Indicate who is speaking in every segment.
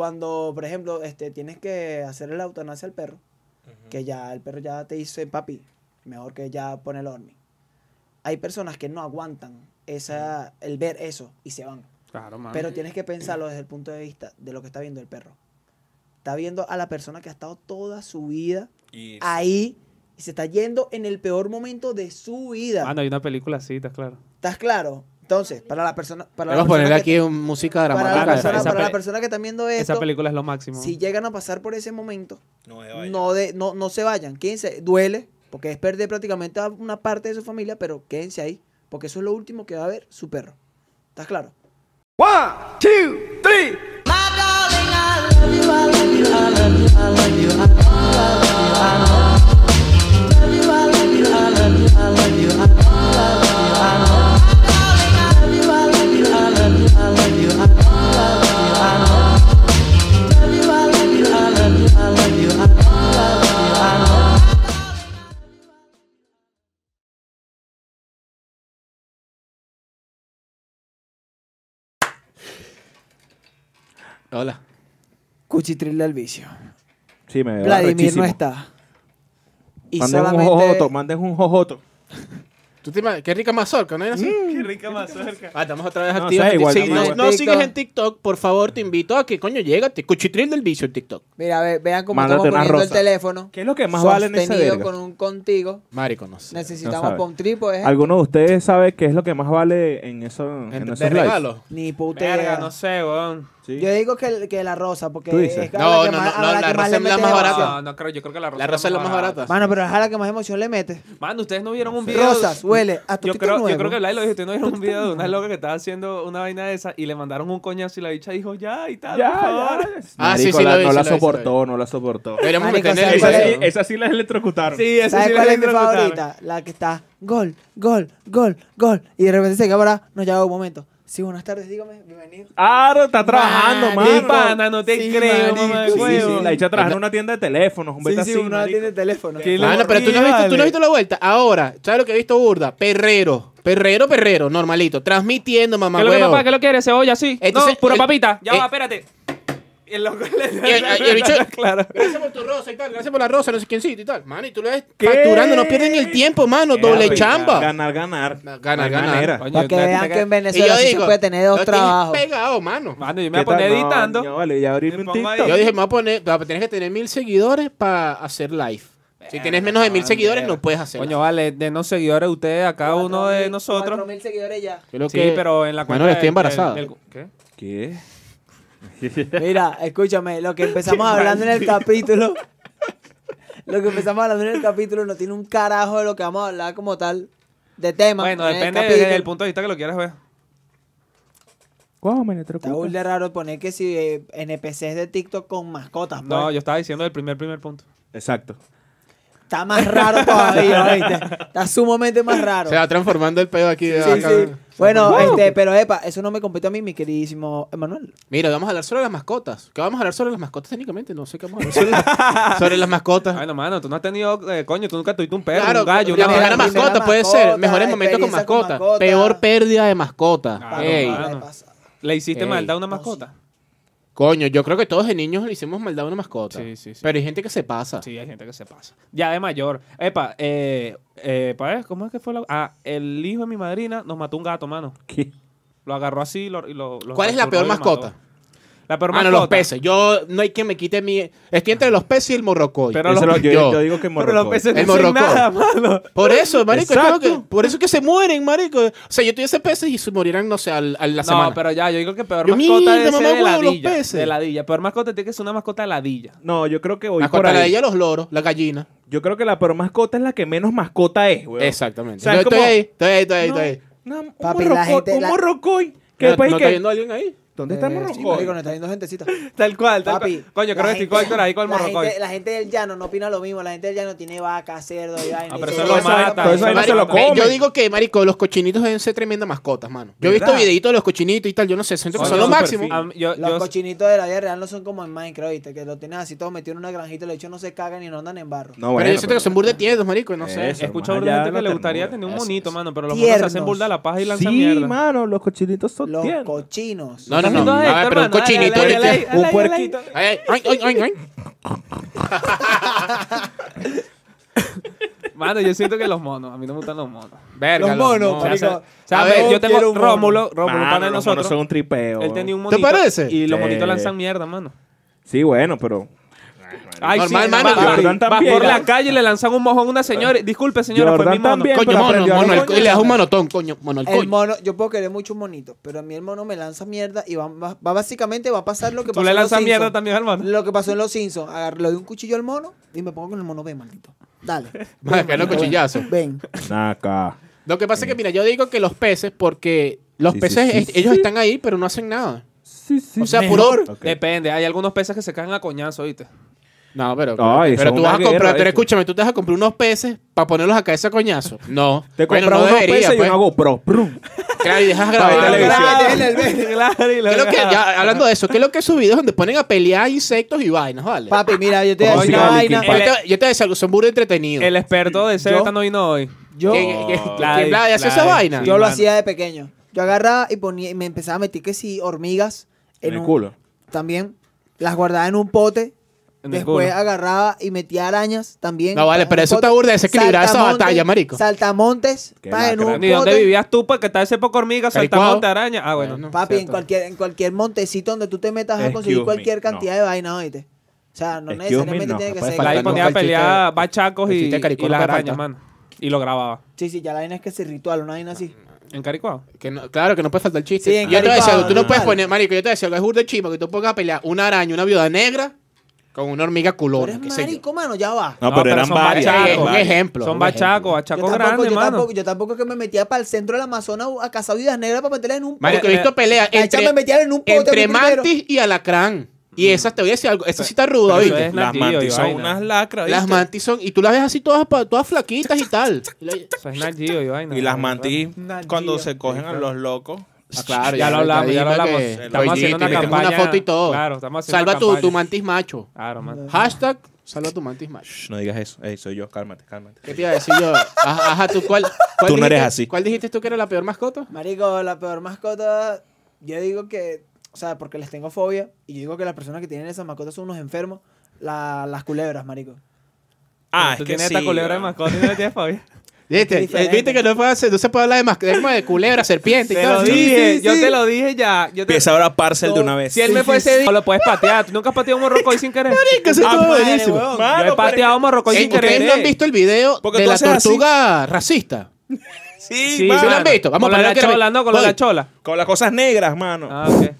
Speaker 1: Cuando, por ejemplo, este, tienes que hacer la eutanasia al perro, que ya el perro ya te dice, papi, mejor que ya pone el horny. Hay personas que no aguantan esa, el ver eso y se van.
Speaker 2: Claro, mano.
Speaker 1: Pero tienes que pensarlo desde el punto de vista de lo que está viendo el perro. Está viendo a la persona que ha estado toda su vida
Speaker 3: Y
Speaker 1: ahí y se está yendo en el peor momento de su vida.
Speaker 2: Mano, hay una película así, está claro.
Speaker 1: ¿Estás claro? Entonces, para la persona. Para la
Speaker 4: Vamos a poner
Speaker 1: persona que-
Speaker 4: aquí un- música
Speaker 1: para la,
Speaker 4: dramática. de
Speaker 1: persona,
Speaker 2: esa
Speaker 1: para la
Speaker 2: pe-
Speaker 1: persona que están viendo
Speaker 2: Esa
Speaker 1: esto,
Speaker 2: película es lo máximo.
Speaker 1: si llegan a pasar por ese momento,
Speaker 3: no se vaya.
Speaker 1: no, de, no, no se vayan. Quédense, duele, porque es perder prácticamente a una parte de su familia, pero quédense ahí, porque eso es lo último que va a ver su perro. ¿Estás claro?
Speaker 4: Hola.
Speaker 1: Cuchitril del vicio.
Speaker 5: Sí, me veo
Speaker 1: Vladimir no
Speaker 5: arrechísimo.
Speaker 1: está. Y
Speaker 5: Manden
Speaker 1: solamente.
Speaker 5: un jojoto, manden un jojoto.
Speaker 6: ¿Tú te imaginas? Qué rica mazorca, ¿no? era así?
Speaker 3: Qué rica mazorca.
Speaker 6: Ah, estamos otra vez
Speaker 5: No,
Speaker 6: activos.
Speaker 5: sea igual,
Speaker 6: Mm. Sí,
Speaker 5: estamos
Speaker 6: no,
Speaker 5: igual.
Speaker 6: no sigues
Speaker 1: TikTok.
Speaker 6: en TikTok, por favor, te invito a que coño llégate. Cuchitril del vicio en TikTok.
Speaker 1: Mira, ve- vean cómo
Speaker 5: Mándate
Speaker 1: estamos
Speaker 5: una
Speaker 1: poniendo el
Speaker 5: rosa.
Speaker 1: teléfono.
Speaker 5: ¿Qué es lo que más vale en esa
Speaker 1: sostenido
Speaker 5: verga?
Speaker 1: con un contigo.
Speaker 6: Marico, no sé.
Speaker 5: No
Speaker 1: Necesitamos
Speaker 5: sabe.
Speaker 1: pa' un
Speaker 2: Pues,
Speaker 1: trípode.
Speaker 5: ¿Alguno de ustedes sabe qué es lo que más vale en, eso, en,
Speaker 6: En-
Speaker 5: esos
Speaker 6: ¿De
Speaker 5: lives?
Speaker 6: regalo?
Speaker 1: Ni puta idea.
Speaker 2: Verga, no sé, weón.
Speaker 5: Sí.
Speaker 1: Yo digo que, que la rosa, porque
Speaker 5: ¿Tú dices?
Speaker 1: es que a
Speaker 6: No,
Speaker 1: que
Speaker 6: no,
Speaker 1: más-
Speaker 6: no,
Speaker 1: a
Speaker 6: la
Speaker 1: que
Speaker 6: rosa
Speaker 1: le
Speaker 6: es la
Speaker 1: mete
Speaker 6: más barata.
Speaker 1: emoción.
Speaker 2: No, no creo, yo creo que la rosa,
Speaker 6: La rosa es la más barata.
Speaker 1: Mano, pero es a la que más emoción le mete.
Speaker 2: Mano, ustedes no vieron un video.
Speaker 1: Rosas, huele, a tu
Speaker 2: Yo creo, yo
Speaker 1: nuevo.
Speaker 2: creo que Blay lo dijo, ustedes no vieron un video de una loca que estaba haciendo una vaina de esa y le mandaron un coñazo y la bicha dijo, ya, y tal, por favor.
Speaker 6: Ah, sí,
Speaker 5: Marico,
Speaker 6: sí, lo
Speaker 5: la-
Speaker 6: vi,
Speaker 5: no
Speaker 6: sí,
Speaker 5: la
Speaker 6: lo vi, sí, lo vi.
Speaker 5: soportó, no la soportó.
Speaker 6: Deberíamos
Speaker 1: Marico, ¿sabes
Speaker 6: meterle eso.
Speaker 1: cuál es?
Speaker 6: ¿no?
Speaker 5: Esa sí la electrocutaron.
Speaker 2: Sí, eso
Speaker 1: ¿Sabes
Speaker 2: sí
Speaker 1: cuál
Speaker 2: le
Speaker 1: es mi
Speaker 2: explotaron.
Speaker 1: favorita? La que está gol, gol, gol, gol. Y de repente se queda para, no llega un momento. Sí, buenas tardes, dígame, bienvenido.
Speaker 5: Claro, está trabajando,
Speaker 2: Mi
Speaker 5: mano.
Speaker 2: pana, no te
Speaker 1: Sí,
Speaker 2: creo,
Speaker 1: marico,
Speaker 2: mamá de
Speaker 5: Sí, sí,
Speaker 2: huevo.
Speaker 5: la hecha trabajando en una tienda de teléfonos. Un beta
Speaker 1: sí, sí,
Speaker 5: así,
Speaker 1: uno
Speaker 5: marico.
Speaker 1: tiene el teléfono.
Speaker 2: Qué
Speaker 6: Mano, pero tú no, has visto, tú no has visto la vuelta. Ahora, ¿sabes lo que he visto burda? Perrero. Perrero, perrero, normalito. Transmitiendo, mamá.
Speaker 2: ¿Qué es lo que
Speaker 6: huevo.
Speaker 2: papá? ¿Qué lo quiere? ¿Cebolla? Sí.
Speaker 6: Entonces,
Speaker 2: no, pura
Speaker 6: el-
Speaker 2: papita. Ya
Speaker 6: eh,
Speaker 2: va, espérate. Y el loco le
Speaker 6: Y el- y el bicho-
Speaker 2: claro.
Speaker 6: Gracias por tu rosa y tal, gracias por la rosa, no sé quiéncito y tal. Mano, y tú lo ves
Speaker 5: ¿Qué?
Speaker 6: facturando, no pierden el tiempo, mano,
Speaker 2: Qué
Speaker 6: doble
Speaker 2: rica.
Speaker 6: chamba.
Speaker 5: Ganar, ganar.
Speaker 6: Ganar,
Speaker 5: No hay
Speaker 6: ganar.
Speaker 5: manera.
Speaker 2: Coño,
Speaker 1: Para que
Speaker 2: una
Speaker 1: vean
Speaker 2: tipa
Speaker 1: que en
Speaker 6: Y
Speaker 1: Venezuela sí se puede tener dos
Speaker 6: lo tienes
Speaker 1: trabajos.
Speaker 6: pegado, mano.
Speaker 2: Mano, yo me
Speaker 5: ¿Qué
Speaker 2: voy a poner
Speaker 5: tal? No,
Speaker 2: editando.
Speaker 5: no, vale, ya abrirme
Speaker 2: Me
Speaker 5: un
Speaker 2: pongo ahí.
Speaker 5: TikTok.
Speaker 6: Yo dije, me voy a poner, va, tienes que tener mil seguidores para hacer live. Si tienes menos de mil
Speaker 2: Verga,
Speaker 6: seguidores,
Speaker 2: verga.
Speaker 6: no puedes hacer.
Speaker 2: Coño,
Speaker 6: live.
Speaker 2: vale, denos seguidores ustedes a cada uno de
Speaker 1: Cuatro mil- cuatro
Speaker 2: nosotros.
Speaker 1: mil seguidores ya.
Speaker 6: Yo creo
Speaker 2: Sí,
Speaker 6: que-
Speaker 2: pero en la cuenta.
Speaker 6: Manuel, estoy
Speaker 2: del-
Speaker 6: embarazada.
Speaker 2: del- ¿Qué?
Speaker 5: ¿Qué?
Speaker 1: Mira, escúchame, lo que empezamos hablando en el capítulo. Lo que empezamos hablando en el capítulo no tiene un carajo de lo que vamos a hablar como tal de tema.
Speaker 2: Bueno,
Speaker 1: en el
Speaker 2: depende
Speaker 1: capítulo.
Speaker 2: desde el punto de vista que lo quieras ver.
Speaker 5: ¿Cómo me
Speaker 1: Está
Speaker 5: electrocuta?
Speaker 1: burda raro poner que si eh, NPCs de TikTok con mascotas. pues.
Speaker 2: No, yo estaba diciendo el primer, primer punto.
Speaker 5: Exacto.
Speaker 1: Está más raro todavía, ¿oíste? Está sumamente más raro.
Speaker 6: Se va transformando el pedo aquí. de
Speaker 1: Sí,
Speaker 6: acá.
Speaker 1: sí. Bueno, este, pero epa, eso no me compete a mí, mi queridísimo Emanuel.
Speaker 6: Mira, vamos a hablar sobre las mascotas. ¿Qué vamos a hablar sobre las mascotas técnicamente? No sé qué vamos a hablar sobre, las- sobre las mascotas.
Speaker 2: Bueno, mano, tú no has tenido. eh, coño, tú nunca tuviste un perro,
Speaker 6: Ah. claro,
Speaker 2: un gallo,
Speaker 6: la
Speaker 2: una
Speaker 6: primera
Speaker 1: primera
Speaker 2: perra.
Speaker 6: mascota puede
Speaker 1: mascota,
Speaker 6: ser. Mejores momentos con
Speaker 1: experiencia con
Speaker 6: mascota.
Speaker 1: mascota.
Speaker 6: Peor pérdida de mascota.
Speaker 2: Claro,
Speaker 6: Ey.
Speaker 2: claro.
Speaker 1: ¿Qué le pasa?
Speaker 2: ¿Le hiciste
Speaker 6: Ey.
Speaker 2: maldad a una
Speaker 1: No, sí.
Speaker 2: mascota?
Speaker 6: Coño, yo creo que todos de niños le hicimos maldad a una mascota.
Speaker 2: Sí, sí, sí.
Speaker 6: Pero hay gente que se pasa.
Speaker 2: Sí, hay gente que se pasa. Ya de mayor. Epa, eh, eh, pa' ver, ¿cómo es que fue la.? Ah, el hijo de mi madrina nos mató un gato, mano.
Speaker 5: ¿Qué?
Speaker 2: Lo agarró así lo- y lo. lo
Speaker 6: ¿Cuál es la
Speaker 2: torturó
Speaker 6: peor
Speaker 2: y lo
Speaker 6: mascota?
Speaker 2: mató. La peor
Speaker 6: Mano,
Speaker 2: mascota.
Speaker 6: Ah, los peces. Yo, no hay quien me quite mi... Estoy entre los peces y el morrocoy.
Speaker 2: Pero
Speaker 5: Eso
Speaker 2: los-
Speaker 5: lo- yo,
Speaker 6: yo.
Speaker 5: yo digo que
Speaker 2: Pero los
Speaker 5: morrocoy.
Speaker 2: peces
Speaker 6: El
Speaker 2: no hacen
Speaker 6: morrocoy.
Speaker 2: nada, mano.
Speaker 6: Por eso, marico, yo creo que-
Speaker 5: Exacto.
Speaker 6: por eso que se mueren, marico. O sea, yo tuviese peces y se morirán, no sé, al, a la
Speaker 2: no,
Speaker 6: semana.
Speaker 2: pero ya, yo digo que peor
Speaker 6: Yo,
Speaker 2: mascota
Speaker 6: mierda,
Speaker 2: debe ser
Speaker 6: mamá,
Speaker 2: de
Speaker 6: huevo, los
Speaker 2: ladilla.
Speaker 6: peces.
Speaker 2: De ladilla. Peor mascota tiene que ser una mascota de ladilla.
Speaker 5: No, yo creo que voy por
Speaker 6: mascota,
Speaker 5: ahí.
Speaker 6: la de ella, los loros, la gallina.
Speaker 5: Yo creo que la peor mascota es la que menos mascota es, weón.
Speaker 6: Exactamente.
Speaker 5: O sea,
Speaker 6: Yo
Speaker 5: es
Speaker 6: estoy
Speaker 5: como-
Speaker 6: ahí, estoy ahí, estoy ahí,
Speaker 5: No,
Speaker 6: estoy ahí.
Speaker 5: no, un
Speaker 1: Papi, la
Speaker 5: morrocoy-
Speaker 1: gente-
Speaker 5: un
Speaker 1: la- Eh,
Speaker 5: morrocoy. Que
Speaker 6: ¿No,
Speaker 5: después
Speaker 6: no
Speaker 5: que-
Speaker 6: está viendo alguien ahí?
Speaker 5: ¿Dónde está el
Speaker 1: Sí, marico,
Speaker 5: morrocoy?
Speaker 1: nos está viendo gentecita.
Speaker 2: Tal cual, tal
Speaker 1: Papi,
Speaker 2: cual. Coño, creo
Speaker 1: la
Speaker 2: que estoy
Speaker 1: gente-
Speaker 2: con Héctor ahí con el
Speaker 1: la
Speaker 2: morrocoy.
Speaker 1: gente, la gente del llano no opina lo mismo. La gente del llano tiene vaca, cerdo y vaina.
Speaker 2: Ah,
Speaker 1: y todo
Speaker 2: pero eso lo
Speaker 1: eso vaina
Speaker 2: mata.
Speaker 1: para-
Speaker 5: eso ahí no se lo
Speaker 6: Marico, ve,
Speaker 5: comen.
Speaker 6: Yo digo que, marico, los cochinitos deben ser tremendas mascotas, mano. Yo he visto
Speaker 5: ¿Verdad?
Speaker 6: videitos de los cochinitos y tal, yo no sé, siento que
Speaker 2: Coño,
Speaker 6: son lo
Speaker 2: súper
Speaker 6: máximo.
Speaker 5: Ah,
Speaker 2: fin. Am- yo-
Speaker 1: Los
Speaker 2: yo-
Speaker 1: cochinitos de la vida real no son como en Minecraft, ¿viste? Que lo tienes así todo metido en una granjita, los hechos no se cagan y no andan en barro.
Speaker 5: No,
Speaker 6: pero
Speaker 5: bueno,
Speaker 6: yo siento que son burda de tiernos, marico, no sé.
Speaker 5: Eso,
Speaker 2: Escucho
Speaker 5: más allá
Speaker 2: a burda gente
Speaker 5: de
Speaker 2: que
Speaker 5: la
Speaker 2: le gustaría
Speaker 5: ternura.
Speaker 2: tener un
Speaker 6: Eso,
Speaker 2: monito,
Speaker 6: eso.
Speaker 2: mano, pero los monos se hacen
Speaker 1: Tiernos.
Speaker 2: burda la paja y lanzan
Speaker 5: Sí,
Speaker 2: mierda.
Speaker 5: mano, los cochinitos son
Speaker 1: Los
Speaker 5: tiernos.
Speaker 1: cochinos.
Speaker 6: No, No, no, no.
Speaker 2: Entonces,
Speaker 6: A ver, pero un
Speaker 2: hermano, dale,
Speaker 6: cochinito
Speaker 2: dale, dale,
Speaker 6: ahorita.
Speaker 2: dale, dale, dale,
Speaker 5: puerquito.
Speaker 2: dale.
Speaker 6: Ay, ay, ay, ay, ay.
Speaker 2: Mano, yo siento que los monos. A mí no me gustan los monos.
Speaker 6: Verga,
Speaker 1: Los monos,
Speaker 2: O sea,
Speaker 1: marico.
Speaker 2: o sea,
Speaker 6: A
Speaker 2: a
Speaker 6: ver,
Speaker 2: ver,
Speaker 1: yo
Speaker 2: yo
Speaker 1: quiero
Speaker 2: tengo
Speaker 1: un mono.
Speaker 2: Rómulo, Rómulo,
Speaker 5: Mano,
Speaker 2: pana de
Speaker 5: los monos
Speaker 2: nosotros.
Speaker 5: son un tripeo.
Speaker 2: Él
Speaker 5: weón.
Speaker 2: tenía un
Speaker 6: ¿Te
Speaker 2: monito.
Speaker 6: parece?
Speaker 2: Y los
Speaker 5: Sí.
Speaker 2: monitos lanzan mierda, mano.
Speaker 5: Sí, bueno, pero...
Speaker 2: Ay,
Speaker 6: Normal,
Speaker 2: sí,
Speaker 6: mano,
Speaker 2: va- va-
Speaker 5: Jordan
Speaker 2: va
Speaker 5: también.
Speaker 2: por la calle y le lanzan un mojón a una señora. Disculpe, señora, fue
Speaker 5: Jordan
Speaker 2: mi mono.
Speaker 5: también.
Speaker 6: Coño,
Speaker 5: pero
Speaker 6: mono,
Speaker 5: aprendió a
Speaker 6: mono,
Speaker 5: hablar.
Speaker 6: el co- y le das un monotón, coño, mono, el
Speaker 1: El
Speaker 6: coño.
Speaker 1: mono, yo puedo querer mucho un monito, pero a mí el mono me lanza mierda y va, va- va básicamente va a pasar lo que
Speaker 2: Tú
Speaker 1: pasó
Speaker 2: le
Speaker 1: en Los
Speaker 2: lanzas mierda
Speaker 1: Simpsons.
Speaker 2: también al mono.
Speaker 1: Lo que pasó en Los Simpsons. Agarro- Le doy un cuchillo al mono y me pongo con el mono B, maldito. Dale.
Speaker 6: Más que no cuchillazo.
Speaker 1: Ven.
Speaker 5: Naca.
Speaker 6: Lo que pasa es que, mira, yo digo que los peces, porque los
Speaker 5: Sí, sí,
Speaker 6: peces,
Speaker 5: sí,
Speaker 6: es-
Speaker 5: sí.
Speaker 6: ellos están ahí, pero no hacen nada.
Speaker 5: Sí, sí.
Speaker 6: O sea,
Speaker 5: Mejor.
Speaker 6: puro-
Speaker 5: Ok.
Speaker 2: Depende, hay algunos peces que se caen a coñazo, ¿viste?
Speaker 6: No, pero.
Speaker 5: Ay,
Speaker 6: pero
Speaker 5: son
Speaker 6: tú
Speaker 5: una
Speaker 6: vas a comprar,
Speaker 5: guerra,
Speaker 6: pero
Speaker 5: ¿viste?
Speaker 6: escúchame, tú te vas a comprar unos peces para ponerlos acá ese coñazo. No.
Speaker 5: Te
Speaker 6: Bueno,
Speaker 5: compras
Speaker 6: no
Speaker 5: unos
Speaker 6: debería,
Speaker 5: peces y
Speaker 6: pues.
Speaker 5: una GoPro. Prum.
Speaker 6: Claro, y dejas
Speaker 5: Para
Speaker 6: grabar.
Speaker 5: televisión.
Speaker 2: Claro, y
Speaker 6: ¿Qué
Speaker 2: lo
Speaker 6: es lo que-
Speaker 2: grabas.
Speaker 6: ya, hablando de eso, ¿qué es lo que esos videos donde ponen a pelear insectos y vainas, vale?
Speaker 1: Papi, mira, yo te voy a
Speaker 5: Como
Speaker 1: decir
Speaker 5: si
Speaker 1: una
Speaker 5: fuera
Speaker 1: vaina.
Speaker 5: Linkin Park.
Speaker 6: yo, te, yo te decía, son burda entretenido.
Speaker 2: El experto de
Speaker 1: Yo-
Speaker 2: CBT no vino hoy.
Speaker 1: Yo,
Speaker 6: ¿Quién- quién- quién
Speaker 2: Claro,
Speaker 6: la hace esa
Speaker 2: claro,
Speaker 6: vaina?
Speaker 2: sí,
Speaker 1: yo lo
Speaker 2: mano.
Speaker 1: hacía de pequeño. Yo agarraba y ponía, y me empezaba a meter que si hormigas
Speaker 5: En el
Speaker 1: un-
Speaker 5: culo.
Speaker 1: También. Las guardaba en un pote.
Speaker 2: En el
Speaker 1: después
Speaker 2: culo.
Speaker 1: agarraba y metía arañas también.
Speaker 6: No, vale,
Speaker 1: En
Speaker 6: pero
Speaker 1: un
Speaker 6: eso
Speaker 1: pote.
Speaker 6: está burda desequilibrada esa
Speaker 1: Saltamontes-
Speaker 6: batalla, marico.
Speaker 1: Saltamontes.
Speaker 5: Qué
Speaker 1: pa, en
Speaker 5: lacra.
Speaker 1: un
Speaker 2: Ni dónde
Speaker 1: pote.
Speaker 2: vivías tú, porque está ese poco hormiga,
Speaker 6: Caricuao.
Speaker 2: saltamonte, araña. Ah, bueno.
Speaker 6: Bueno.
Speaker 1: Papi, en
Speaker 2: Cierto.
Speaker 1: cualquier, en cualquier montecito donde tú te metas vas a
Speaker 5: Excuse
Speaker 1: conseguir
Speaker 5: me,
Speaker 1: cualquier
Speaker 5: no.
Speaker 1: cantidad de vaina, oíste. O sea, no
Speaker 5: Excuse
Speaker 1: necesariamente
Speaker 5: me, no,
Speaker 1: tiene
Speaker 5: no
Speaker 1: que
Speaker 5: puede
Speaker 1: ser.
Speaker 6: faltar
Speaker 2: Ahí ponía a
Speaker 6: el chiste-
Speaker 2: pelear bachacos
Speaker 6: el
Speaker 2: y,
Speaker 6: chiste de Caricuao
Speaker 2: y las
Speaker 6: no te
Speaker 2: arañas,
Speaker 6: falta.
Speaker 2: mano. Y lo grababa.
Speaker 1: Sí, sí, ya la vaina es que se ritual, una vaina así.
Speaker 2: ¿En Caricuao?
Speaker 6: Que no- claro que no puede faltar el chiste.
Speaker 1: Sí, en
Speaker 6: yo te
Speaker 1: Caripao,
Speaker 6: decía, tú no
Speaker 1: normal.
Speaker 6: puedes poner, marico, yo te decía, es burda chimo que tú pongas a pelear una araña, una viuda negra con una hormiga
Speaker 1: Tú
Speaker 6: culona.
Speaker 1: eres
Speaker 6: qué sé yo.
Speaker 1: marico, mano, ya va.
Speaker 5: No,
Speaker 2: No,
Speaker 5: pero
Speaker 2: pero
Speaker 5: eran
Speaker 2: son
Speaker 5: varias.
Speaker 2: bachacos.
Speaker 5: eran
Speaker 6: Un
Speaker 5: varias.
Speaker 6: ejemplo.
Speaker 2: Son
Speaker 6: un ejemplo.
Speaker 2: bachacos, bachacos grandes,
Speaker 1: yo,
Speaker 2: mano.
Speaker 1: tampoco, yo tampoco es que me metía para el centro del Amazonas a cazar vidas negras para meterlas en un
Speaker 6: Marico, he
Speaker 1: pote.
Speaker 6: visto peleas
Speaker 1: La
Speaker 6: entre,
Speaker 1: chama me metieron en un pote
Speaker 6: entre
Speaker 1: a mí primero.
Speaker 6: mantis y alacrán. Y esas, te voy a decir algo, esas sí están rudas,
Speaker 2: Pero eso
Speaker 6: ¿viste?
Speaker 2: es
Speaker 5: Las
Speaker 2: nativo
Speaker 5: mantis
Speaker 2: y
Speaker 5: son
Speaker 2: vaina.
Speaker 3: unas lacras.
Speaker 6: Las
Speaker 3: ¿viste?
Speaker 6: mantis son, y tú las ves así todas, pa- todas flaquitas y tal. Y la-
Speaker 2: Eso es Nat Geo y vaina.
Speaker 3: Y las
Speaker 2: ¿verdad?
Speaker 3: mantis,
Speaker 1: Una
Speaker 3: cuando
Speaker 1: tía.
Speaker 3: se cogen a los locos.
Speaker 6: Ah, claro,
Speaker 2: Ya lo hablamos, ya lo
Speaker 6: ahorita
Speaker 2: hablamos.
Speaker 6: dime que-
Speaker 2: Estamos
Speaker 6: Oye,
Speaker 2: haciendo
Speaker 6: te
Speaker 2: una
Speaker 6: metemos
Speaker 2: campaña.
Speaker 6: foto y todo.
Speaker 2: Claro, estamos haciendo
Speaker 6: Salva
Speaker 2: una
Speaker 6: tu, tu
Speaker 2: campaña.
Speaker 6: mantis macho.
Speaker 2: Claro, mano.
Speaker 6: Hashtag, salva tu mantis macho.
Speaker 3: Shh, no digas eso. Ey, soy yo, cálmate, cálmate.
Speaker 6: ¿Qué te iba a decir yo? Ajá, ajá, ¿tú cuál, cuál
Speaker 3: Tú no eres
Speaker 6: dijiste-
Speaker 3: así.
Speaker 6: ¿Cuál dijiste tú que era la peor mascota?
Speaker 1: Marico, la peor mascota, yo digo que, o sea, porque les tengo fobia, y yo digo que las personas que tienen esas mascotas son unos enfermos, la- las culebras, marico.
Speaker 3: Ah,
Speaker 2: Tú
Speaker 3: es que
Speaker 2: tienes
Speaker 3: sí.
Speaker 2: esta culebra de
Speaker 3: weón.
Speaker 2: mascota y no tienes fobia.
Speaker 6: ¿Viste?
Speaker 1: Diferente.
Speaker 6: ¿Viste que no, puede hacer- no se puede hablar de mascota? Es como de culebra, serpiente y
Speaker 2: Te
Speaker 6: todo
Speaker 2: lo
Speaker 6: eso.
Speaker 2: dije,
Speaker 1: sí,
Speaker 2: yo
Speaker 1: sí.
Speaker 2: te lo dije ya. Yo te...
Speaker 3: Empieza ahora a parcel de una vez.
Speaker 2: Si él me fuese o lo puedes patear. Tú nunca has pateado un morrocoy sin querer.
Speaker 6: eso
Speaker 2: Ah,
Speaker 6: estuvo
Speaker 2: madre,
Speaker 6: buenísimo.
Speaker 2: weón.
Speaker 3: Mano,
Speaker 2: Yo he
Speaker 3: pero es
Speaker 2: pateado un morrocoy
Speaker 6: Ey,
Speaker 2: sin
Speaker 6: Eh, ¿Ustedes
Speaker 2: querer.
Speaker 6: no han visto el video
Speaker 3: Porque
Speaker 6: de
Speaker 3: tú
Speaker 6: la
Speaker 3: haces así.
Speaker 6: tortuga racista?
Speaker 3: Sí,
Speaker 2: Sí,
Speaker 3: mano.
Speaker 6: ¿Sí lo han
Speaker 2: mano.
Speaker 6: visto? Vamos a
Speaker 2: con
Speaker 6: poner
Speaker 2: la
Speaker 6: que-
Speaker 2: chola, no, con
Speaker 6: Voy.
Speaker 2: la chola.
Speaker 3: Con las cosas negras, mano.
Speaker 2: Ah, ok.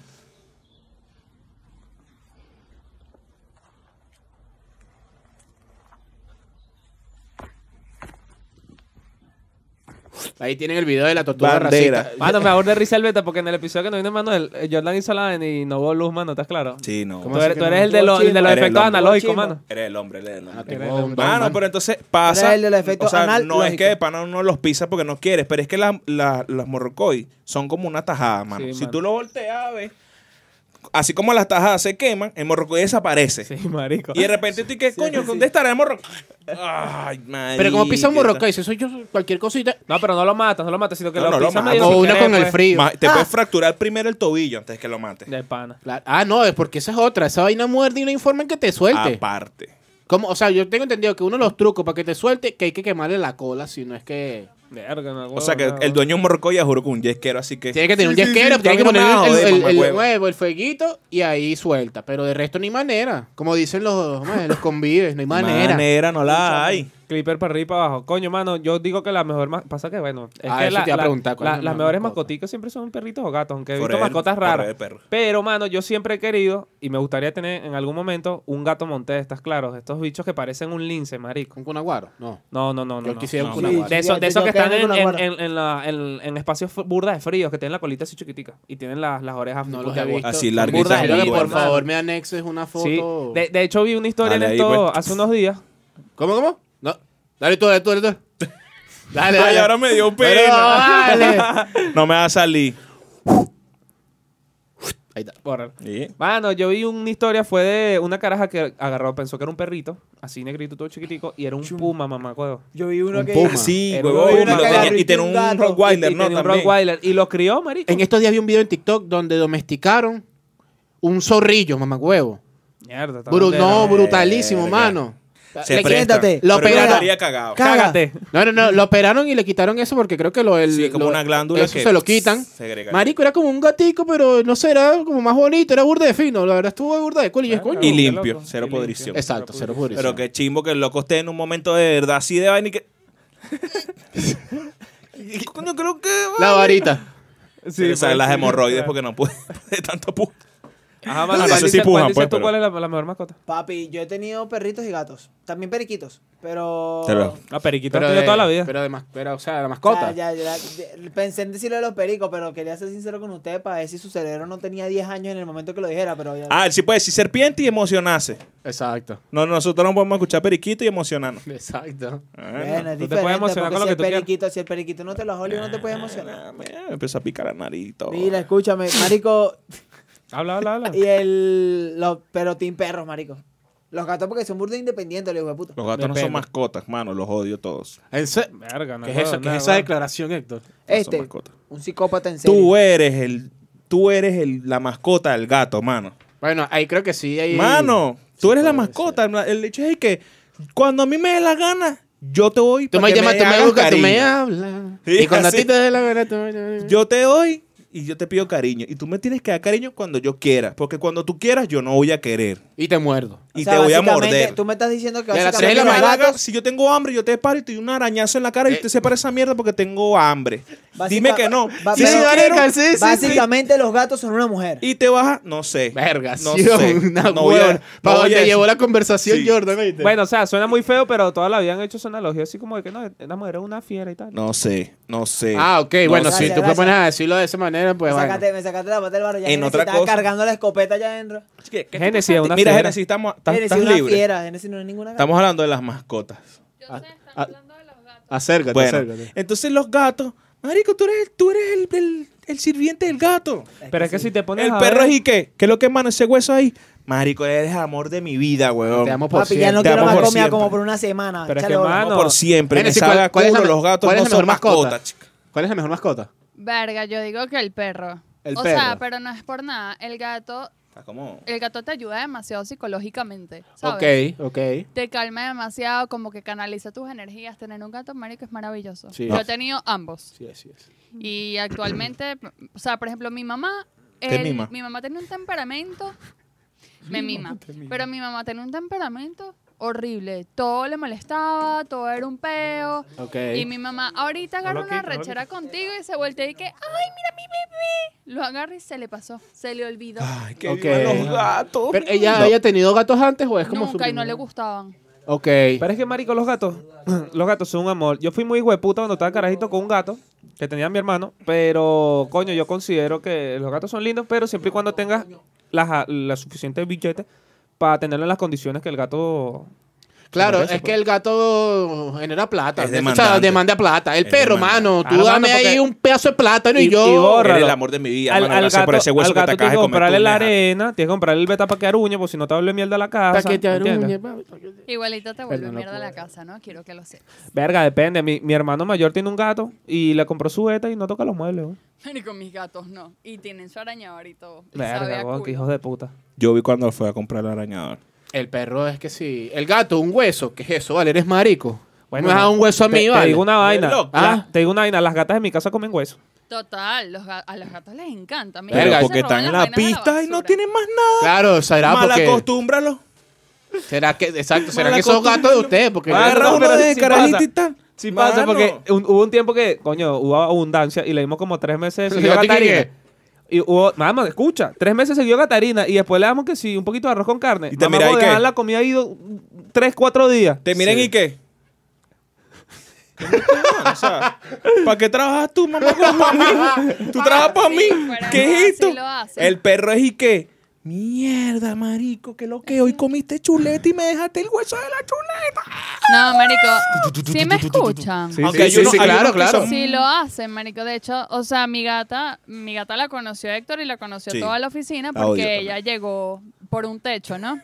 Speaker 6: Ahí tienen el video de la tortuga
Speaker 3: Bandera.
Speaker 6: racista.
Speaker 2: Mano, me aburre de risa el beta porque en el episodio que nos vino Manuel, eh, Jordan hizo la y no hubo luz, mano, ¿estás claro?
Speaker 3: Sí, no.
Speaker 2: Tú eres, tú eres el de los, el de los
Speaker 3: Eres el
Speaker 2: efectos
Speaker 3: hombre.
Speaker 2: analógicos,
Speaker 1: Chimba.
Speaker 2: mano.
Speaker 3: Eres el hombre, eres el hombre.
Speaker 6: Ah, te
Speaker 2: Eres
Speaker 6: puedo-
Speaker 2: el-
Speaker 3: Mano, pero entonces pasa.
Speaker 1: Era el del efecto
Speaker 3: o sea,
Speaker 1: anal
Speaker 3: no es
Speaker 1: lógico.
Speaker 3: que de pana uno los pisa porque no quieres, pero es que la- la- las morrocoy son como una tajada, mano.
Speaker 2: Sí,
Speaker 3: si
Speaker 2: mano.
Speaker 3: tú lo volteas, ves, así como las tajadas se queman, el morrocoy desaparece.
Speaker 2: Sí, marico.
Speaker 3: Y de repente tú, ¿y ¿qué coño? ¿Dónde estará el morrocoy? Ay, este- madre.
Speaker 6: Pero como pisa un morrocoy, si soy yo cualquier cosita.
Speaker 2: No, pero no lo matas, no lo matas, sino que
Speaker 3: No,
Speaker 2: lo
Speaker 3: Ah, no lo
Speaker 2: pisas
Speaker 3: mato.
Speaker 2: medio
Speaker 6: O
Speaker 2: sin
Speaker 6: una
Speaker 2: querer,
Speaker 6: con el
Speaker 2: pues.
Speaker 6: frío.
Speaker 3: Ma- Te puedes fracturar primero el tobillo antes que lo mates.
Speaker 2: De pana.
Speaker 6: Claro. Ah, no, es porque esa es otra. Esa vaina muerde y no informan que te
Speaker 3: Ah,
Speaker 6: suelte.
Speaker 3: Aparte.
Speaker 6: Como, o sea, yo tengo entendido que uno de los trucos para que te suelte que hay que quemarle la cola, si no es que.
Speaker 2: Verga, no,
Speaker 3: O sea que el dueño de un morrocoy ya juro que un yesquero, así que.
Speaker 6: Oh, Tiene que tener
Speaker 3: Sí,
Speaker 6: un
Speaker 3: sí,
Speaker 6: yesquero,
Speaker 3: sí,
Speaker 6: tiene que
Speaker 3: a mí
Speaker 6: poner
Speaker 3: no me
Speaker 6: el,
Speaker 3: jode,
Speaker 6: el- el
Speaker 3: mamahuevo.
Speaker 6: huevo, el fueguito y ahí suelta. Pero de resto, ni manera. Como dicen los, ¿cómo es? los convives, no hay manera.
Speaker 3: Manera no la hay.
Speaker 2: Clipper para arriba y para abajo. Coño, mano, yo digo que la mejor. ma- Pasa que, bueno. Es
Speaker 6: Ah,
Speaker 2: que
Speaker 6: eso
Speaker 2: la-
Speaker 6: te iba a
Speaker 2: la-
Speaker 6: preguntar, ¿cuál
Speaker 2: la-
Speaker 6: es la
Speaker 2: las
Speaker 6: mejor
Speaker 2: mejores
Speaker 6: mascota?
Speaker 2: mascoticas siempre son perritos o gatos, aunque he visto
Speaker 3: Forever,
Speaker 2: mascotas
Speaker 3: forever,
Speaker 2: raras.
Speaker 3: perro.
Speaker 2: Pero, mano, yo siempre he querido y me gustaría tener en algún momento un gato montés, estás claro. Estos bichos que parecen un lince, marico.
Speaker 6: ¿Un cunaguaro? No.
Speaker 2: No, no, no. no,
Speaker 6: Yo
Speaker 2: no.
Speaker 6: quisiera un
Speaker 3: No,
Speaker 6: cunaguaro.
Speaker 2: De esos
Speaker 1: Sí,
Speaker 2: de esos
Speaker 1: yo
Speaker 2: que están
Speaker 1: creo
Speaker 2: en,
Speaker 1: que
Speaker 2: en,
Speaker 1: una
Speaker 2: en, en la- en- en espacios fu- burdas de frío, que tienen la colita así chiquitica y tienen las, las orejas
Speaker 6: No los
Speaker 2: puta
Speaker 6: he
Speaker 2: agudas.
Speaker 6: visto.
Speaker 3: Así
Speaker 6: Son
Speaker 3: larguitas,
Speaker 6: burdas. Quiero que,
Speaker 3: igual,
Speaker 6: por
Speaker 3: mano.
Speaker 6: favor, me anexes una foto.
Speaker 2: Sí. De, de hecho, vi una historia
Speaker 3: Dale
Speaker 2: en
Speaker 3: ahí,
Speaker 2: esto
Speaker 3: pues.
Speaker 2: hace unos días.
Speaker 6: ¿Cómo, cómo? No. Dale tú, dale tú, dale tú. Dale, dale.
Speaker 3: Ay, ahora me dio
Speaker 6: Pero
Speaker 3: pena.
Speaker 6: vale.
Speaker 3: No me va a salir.
Speaker 6: Ahí está.
Speaker 2: Bórralo.
Speaker 3: Y-
Speaker 2: Mano, yo vi una historia, fue de una caraja que agarró, pensó que era un perrito, así negrito, todo chiquitico, y era un
Speaker 1: Chum.
Speaker 2: puma, mamá, huevo.
Speaker 1: Yo vi uno
Speaker 6: Un
Speaker 1: que.
Speaker 6: puma.
Speaker 3: Ah, sí,
Speaker 2: Era
Speaker 3: huevón.
Speaker 2: un
Speaker 3: Y,
Speaker 2: hombre.
Speaker 3: lo tenía- y tenía
Speaker 1: Un
Speaker 3: un
Speaker 1: gato.
Speaker 3: Rottweiler,
Speaker 2: y,
Speaker 3: ¿no?
Speaker 2: tenía un
Speaker 3: También.
Speaker 2: Rottweiler, y lo crió, marico.
Speaker 6: En estos días vi un video en TikTok donde domesticaron un zorrillo, mamagüevo.
Speaker 2: Mierda, está
Speaker 6: Bru-
Speaker 2: bandera.
Speaker 6: no, brutalísimo,
Speaker 3: Verga.
Speaker 6: mano.
Speaker 3: Se
Speaker 1: Le-
Speaker 3: presta.
Speaker 1: siéntate.
Speaker 6: Lo
Speaker 3: Pero yo
Speaker 6: pega.
Speaker 3: estaría cagado.
Speaker 1: Ca- caga.
Speaker 2: Cágate.
Speaker 6: No, no, no, lo operaron y le quitaron eso porque creo que lo el,
Speaker 3: Sí, como
Speaker 6: lo-
Speaker 3: una glándula
Speaker 6: eso
Speaker 3: que
Speaker 6: se lo quitan.
Speaker 3: segrega.
Speaker 6: Marico era como un gatico, pero no sé, era como más bonito, era burda de fino, la verdad estuvo burda de cool y yo, coño.
Speaker 3: Y
Speaker 2: Qué
Speaker 3: limpio,
Speaker 2: loco.
Speaker 3: cero
Speaker 2: Y limpio.
Speaker 3: podrición.
Speaker 6: Exacto, cero pudrición.
Speaker 3: Pero qué chimbo que el loco esté en un momento de verdad así de vaina y que. Coño, creo que.
Speaker 6: La varita.
Speaker 3: Se le
Speaker 2: pues,
Speaker 3: salen las
Speaker 2: sí,
Speaker 3: hemorroides
Speaker 2: claro.
Speaker 3: porque no puede. De tanto pu.
Speaker 2: Ajá, mano,
Speaker 3: Eso
Speaker 2: ¿cuál
Speaker 3: sí
Speaker 2: dice-
Speaker 3: pujan,
Speaker 2: cuál dices
Speaker 3: pues,
Speaker 2: tú
Speaker 3: pero-
Speaker 2: cuál es la, la mejor mascota?
Speaker 1: Papi, yo he tenido perritos y gatos. También periquitos. Pero.
Speaker 3: Pero-
Speaker 2: La periquita
Speaker 6: Pero
Speaker 2: ha tenido
Speaker 6: de-
Speaker 2: toda la vida.
Speaker 6: Pero de mas- pero, o sea, la
Speaker 1: Ya,
Speaker 6: mascota.
Speaker 1: ya, ya, ya, pensé en decirle a los pericos, pero quería ser sincero con ustedes para ver si su cerebro no tenía 10 años en el momento que lo dijera, pero ya.
Speaker 3: Ah, él sí puede decir serpiente y emocionarse.
Speaker 6: Exacto.
Speaker 3: No, nosotros no podemos escuchar periquito y emocionarnos.
Speaker 6: Exacto.
Speaker 1: bueno, es
Speaker 2: tú te puedes
Speaker 1: diferente, porque
Speaker 2: emocionar con lo
Speaker 1: si
Speaker 2: que
Speaker 1: el
Speaker 2: tú quieras.
Speaker 1: periquito, si el periquito no te lo jolió, no te puedes emocionar.
Speaker 3: Ah, mira, me empezó a picar a narito.
Speaker 6: Ah,
Speaker 1: Mira, escúchame, marico,
Speaker 2: Habla, habla, habla.
Speaker 1: y el los pero team perros, marico. Los gatos porque son burda independientes, los hijos de puta.
Speaker 3: Los gatos no
Speaker 2: Depende.
Speaker 3: son mascotas, mano. Los odio todos.
Speaker 2: Verga, no
Speaker 6: ¿Qué es
Speaker 2: puedo,
Speaker 6: eso? ¿Qué
Speaker 2: no,
Speaker 6: es esa
Speaker 2: bueno.
Speaker 6: declaración, Héctor?
Speaker 3: No son
Speaker 1: Este,
Speaker 3: mascotas.
Speaker 1: un psicópata en serio.
Speaker 3: Tú eres el. Tú eres el- la mascota del gato, mano.
Speaker 6: Bueno, ahí creo que Eh, sí. Ahí...
Speaker 3: Mano, tú eres la mascota. El hecho es que cuando a mí me dé la gana, yo te doy.
Speaker 6: Tú
Speaker 3: pa'
Speaker 6: me
Speaker 3: que
Speaker 6: llamas, tú me
Speaker 3: hagas
Speaker 6: buscas, tú me
Speaker 3: cariño.
Speaker 6: hablas.
Speaker 3: Sí,
Speaker 6: y cuando
Speaker 3: así.
Speaker 6: a ti te dé la gana, tú me...
Speaker 3: Yo te doy y yo te pido cariño. Y tú me tienes que dar cariño cuando yo quiera. Porque cuando tú quieras, yo no voy a querer.
Speaker 6: Y te muerdo.
Speaker 1: O
Speaker 3: Y
Speaker 1: sea,
Speaker 3: te voy a
Speaker 1: básicamente,
Speaker 3: morder.
Speaker 1: Tú me estás diciendo que
Speaker 6: De las
Speaker 3: Si,
Speaker 6: tres
Speaker 1: básicamente
Speaker 6: de la
Speaker 1: los
Speaker 3: me da
Speaker 6: mañana-
Speaker 1: gatos,
Speaker 3: ga- si yo tengo hambre, yo te paro y te doy un arañazo en la cara y
Speaker 6: Eh.
Speaker 3: te separa esa mierda porque tengo hambre.
Speaker 1: Básica-
Speaker 3: Dime que no.
Speaker 1: ba-
Speaker 3: Si
Speaker 1: ba-
Speaker 3: yo
Speaker 6: marica,
Speaker 3: quiero-
Speaker 6: sí, sí, sí.
Speaker 1: básicamente los gatos son una mujer.
Speaker 3: Y te baja, no sé.
Speaker 6: Verga,
Speaker 3: no
Speaker 6: sí,
Speaker 3: sé.
Speaker 6: una
Speaker 3: No voy a-
Speaker 6: huevona.
Speaker 3: no
Speaker 6: Pa'
Speaker 3: voy a
Speaker 6: donde
Speaker 3: decir-
Speaker 6: llevó la conversación
Speaker 3: Sí.
Speaker 6: Jordan, ¿oíste?
Speaker 2: Bueno, o sea, suena muy feo, pero toda la vida han hecho analogía así como de que no, la mujer es una fiera y tal.
Speaker 3: No sé, no sé.
Speaker 6: Ah, ok,
Speaker 3: No
Speaker 6: bueno,
Speaker 3: sé.
Speaker 6: si
Speaker 1: Gracias,
Speaker 6: tú
Speaker 1: gracias.
Speaker 6: propones a decirlo de esa manera, pues
Speaker 1: me,
Speaker 6: bueno.
Speaker 1: sacaste, me sacaste la pata del barro. Ya
Speaker 3: En
Speaker 1: Génesis
Speaker 3: otra
Speaker 1: estaba
Speaker 3: cosa-
Speaker 1: cargando la escopeta allá adentro.
Speaker 2: Génesis es una
Speaker 3: Mira,
Speaker 2: fiera.
Speaker 3: Génesis, estamos, estás,
Speaker 1: Génesis
Speaker 3: estás
Speaker 1: es una
Speaker 3: libre.
Speaker 1: fiera. Génesis no es ninguna gata.
Speaker 3: Estamos hablando de las mascotas.
Speaker 4: Yo
Speaker 6: Ah,
Speaker 4: sé, están
Speaker 6: ah.
Speaker 4: hablando de los gatos.
Speaker 6: Acércate,
Speaker 3: Bueno,
Speaker 6: acércate.
Speaker 3: entonces los gatos. Marico, tú eres, tú eres el, el- el sirviente del gato.
Speaker 2: Pero es que si te pones
Speaker 3: El
Speaker 2: a
Speaker 3: perro
Speaker 2: ver-
Speaker 3: es y qué. ¿Qué es lo que mano ese hueso ahí? Marico, eres amor de mi vida, weón.
Speaker 6: Te amo por
Speaker 1: Papi, ya
Speaker 6: siempre.
Speaker 1: no
Speaker 3: Te
Speaker 1: quiero
Speaker 3: amo
Speaker 1: más
Speaker 3: por
Speaker 1: comida
Speaker 3: siempre.
Speaker 1: como por una semana.
Speaker 2: Pero es
Speaker 1: Échale
Speaker 2: que,
Speaker 1: bola.
Speaker 2: mano,
Speaker 3: Amo por siempre. Me
Speaker 6: Génesis,
Speaker 3: sabe a
Speaker 6: es la
Speaker 3: culo,
Speaker 6: me-
Speaker 3: los gatos
Speaker 6: cuál es
Speaker 3: no
Speaker 6: la mejor
Speaker 3: son
Speaker 6: mascota?
Speaker 3: mascotas. chica.
Speaker 6: ¿Cuál es la mejor mascota?
Speaker 4: Verga, yo digo que el perro.
Speaker 6: El
Speaker 4: o sea,
Speaker 6: perro.
Speaker 4: pero no es por nada. El gato,
Speaker 3: Está como-
Speaker 4: el gato te ayuda demasiado psicológicamente, ¿sabes?
Speaker 6: Ok, ok.
Speaker 4: Te calma demasiado, como que canaliza tus energías. Tener un gato, marico, es maravilloso.
Speaker 6: Sí.
Speaker 4: Yo
Speaker 6: No.
Speaker 4: he tenido ambos.
Speaker 6: Sí, sí, sí.
Speaker 4: Y actualmente, o sea, por ejemplo, mi mamá,
Speaker 3: Te
Speaker 4: el-
Speaker 3: mima.
Speaker 4: mi mamá tenía un temperamento, me mima, pero mi mamá tenía un temperamento horrible, todo le molestaba, todo era un peo.
Speaker 6: Ok.
Speaker 4: Y mi mamá ahorita agarra
Speaker 2: Hello
Speaker 4: una
Speaker 2: Kitty, Hello
Speaker 4: rechera contigo y se voltea y que, ay, mira mi bebé. Lo agarra y se le pasó, se le olvidó.
Speaker 3: Ay, que
Speaker 6: Ok.
Speaker 3: vivan los gatos.
Speaker 6: Pero ella
Speaker 3: No.
Speaker 6: había tenido gatos antes o es como su
Speaker 4: Nunca y no
Speaker 6: primera?
Speaker 4: le gustaban.
Speaker 6: Ok.
Speaker 2: Pero es que, marico, los gatos, los gatos son un amor. Yo fui muy hueputa cuando estaba carajito con un gato que tenía mi hermano, pero, coño, yo considero que los gatos son lindos, pero siempre y cuando tengas las, a- las suficientes billetes para tenerlo en las condiciones que el gato...
Speaker 6: Claro,
Speaker 2: merece,
Speaker 6: es que el gato genera plata.
Speaker 3: Es
Speaker 6: O sea,
Speaker 3: demandante.
Speaker 6: demanda plata. El
Speaker 3: Es
Speaker 6: perro,
Speaker 3: demandante.
Speaker 6: mano, tú
Speaker 2: Claro,
Speaker 6: dame
Speaker 2: mano, porque-
Speaker 6: ahí un pedazo de plátano y,
Speaker 2: Y- y
Speaker 6: yo.
Speaker 2: borra.
Speaker 3: Eres el
Speaker 2: Córralo.
Speaker 3: amor de mi
Speaker 2: ah,
Speaker 3: vida, mano. Gracias por ese hueso
Speaker 2: al
Speaker 3: que te
Speaker 2: gato
Speaker 3: acabas
Speaker 2: tienes que
Speaker 3: de comer.
Speaker 2: comprarle
Speaker 3: tú,
Speaker 2: la
Speaker 3: mija.
Speaker 2: arena, tienes que comprarle el beta para que aruñe, porque si no te vuelve mierda la casa.
Speaker 6: Pa' que te
Speaker 2: ¿entiendes?
Speaker 6: aruñe, pa- pa' que te-
Speaker 4: Igualita te vuelve
Speaker 6: Perdón,
Speaker 4: mierda
Speaker 6: loco.
Speaker 4: la casa, ¿no? Quiero que lo sepas.
Speaker 2: Verga, depende. Mi, mi hermano mayor tiene un gato y le compró su beta y no toca los muebles. weón.
Speaker 4: Pero con mis gatos no. Y tienen su arañador y todo. y sabe
Speaker 2: Verga,
Speaker 4: a
Speaker 2: weón, qué
Speaker 4: culo.
Speaker 2: hijos de puta.
Speaker 3: Yo vi cuando fue a comprar el arañador.
Speaker 6: El perro es que sí. El gato, un hueso. ¿Qué es eso? Vale, eres marico.
Speaker 2: Bueno,
Speaker 6: me has dado un hueso a
Speaker 2: te,
Speaker 6: mí,
Speaker 2: te
Speaker 6: vale.
Speaker 2: digo una vaina.
Speaker 3: loco.
Speaker 2: la-
Speaker 6: Ah.
Speaker 2: Te digo una vaina. Las gatas de mi casa comen hueso.
Speaker 4: Total, los ga- a los gatos les encanta. Mira,
Speaker 6: Verga,
Speaker 3: Pero
Speaker 4: se
Speaker 3: porque
Speaker 4: roban
Speaker 3: están en la
Speaker 4: las vainas de
Speaker 3: pista y no
Speaker 4: basura.
Speaker 3: tienen más nada.
Speaker 6: Claro, será
Speaker 3: Mal
Speaker 6: porque.
Speaker 3: acostúmbralo.
Speaker 6: Será que, exacto, será
Speaker 3: Mala
Speaker 6: que esos gatos de ustedes, porque
Speaker 2: Mala
Speaker 3: Agarra
Speaker 2: no,
Speaker 3: uno
Speaker 2: pero
Speaker 3: de
Speaker 2: sí
Speaker 3: carajito
Speaker 2: pasa.
Speaker 3: y tal.
Speaker 2: Sí pasa,
Speaker 3: Mano.
Speaker 2: porque un- hubo un tiempo que, coño, hubo abundancia y le dimos como tres meses
Speaker 6: Pero
Speaker 2: seguido a
Speaker 6: fíjate que-
Speaker 2: Catarina. Y hubo, mamá, escucha, tres meses seguido a Catarina y después le damos que sí, un poquito de arroz con carne.
Speaker 3: Y te
Speaker 2: Mamá,
Speaker 3: mira, ¿y
Speaker 2: vos
Speaker 3: qué?
Speaker 2: dejar la comida ahí do- tres, cuatro días.
Speaker 3: Te miren y qué. ¿Para qué trabajas tú, mamá? Para mí. Tú trabajas para
Speaker 4: Sí,
Speaker 3: mí.
Speaker 4: fuera
Speaker 3: ¿Qué
Speaker 4: nada,
Speaker 3: es esto?
Speaker 4: sí lo hacen.
Speaker 3: El perro es y qué. Mierda, marico, que lo que hoy comiste chuleta y me dejaste el hueso de la chuleta.
Speaker 4: No, marico, ¿sí me escuchan?
Speaker 2: Sí,
Speaker 3: Aunque
Speaker 6: sí,
Speaker 3: hay unos-
Speaker 6: sí,
Speaker 3: hay
Speaker 6: claro,
Speaker 3: unos que
Speaker 6: claro.
Speaker 3: son-
Speaker 4: Sí
Speaker 2: Mm.
Speaker 4: lo hacen, marico. De hecho, o sea, mi gata, mi gata la conoció Héctor y la conoció
Speaker 3: Sí.
Speaker 4: toda la oficina
Speaker 3: La odio
Speaker 4: porque ella llegó por un techo, ¿no?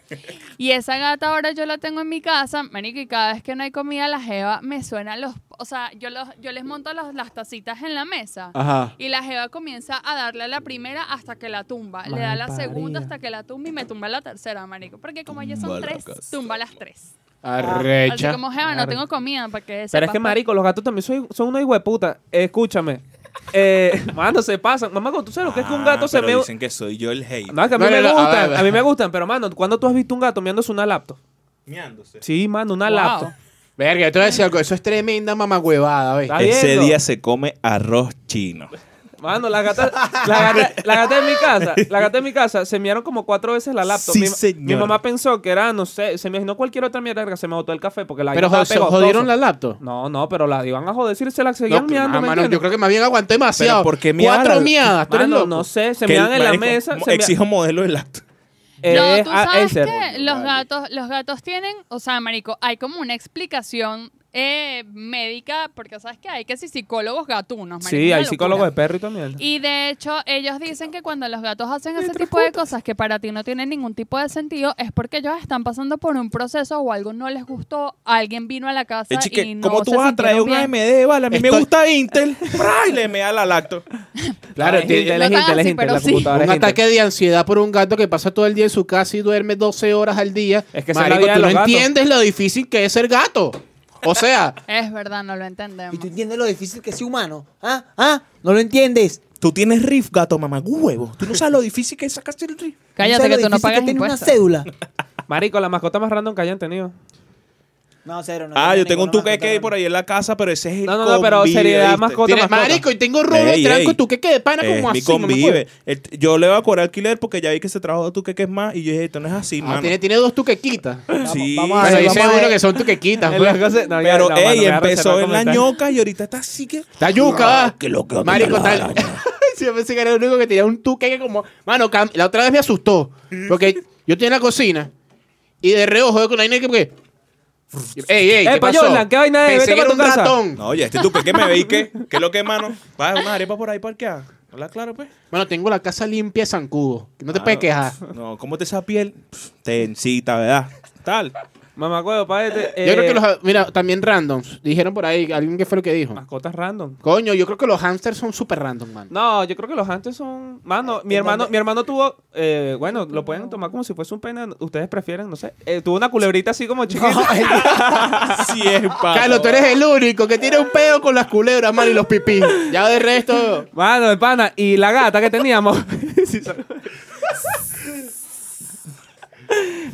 Speaker 4: y esa gata ahora yo la tengo en mi casa, marico, y cada vez que no hay comida la jeva me suena los, o sea, yo los, yo les monto los- las tacitas en la mesa.
Speaker 3: Ah.
Speaker 6: Ajá.
Speaker 4: Y la jeva comienza a darle a la primera hasta que la tumba. Le da a la segunda hasta que la tumba y me tumba la tercera, marico. Porque como ellas son
Speaker 3: Malaca,
Speaker 4: tres, tumba las tres. Así
Speaker 6: Ah, Arrecha.
Speaker 4: como, jeva, no
Speaker 2: Arre.
Speaker 4: tengo comida para que
Speaker 2: Pero es
Speaker 4: sepas, pues.
Speaker 2: que,
Speaker 4: pa-
Speaker 2: marico, los gatos también son, son unos hijueputas. Escúchame. Eh, mano, se pasan. Mamá, ¿tú sabes lo que es que un gato se
Speaker 3: Ah, pero
Speaker 2: me...
Speaker 3: Dicen que soy yo el hate.
Speaker 2: No, es que a mí
Speaker 6: Ah, No, no,
Speaker 2: me
Speaker 6: no, a ver,
Speaker 2: gustan.
Speaker 6: a ver.
Speaker 2: A mí me gustan. Pero, mano, ¿cuándo tú has visto un gato meándose una laptop?
Speaker 3: Miándose.
Speaker 2: Sí, mano, una
Speaker 4: Wow.
Speaker 2: laptop.
Speaker 6: Verga, yo te voy a decir algo. Eso es tremenda mamagüevada, ¿ves?
Speaker 2: Está
Speaker 3: Ese
Speaker 2: viendo.
Speaker 3: día se come arroz chino.
Speaker 2: Mano, la gata, la gata, la gata de mi casa, la gata de mi casa, se mearon como cuatro veces la laptop.
Speaker 3: Sí,
Speaker 2: mi, ma-
Speaker 3: señor.
Speaker 2: mi mamá pensó que era, no sé, se me imaginó cualquier otra mierda que se me botó el café porque la
Speaker 6: Pero
Speaker 2: iba a
Speaker 6: jo-
Speaker 2: estar
Speaker 6: se jodieron
Speaker 2: pegostosa.
Speaker 6: la laptop.
Speaker 2: No, no, pero la iban a joder si se la
Speaker 6: No,
Speaker 2: seguían
Speaker 6: ah,
Speaker 2: meando, ¿me
Speaker 6: mano, yo
Speaker 2: entiendes?
Speaker 6: creo que más bien aguanté demasiado.
Speaker 3: Pero ¿por qué miada?
Speaker 6: Cuatro miadas, tú eres
Speaker 2: Mano,
Speaker 6: loco.
Speaker 2: no sé, se
Speaker 3: Que el
Speaker 2: mean en la
Speaker 3: marico
Speaker 2: mesa.
Speaker 3: mo-
Speaker 2: se mea-
Speaker 3: Exijo modelo de lacto.
Speaker 2: Eh,
Speaker 4: no, tú
Speaker 2: ah,
Speaker 4: sabes
Speaker 2: Acer.
Speaker 4: que los gatos, los gatos tienen, o sea, marico, hay como una explicación eh, médica, porque sabes que hay que si psicólogos gatunos, marico,
Speaker 2: Sí,
Speaker 4: una
Speaker 2: hay
Speaker 4: locura.
Speaker 2: psicólogos de perro y también.
Speaker 4: Y de hecho, ellos dicen que cuando los gatos hacen ese tipo de cosas que para ti no tienen ningún tipo de sentido, es porque ellos están pasando por un proceso o algo no les gustó, alguien vino a la casa
Speaker 3: Eh, chique,
Speaker 4: y no
Speaker 3: ¿Cómo tú
Speaker 4: se
Speaker 3: vas a traer
Speaker 4: sintieron
Speaker 3: un
Speaker 4: bien.
Speaker 3: AMD, vale? A mí me
Speaker 6: Estoy-
Speaker 3: gusta Intel. ¡Pra! Y le mea la lacto.
Speaker 6: Claro,
Speaker 2: Ah, es
Speaker 6: tiene-
Speaker 2: Intel,
Speaker 4: no
Speaker 2: es
Speaker 4: tan
Speaker 2: Intel, es
Speaker 4: así,
Speaker 2: Intel,
Speaker 4: pero
Speaker 2: la
Speaker 4: sí.
Speaker 2: computadora
Speaker 6: un
Speaker 2: es Intel.
Speaker 6: ataque de ansiedad por un gato que pasa todo el día en su casa y duerme 12 horas al día.
Speaker 2: Es que esa es la
Speaker 6: Marico,
Speaker 2: vida de
Speaker 6: tú no
Speaker 2: los gatos.
Speaker 6: entiendes lo difícil que es ser gato. O sea,
Speaker 4: Es verdad, no lo
Speaker 1: ¿Y
Speaker 4: entendemos.
Speaker 1: tú entiendes lo difícil que es ser humano? ¿Ah? ¿Ah? ¿No lo entiendes?
Speaker 3: Tú tienes riff, gato, mamá, huevo. Tú no sabes lo difícil que es sacarse el riff.
Speaker 4: Cállate que tú no pagas
Speaker 1: tiene una
Speaker 4: impuestos.
Speaker 1: cédula.
Speaker 2: Marico, la mascota más random que hayan tenido.
Speaker 1: No, cero. No
Speaker 3: Ah, yo
Speaker 1: ninguna
Speaker 3: tengo un
Speaker 1: mascota
Speaker 3: tuqueque
Speaker 1: random.
Speaker 3: por ahí en la casa, pero ese es el
Speaker 2: No, no, no, pero
Speaker 3: convive,
Speaker 2: seriedad,
Speaker 3: ¿viste?
Speaker 2: mascota.
Speaker 6: tienes
Speaker 2: mascota.
Speaker 6: marico y tengo robo de
Speaker 3: Ey,
Speaker 6: tranco,
Speaker 3: ey.
Speaker 6: tú que de pana
Speaker 3: Es
Speaker 6: como
Speaker 3: mi
Speaker 6: así. no me
Speaker 3: convive.
Speaker 6: acuerdo.
Speaker 3: El- yo le voy a cobrar alquiler porque ya vi que se trajo tu que es más y yo dije, esto no es así,
Speaker 6: Ah,
Speaker 3: mano.
Speaker 6: tiene, tiene dos tuquequitas.
Speaker 3: Sí.
Speaker 1: Vamos, vamos
Speaker 6: Bueno,
Speaker 1: Ay,
Speaker 6: dice
Speaker 1: vamos a
Speaker 6: uno
Speaker 1: ver.
Speaker 6: que son tuquequitas.
Speaker 2: En
Speaker 6: pues.
Speaker 2: las cosas- no, ya,
Speaker 3: pero,
Speaker 2: no, mano,
Speaker 3: ey,
Speaker 2: me voy a
Speaker 3: empezó
Speaker 2: reservar
Speaker 3: en la
Speaker 2: comentarios.
Speaker 3: ñoca y ahorita está así que... Ah,
Speaker 6: Está yuca.
Speaker 3: que lo que odia
Speaker 6: Marico,
Speaker 3: la
Speaker 6: tal.
Speaker 3: araña.
Speaker 6: Si yo pensé que era el único que tenía un tuque que como. Mano, cam- la otra vez me asustó. Porque yo tenía la cocina y de reojo de con la vaina que. porque- Ey, ey, ¿qué
Speaker 2: Epa,
Speaker 6: pasó?
Speaker 2: Jordan, Eh, ¿qué vaina es?
Speaker 6: Pensé
Speaker 2: Vete
Speaker 6: que
Speaker 2: pa'
Speaker 6: era
Speaker 2: tu
Speaker 6: un
Speaker 2: casa.
Speaker 6: ratón.
Speaker 3: No, oye, este tuqueque me ve y que, que lo que, mano. Va, unas arepas por ahí parqueadas. Hola, claro, pues. Ah,
Speaker 6: Mano, tengo la casa limpia de zancudo. que No te ah. puedes quejar.
Speaker 3: No, ¿cómo te esa piel? Pff, Tensita, ¿verdad? Tal.
Speaker 2: Mamá, huevo, pa' este,
Speaker 6: Yo
Speaker 2: eh,
Speaker 6: creo que los. Mira, también randoms. Dijeron por ahí, alguien que fue lo que dijo.
Speaker 2: Mascotas random.
Speaker 6: Coño, yo creo que los hamsters son súper random, man.
Speaker 2: No, yo creo que los antes son. Mano, mi hermano, mi hermano tuvo. eh, bueno, lo pueden tomar como si fuese un pene. Ustedes prefieren, no sé. Eh, tuvo una culebrita así como chiquita.
Speaker 3: Sí es, pato.
Speaker 6: Carlos, tú eres el único que tiene un pedo con las culebras, man, y los pipí. Ya de resto.
Speaker 2: Mano, de pana. Y la gata que teníamos. Sí, son-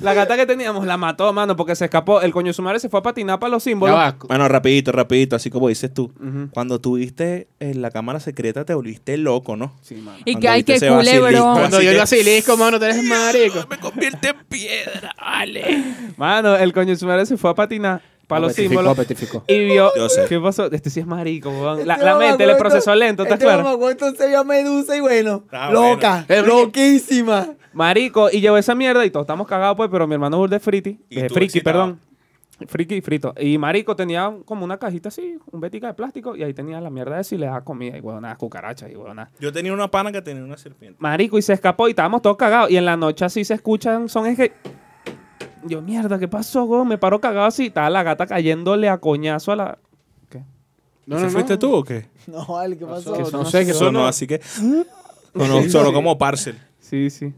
Speaker 2: la gata que teníamos la mató, mano, porque se escapó. El coño de su madre se fue a patinar para los
Speaker 6: Ya
Speaker 2: símbolos.
Speaker 6: va.
Speaker 3: Bueno, rapidito, rapidito, así como dices tú. Cuando tuviste en la cámara secreta te volviste loco, ¿no?
Speaker 2: Sí, mano.
Speaker 4: Y
Speaker 3: Cuando
Speaker 4: que hay
Speaker 3: viste
Speaker 4: que
Speaker 3: ese
Speaker 4: culebrón.
Speaker 3: basilisco.
Speaker 6: Cuando
Speaker 3: Así
Speaker 6: yo
Speaker 3: que-
Speaker 6: lo basilisco, mano, tú eres marico.
Speaker 3: Me convierte en piedra, vale.
Speaker 2: Mano, el coño de su madre se fue a patinar para los
Speaker 6: Petrificó,
Speaker 2: símbolos.
Speaker 6: petrificó.
Speaker 2: Y vio.
Speaker 3: Yo sé.
Speaker 2: ¿Qué pasó? Este sí es marico, weón. La,
Speaker 1: Este
Speaker 2: la mente le
Speaker 1: mamacueto-
Speaker 2: procesó lento, ¿estás
Speaker 1: este
Speaker 2: claro?
Speaker 1: mamacueto se vio a Medusa y bueno,
Speaker 3: Ah,
Speaker 1: loca,
Speaker 6: bueno.
Speaker 1: loquísima.
Speaker 2: Marico, y llevó esa mierda y todos estamos cagados, pues, pero mi hermano Burde Friti,
Speaker 3: Y
Speaker 2: eh,
Speaker 3: tú
Speaker 2: Friki,
Speaker 3: excitado.
Speaker 2: perdón. Friki y frito. Y Marico tenía un- como una cajita así, un betica de plástico, y ahí tenía la mierda de si le daba comida y huevonadas, cucarachas y huevonadas.
Speaker 3: Yo tenía una pana que tenía una serpiente.
Speaker 2: Marico, y se escapó y estábamos todos cagados. Y en la noche así se escuchan, son es que. Yo, mierda, ¿qué pasó, weón? Me paro cagado así, estaba la gata cayéndole a coñazo a la. ¿Qué?
Speaker 6: No,
Speaker 3: ¿Ese
Speaker 6: no,
Speaker 3: fuiste
Speaker 6: no.
Speaker 3: tú o qué?
Speaker 1: No, vale, ¿qué pasó?
Speaker 2: que son-
Speaker 1: No.
Speaker 6: No sé qué
Speaker 3: Eso
Speaker 6: son.
Speaker 3: no, así que. Sonó,
Speaker 2: Sí,
Speaker 3: sonó
Speaker 2: sí.
Speaker 3: como parcel.
Speaker 2: Sí, sí.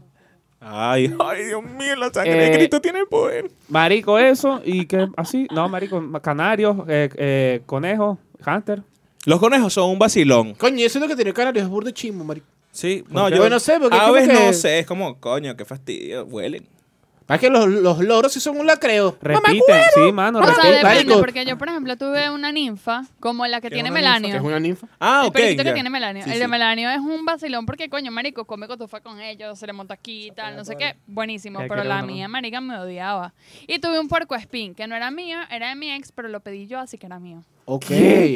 Speaker 3: Ay, ay, Dios mío, la sangre
Speaker 2: Eh,
Speaker 3: de Cristo tiene poder.
Speaker 2: Marico, eso, y que así. No, marico, canarios, eh, eh, conejos, hunter.
Speaker 3: Los conejos son un vacilón.
Speaker 6: Coño, eso es lo que tiene canario, es burdo de chimbo, marico.
Speaker 3: Sí, no,
Speaker 6: qué?
Speaker 3: yo.
Speaker 6: Yo no sé, porque es como
Speaker 3: Aves
Speaker 6: que-
Speaker 3: no sé, es como, coño, qué fastidio, huelen.
Speaker 6: Es que los, los loros sí son un lacreo.
Speaker 2: Repiten, sí, mano,
Speaker 4: O sea,
Speaker 2: repiten.
Speaker 6: marico.
Speaker 4: depende, porque yo, por ejemplo, tuve una ninfa, como la que
Speaker 3: ¿Qué
Speaker 4: tiene
Speaker 3: es una ninfa?
Speaker 6: Que
Speaker 4: Melanio.
Speaker 6: es una ninfa.
Speaker 3: Ah,
Speaker 4: el
Speaker 3: ok.
Speaker 4: perrito que
Speaker 3: ya.
Speaker 4: tiene Melanio.
Speaker 3: Sí,
Speaker 4: el de
Speaker 3: sí.
Speaker 4: Melanio es un vacilón porque, coño, marico, come cotufa con ellos, se le monta aquí, tal, no sé qué. Buenísimo.
Speaker 2: Ya
Speaker 4: Pero
Speaker 2: quiero
Speaker 4: la
Speaker 2: uno, ¿no?
Speaker 4: mía, marica, me odiaba. Y tuve un puerco espín, que no era mío, era de mi ex, pero lo pedí yo, así que era mío.
Speaker 6: Ok,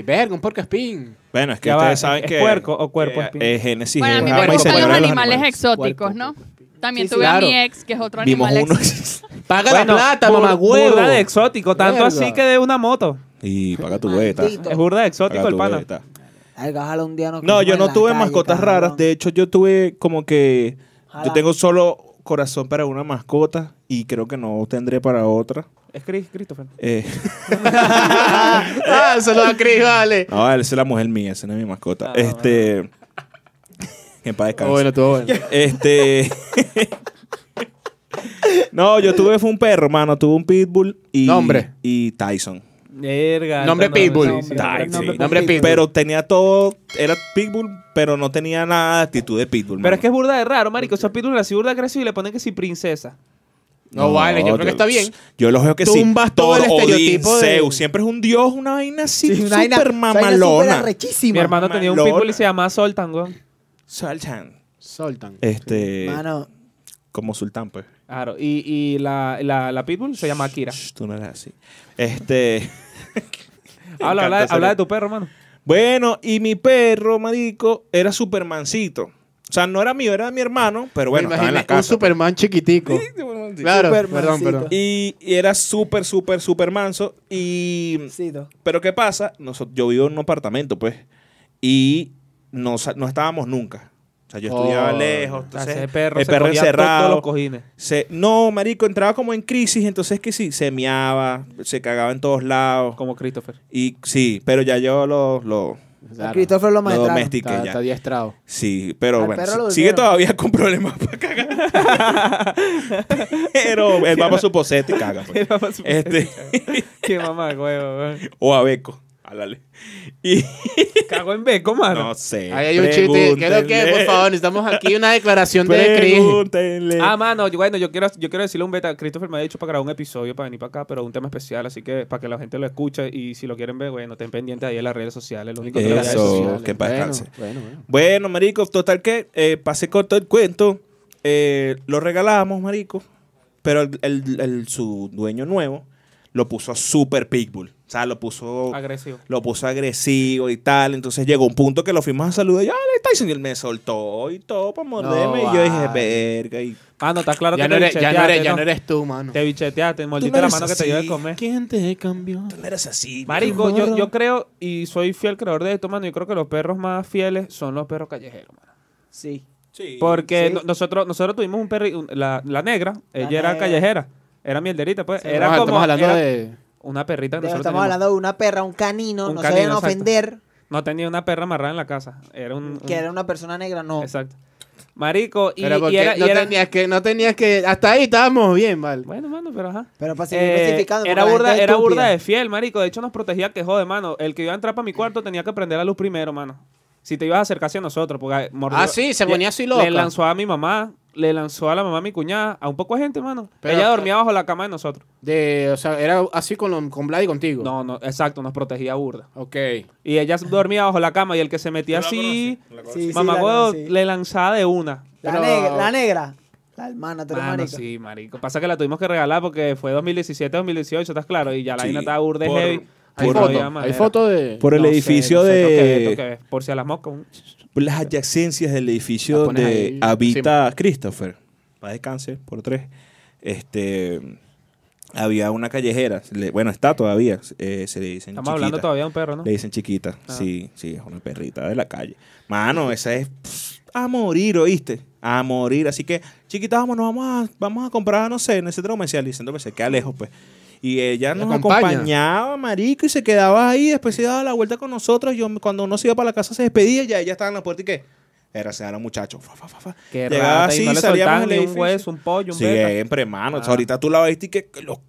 Speaker 6: verga, un porco espín.
Speaker 3: Bueno, es que
Speaker 2: Ya va,
Speaker 3: ustedes
Speaker 2: ¿es-
Speaker 3: saben
Speaker 2: es
Speaker 3: que.
Speaker 2: puerco o cuerpo
Speaker 3: que
Speaker 2: espín?
Speaker 3: Es Génesis.
Speaker 4: Bueno, a
Speaker 3: es
Speaker 4: mí
Speaker 3: alma
Speaker 4: me
Speaker 3: y ah, se
Speaker 4: gustan los
Speaker 3: mueven
Speaker 4: animales exóticos,
Speaker 6: Puerco,
Speaker 4: ¿no?
Speaker 6: puerco espín.
Speaker 1: Sí,
Speaker 4: También
Speaker 1: sí.
Speaker 4: tuve
Speaker 6: Claro.
Speaker 4: a mi ex, que es otro
Speaker 3: Vimos
Speaker 4: animal.
Speaker 3: uno.
Speaker 4: ex-
Speaker 6: Paga
Speaker 2: Bueno,
Speaker 6: la plata,
Speaker 2: bur-
Speaker 6: mamá huevo.
Speaker 2: Burda de exótico, tanto
Speaker 6: Verga.
Speaker 2: así que de una moto.
Speaker 3: y paga tu beta.
Speaker 1: Maldito.
Speaker 2: Es burda de exótico
Speaker 3: Paga
Speaker 2: el
Speaker 3: tu
Speaker 2: pana.
Speaker 3: beta.
Speaker 1: Alga, ojalá un día nos
Speaker 3: No,
Speaker 1: cruzamos
Speaker 3: yo
Speaker 1: en
Speaker 3: no
Speaker 1: la
Speaker 3: tuve
Speaker 1: calle,
Speaker 3: mascotas
Speaker 1: cabrón.
Speaker 3: raras. De hecho, yo tuve como que. Yo
Speaker 1: Ojalá.
Speaker 3: tengo solo corazón para una mascota y creo que no tendré para otra.
Speaker 2: Es Chris, Christopher.
Speaker 3: Eh,
Speaker 6: ah, se lo da Cris, vale.
Speaker 3: no, esa es la mujer mía, esa no es mi mascota. este. Que para
Speaker 6: Todo Ah, bueno, todo bueno.
Speaker 3: Este. no, yo tuve fue un perro, hermano. Tuve un pitbull y.
Speaker 6: Nombre.
Speaker 3: Y Tyson.
Speaker 2: Verga,
Speaker 6: Nombre
Speaker 2: esta no-
Speaker 6: Pitbull.
Speaker 2: nombre.
Speaker 3: Tyson.
Speaker 1: nombre
Speaker 6: Nombre Pitbull.
Speaker 3: Pero tenía todo. Era pitbull, pero no tenía nada de actitud de pitbull.
Speaker 2: Pero
Speaker 3: mano.
Speaker 2: es que es burda de raro, marico. Esos pitbulls así burda crecido y le ponen que si princesa.
Speaker 6: No, vale, yo creo que está bien.
Speaker 3: Yo los veo que sí.
Speaker 6: Tumbas todo el
Speaker 3: Odín,
Speaker 6: estereotipo de-
Speaker 3: Zeus, siempre es un dios, una vaina así,
Speaker 1: Sí, una vaina-
Speaker 3: super
Speaker 1: una vaina súper
Speaker 3: mamalona.
Speaker 1: arrechísima.
Speaker 2: Mi hermano tenía un
Speaker 3: Malona.
Speaker 2: pitbull y se llamaba Soltan, weón.
Speaker 3: Sultan.
Speaker 6: Soltan.
Speaker 3: Este,
Speaker 1: Mano,
Speaker 3: como sultán, pues.
Speaker 2: Claro. Y, y la, la, la pitbull se llama Akira.
Speaker 3: Shh, tú no eres así. Este,
Speaker 2: Habla, habla,
Speaker 3: encanta
Speaker 2: habla
Speaker 3: hacer-
Speaker 2: de tu perro, hermano.
Speaker 3: bueno, y mi perro, marico, era supermancito. O sea, no era mío, era de mi hermano, pero bueno,
Speaker 6: Me
Speaker 3: estaba en la
Speaker 6: imaginé un
Speaker 3: casa. pues.
Speaker 6: Superman chiquitico. claro, perdón,
Speaker 1: Supermancito.
Speaker 6: perdón.
Speaker 3: Y, y era súper, súper, súper manso. Y
Speaker 1: sí, no.
Speaker 3: Pero ¿qué pasa? Noso- yo vivo en un apartamento, pues, y no, sa- no estábamos nunca. O sea, yo estudiaba
Speaker 6: Oh,
Speaker 3: lejos,
Speaker 2: O sea,
Speaker 3: entonces
Speaker 2: Ah, ese perro
Speaker 3: el
Speaker 2: se
Speaker 3: perro
Speaker 2: cogía to- todos
Speaker 3: encerrado.
Speaker 2: los cojines.
Speaker 3: se- no, marico, entraba como en crisis, entonces que sí, se meaba, se cagaba en todos lados.
Speaker 2: Como Christopher.
Speaker 3: Y sí, pero ya yo lo, lo,
Speaker 1: A
Speaker 6: Claro.
Speaker 1: Christopher lo
Speaker 3: lo
Speaker 1: maestraron.
Speaker 3: domestiqué
Speaker 6: Está,
Speaker 3: ya.
Speaker 6: está adiestrado.
Speaker 3: Sí, pero
Speaker 1: Al
Speaker 3: bueno,
Speaker 1: perro
Speaker 3: si-
Speaker 1: lo
Speaker 3: sigue
Speaker 1: durmieron.
Speaker 3: todavía con problemas para cagar. pero él va para su posete y caga. pues. Este,
Speaker 2: Qué mamá, huevo, weón.
Speaker 3: o a Beco, álale. Y
Speaker 2: Cago en beco, mano.
Speaker 3: no sé.
Speaker 6: Ahí hay un chiste. ¿Qué es lo que es? Por
Speaker 3: pregúntenle.
Speaker 6: favor, necesitamos aquí una declaración de Cris.
Speaker 3: Pregúntenle.
Speaker 6: Eh,
Speaker 2: Ah, mano, yo- bueno, yo quiero, yo quiero decirle un beta. Christopher me ha dicho para grabar un episodio para venir para acá, pero un tema especial, así que para que la gente lo escuche y si lo quieren ver, bueno, estén pendientes ahí en las redes sociales. Lo único que
Speaker 3: Eso,
Speaker 2: les voy a decir.
Speaker 3: que en paz descanse.
Speaker 6: Bueno, bueno, bueno.
Speaker 3: Bueno, marico, total que eh, pasé corto el cuento. eh, lo regalamos, marico. Pero el, el- el- su dueño nuevo lo puso super pitbull. O sea, lo puso...
Speaker 2: Agresivo.
Speaker 3: lo puso agresivo y tal. Entonces llegó un punto que lo fuimos a saludar. Y, ah, le Tyson. Y él me soltó y todo para morderme.
Speaker 6: No,
Speaker 3: y yo dije,
Speaker 6: vale.
Speaker 3: verga. Y,
Speaker 2: Ah, no, está claro
Speaker 6: Ya
Speaker 2: que
Speaker 6: no,
Speaker 2: te
Speaker 6: eres, ya, no
Speaker 2: bicheteaste,
Speaker 6: eres, ya no eres tú, mano.
Speaker 2: Te bicheteaste,
Speaker 3: Tú no
Speaker 2: mordiste la
Speaker 3: eres
Speaker 2: mano que te
Speaker 3: así.
Speaker 2: dio de comer.
Speaker 6: ¿Quién te cambió?
Speaker 3: Tú no eres así.
Speaker 2: Marico, yo,
Speaker 6: Morro.
Speaker 2: yo creo, y soy fiel creador de esto, mano, yo creo que los perros más fieles son los perros callejeros, mano.
Speaker 1: Sí.
Speaker 3: Sí.
Speaker 2: Porque
Speaker 1: Sí.
Speaker 2: no- nosotros, nosotros tuvimos un perro, un- la, la negra,
Speaker 1: La
Speaker 2: ella era
Speaker 1: negra.
Speaker 2: callejera, era mielderita, pues. era
Speaker 6: Estamos-
Speaker 2: como,
Speaker 6: estamos hablando
Speaker 2: era
Speaker 6: de.
Speaker 2: una perrita
Speaker 1: Pero
Speaker 2: que nosotros
Speaker 1: estamos
Speaker 2: teníamos.
Speaker 1: hablando de una perra, un canino,
Speaker 2: Un
Speaker 1: no
Speaker 2: canino,
Speaker 1: se vayan a
Speaker 2: exacto.
Speaker 1: ofender.
Speaker 2: No tenía una perra amarrada en la casa. Era un.
Speaker 1: Que
Speaker 2: un-
Speaker 1: era una persona negra, no.
Speaker 2: Mm. Exacto. Marico, y,
Speaker 6: Pero
Speaker 2: y
Speaker 6: porque
Speaker 2: era. y
Speaker 6: no,
Speaker 2: era-
Speaker 6: Tenías que, no tenías que. Hasta ahí estábamos bien, vale.
Speaker 2: Bueno, mano, pero ajá.
Speaker 1: Pero para seguir
Speaker 2: Eh,
Speaker 1: justificando,
Speaker 2: era
Speaker 1: porque la
Speaker 2: burda,
Speaker 1: gente es
Speaker 2: era burda
Speaker 1: estúpida.
Speaker 2: de fiel, marico. De hecho, nos protegía que jode, mano. El que iba a entrar para mi cuarto tenía que prender la luz primero, mano. Si te ibas a acercar hacia nosotros, porque eh, mordió-
Speaker 6: Ah, sí, se ponía
Speaker 2: le-
Speaker 6: así loca.
Speaker 2: Le lanzó a mi mamá, le lanzó a la mamá de mi cuñada, a un poco de gente, mano.
Speaker 6: Pero-
Speaker 2: Ella dormía bajo la cama de nosotros.
Speaker 6: De, o sea, era así con, lo- con Vlad y contigo.
Speaker 2: No, no, exacto, nos protegía burda.
Speaker 6: Ok.
Speaker 2: Y ella dormía bajo la cama y el que se metía así,
Speaker 1: Sí, sí,
Speaker 2: mamá
Speaker 1: la
Speaker 2: huevo,
Speaker 1: conocí.
Speaker 2: le lanzaba de una.
Speaker 1: La,
Speaker 6: Pero-
Speaker 1: negra, la negra, la hermana, tu
Speaker 2: Mano,
Speaker 1: hermana.
Speaker 2: sí, marico. Pasa que la tuvimos que regalar porque fue 2017-2018, ¿estás claro? Y ya la
Speaker 3: Sí,
Speaker 2: vaina estaba burda de
Speaker 3: por-
Speaker 2: heavy.
Speaker 6: Hay
Speaker 2: Ay, no había
Speaker 6: fotos. Hay
Speaker 2: manera.
Speaker 6: fotos de.
Speaker 3: Por el
Speaker 2: No sé,
Speaker 3: edificio
Speaker 2: no sé,
Speaker 3: de...
Speaker 2: tengo que ver, tengo que ver. Por si a las moscas. un-
Speaker 3: las adyacencias del edificio
Speaker 6: La pones
Speaker 3: donde
Speaker 6: ahí
Speaker 3: habita Christopher, va de cáncer por tres, este, había una callejera, le- bueno, está todavía, eh, se le dicen
Speaker 2: Estamos
Speaker 3: chiquita.
Speaker 2: hablando todavía de un perro, ¿no?
Speaker 3: Le dicen chiquita,
Speaker 2: Ah.
Speaker 3: sí, sí, es una perrita de la calle. Mano, esa es pff, a morir, ¿oíste? A morir, así que, chiquita, vámonos, vamos a, vamos a comprar, no sé, en el centro comercial, y el centro comercial queda lejos, pues. Y ella
Speaker 6: ¿Te
Speaker 3: nos
Speaker 6: acompaña?
Speaker 3: acompañaba, marico, y se quedaba ahí, después se daba la vuelta con nosotros, yo cuando uno se iba para la casa se despedía, ya ella estaba en la puerta y qué. Era se a los muchachos. Fa, fa, fa, fa.
Speaker 2: Que
Speaker 3: Llegaba
Speaker 2: rata, y
Speaker 3: así,
Speaker 2: no le
Speaker 3: salíamos
Speaker 2: soltaban
Speaker 3: del
Speaker 2: ni un
Speaker 3: edificio. eh,
Speaker 2: hueso, un pollo, un beta.
Speaker 3: Siempre, mano.
Speaker 2: Ah.
Speaker 3: Ahorita tú la viste y que, que lo-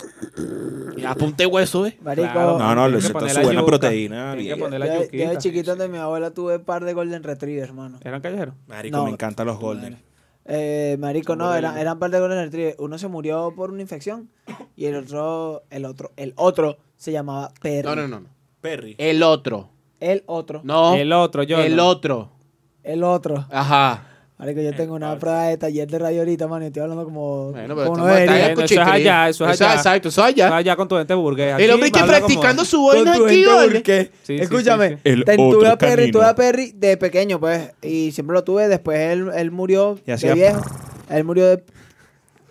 Speaker 6: Y apunte hueso, ¿eh?
Speaker 1: Marico,
Speaker 2: Claro,
Speaker 3: No, no,
Speaker 2: Tienen
Speaker 3: le
Speaker 2: que
Speaker 3: suelta
Speaker 2: poner
Speaker 3: su
Speaker 2: la
Speaker 3: buena
Speaker 2: yuca.
Speaker 3: proteína.
Speaker 2: Tienen que
Speaker 3: bien.
Speaker 2: poner la
Speaker 1: yo, yo
Speaker 2: yuquita.
Speaker 1: de chiquito donde mi abuela tuve par de Golden Retrievers, hermano.
Speaker 2: ¿Eran callejeros?
Speaker 3: Marico,
Speaker 1: No.
Speaker 3: me encantan los golden.
Speaker 1: Eh, marico, no, eran, eran par de Golden Retrievers. Uno se murió por una infección y el otro, el otro, el otro se llamaba Perry.
Speaker 6: No, no, no. no.
Speaker 3: Perry.
Speaker 6: El otro.
Speaker 1: El otro,
Speaker 6: No.
Speaker 2: El otro, yo.
Speaker 6: El
Speaker 2: no.
Speaker 6: otro.
Speaker 1: el otro.
Speaker 6: Ajá.
Speaker 1: Marico,
Speaker 2: Eh,
Speaker 1: yo tengo una prueba de taller de radio ahorita, mano, y estoy hablando como,
Speaker 6: Bueno, pero
Speaker 1: como
Speaker 6: estamos-
Speaker 1: no debería.
Speaker 6: está-
Speaker 2: Bueno, eso es
Speaker 6: escuchiste,
Speaker 2: allá,
Speaker 6: ¿eh?
Speaker 2: eso es allá.
Speaker 6: Exacto, eso es
Speaker 2: Estaba
Speaker 6: allá.
Speaker 2: ya con tu gente burgués.
Speaker 6: El
Speaker 2: Aquí
Speaker 6: hombre que
Speaker 2: habla como-
Speaker 6: practicando su
Speaker 1: Con
Speaker 6: vaina
Speaker 1: tu
Speaker 6: aquí,
Speaker 1: gente,
Speaker 6: ¿vale?
Speaker 1: porque-
Speaker 2: Sí, sí,
Speaker 1: Escúchame,
Speaker 2: sí, sí.
Speaker 3: El
Speaker 1: ten-
Speaker 3: otro
Speaker 1: tuve a Perry,
Speaker 3: camino.
Speaker 1: tuve a Perry de pequeño, pues, y siempre lo tuve, después él, él murió
Speaker 3: Y
Speaker 1: de
Speaker 3: hacía
Speaker 1: viejo. Él murió de.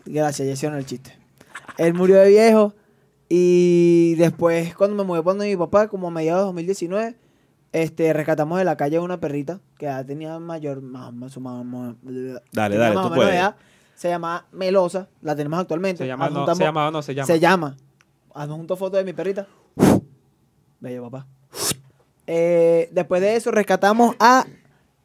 Speaker 1: Gracias, ya hicieron el chiste. Él murió de viejo. Y después, cuando me mudé cuando mi papá, como a mediados de 2019, este, rescatamos de la calle a una perrita que ya tenía mayor. Más, más, más- más-
Speaker 3: Dale,
Speaker 1: tenía
Speaker 3: dale,
Speaker 1: más o
Speaker 3: tú
Speaker 1: menos
Speaker 3: puedes.
Speaker 1: edad. Se llamaba Melosa, la tenemos actualmente.
Speaker 2: Se llama, no,
Speaker 1: Adjuntamos-
Speaker 2: se llamaba, no, se llama.
Speaker 1: se llama. Adjunto foto de mi perrita. Bello, papá. Eh, después de eso rescatamos a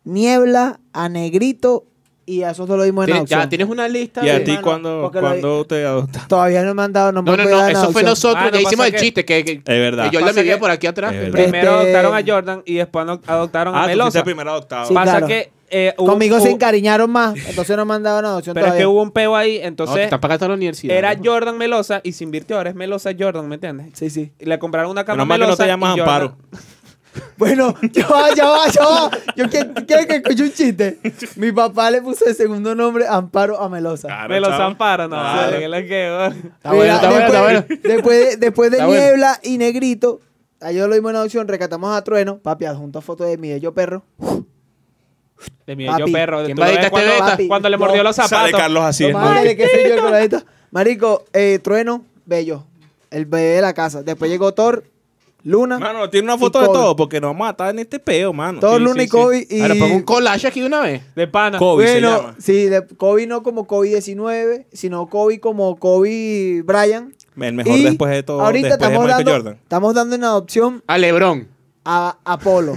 Speaker 1: Niebla, a Negrito y a esos dos lo dimos en
Speaker 6: Tienes-
Speaker 1: adopción.
Speaker 6: ya tienes una lista.
Speaker 3: ¿Y a
Speaker 6: de-
Speaker 3: ti
Speaker 1: hermano,
Speaker 3: cuándo,
Speaker 1: porque lo
Speaker 3: cuándo te adoptaste?
Speaker 1: Todavía no me han dado, no me
Speaker 6: No,
Speaker 1: han
Speaker 6: no,
Speaker 1: podido
Speaker 6: no,
Speaker 1: dar en
Speaker 6: eso fue
Speaker 1: adopción.
Speaker 6: nosotros,
Speaker 2: Ah, no,
Speaker 6: ya hicimos el
Speaker 2: pasa que-
Speaker 6: chiste, que, que-
Speaker 3: Es verdad.
Speaker 6: que yo la
Speaker 2: Pasa
Speaker 6: miré
Speaker 2: que-
Speaker 6: por aquí atrás.
Speaker 3: Es verdad.
Speaker 2: Primero
Speaker 1: Este-
Speaker 2: adoptaron a Jordan y después no- adoptaron a
Speaker 3: Ah, tú fuiste
Speaker 2: Melosa.
Speaker 3: el primer adoptado.
Speaker 1: Sí,
Speaker 2: Pasa
Speaker 1: claro.
Speaker 2: que eh, hubo-
Speaker 1: Conmigo se
Speaker 2: hubo-
Speaker 1: encariñaron más, entonces no me han dado en adopción
Speaker 2: Pero es
Speaker 1: todavía.
Speaker 2: que hubo un peo ahí,
Speaker 6: No, te
Speaker 2: entonces
Speaker 6: están pagando la universidad.
Speaker 2: era
Speaker 6: ¿no?
Speaker 2: Jordan Melosa y se invirtió, ahora es Melosa Jordan, ¿me entiendes?
Speaker 1: Sí, sí.
Speaker 2: Y le compraron una cama
Speaker 3: Menos mal que no
Speaker 2: Melosa
Speaker 3: te
Speaker 2: y
Speaker 3: llamas
Speaker 2: Jordan-
Speaker 3: Amparo.
Speaker 1: Bueno, ya va, ya va, ya va. Yo quiero quiero que escuche un chiste. Mi papá le puso de segundo nombre Amparo a Melosa.
Speaker 3: Claro,
Speaker 2: Melosa
Speaker 3: chao.
Speaker 2: Amparo, no,
Speaker 3: Claro.
Speaker 2: vale, que la que-
Speaker 6: Está Ah, bueno, está bueno,
Speaker 1: después,
Speaker 6: está bueno.
Speaker 1: Después de, después de
Speaker 6: Está bueno.
Speaker 1: Niebla y Negrito, ayer lo dimos en adopción, rescatamos a Trueno. Papi, adjunto foto de mi bello perro.
Speaker 2: De mi
Speaker 1: Papi,
Speaker 2: bello perro, de
Speaker 6: ¿quién
Speaker 2: tú
Speaker 6: va
Speaker 2: lo
Speaker 6: a
Speaker 2: ves
Speaker 6: editar
Speaker 2: cuando,
Speaker 6: este beta?
Speaker 2: papi, cuando le
Speaker 1: No,
Speaker 2: mordió los
Speaker 3: Sale
Speaker 2: zapatos.
Speaker 3: Carlos así.
Speaker 1: No
Speaker 3: ¿no?
Speaker 1: mames, ¿de qué soy yo el coladito? Marico, eh, Trueno, bello. El bebé de la casa. Después llegó Thor, Luna.
Speaker 3: Mano, tiene una foto
Speaker 1: Y
Speaker 3: de
Speaker 1: Kobe.
Speaker 3: todo porque nos vamos a matar en este peo, mano.
Speaker 1: Thor,
Speaker 3: Sí,
Speaker 1: Luna
Speaker 3: sí,
Speaker 1: y
Speaker 3: sí.
Speaker 1: Kobe. Y,
Speaker 6: Ahora pongo un collage aquí de una vez.
Speaker 2: De pana.
Speaker 3: Kobe se
Speaker 1: bueno,
Speaker 3: llama.
Speaker 1: sí, de, Kobe no como COVID-19, sino Kobe como Kobe Bryant.
Speaker 3: El mejor
Speaker 1: Y
Speaker 3: después de todo.
Speaker 1: Ahorita
Speaker 3: después de
Speaker 1: estamos,
Speaker 3: Michael
Speaker 1: dando,
Speaker 3: Jordan.
Speaker 1: estamos dando en adopción
Speaker 6: A Lebrón.
Speaker 1: a Apolo.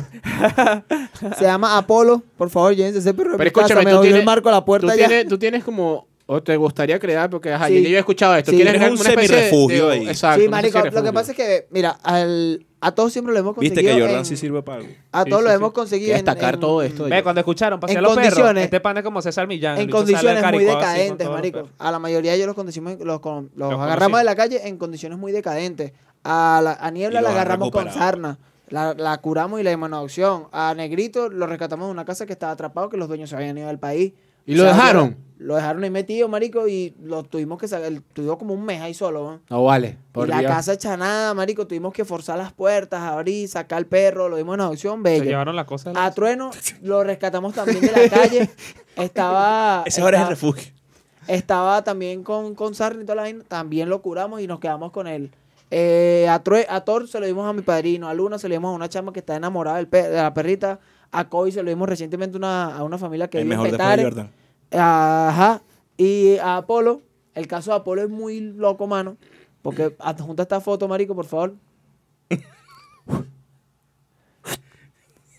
Speaker 1: Se llama Apolo. Por favor, llévense ese perro. de
Speaker 6: Pero
Speaker 1: mi casa,
Speaker 6: escúchame,
Speaker 1: me
Speaker 6: tú
Speaker 1: jodió
Speaker 6: tienes,
Speaker 1: el marco de la
Speaker 6: tú
Speaker 1: puerta ya.
Speaker 6: tienes, tú tienes como... O te gustaría crear, porque ajá,
Speaker 1: Sí.
Speaker 6: yo, yo he escuchado esto.
Speaker 1: Sí.
Speaker 6: Tienes
Speaker 3: Tienes
Speaker 6: como
Speaker 3: un
Speaker 6: una especie de-
Speaker 3: semirrefugio
Speaker 6: de-
Speaker 3: ahí.
Speaker 6: Exacto.
Speaker 1: Sí,
Speaker 6: un
Speaker 1: marico, lo que
Speaker 6: semirrefugio.
Speaker 1: pasa es que, eh, mira, al- a todos siempre lo hemos conseguido.
Speaker 3: Viste que Jordan
Speaker 1: en-
Speaker 3: sí sirve para algo.
Speaker 1: A
Speaker 6: Sí,
Speaker 1: todos
Speaker 6: sí,
Speaker 1: lo
Speaker 6: sí.
Speaker 1: hemos conseguido.
Speaker 6: Quiero
Speaker 1: en-
Speaker 6: destacar
Speaker 1: en-
Speaker 6: todo esto.
Speaker 2: Ve, cuando escucharon, pasé
Speaker 1: En
Speaker 2: a los perros.
Speaker 1: condiciones-
Speaker 2: Este pana es como César Millán. el
Speaker 1: En
Speaker 2: bicho sale
Speaker 1: condiciones muy
Speaker 2: caricado así con
Speaker 1: decadentes,
Speaker 2: todos los
Speaker 1: marico.
Speaker 2: perros.
Speaker 1: A la mayoría de ellos los condiciones, los, con- los
Speaker 2: Los
Speaker 1: agarramos
Speaker 2: conocimos.
Speaker 1: de la calle en condiciones muy decadentes. A, la, a Niebla
Speaker 3: Y
Speaker 1: la
Speaker 3: los han
Speaker 1: agarramos con
Speaker 3: recuperado.
Speaker 1: sarna. La, la curamos y la dimos en adopción. A Negrito lo rescatamos de una casa que estaba atrapado, que los dueños se habían ido del país.
Speaker 6: ¿Y lo
Speaker 1: O sea,
Speaker 6: dejaron?
Speaker 1: Lo dejaron ahí metido, marico, y lo tuvimos que sacar. Tuvimos como un mes ahí solo, ¿no?
Speaker 6: No vale.
Speaker 1: Y
Speaker 6: Por
Speaker 1: la
Speaker 6: Dios.
Speaker 1: casa hecha nada, marico. Tuvimos que forzar las puertas, abrir, sacar al perro. Lo dimos en adopción,
Speaker 2: Se
Speaker 1: bello.
Speaker 2: llevaron las cosas.
Speaker 1: A Trueno lo rescatamos también de la calle. Estaba...
Speaker 3: Ese ahora es el
Speaker 1: estaba-
Speaker 3: refugio.
Speaker 1: estaba también con, con Sarni y toda la vaina, también lo curamos y nos quedamos con él. Eh, a, True- a Thor se lo dimos a mi padrino, a Luna se lo dimos a una chama que está enamorada del pe- de la perrita, a Kobe se lo dimos recientemente una- a una familia que
Speaker 3: El
Speaker 1: vive en
Speaker 3: mejor después de
Speaker 1: Petare.
Speaker 3: Jordan.
Speaker 1: Ajá. Y eh, a Apolo, el caso de Apolo es muy loco, mano, porque adjunta esta foto, marico, por favor.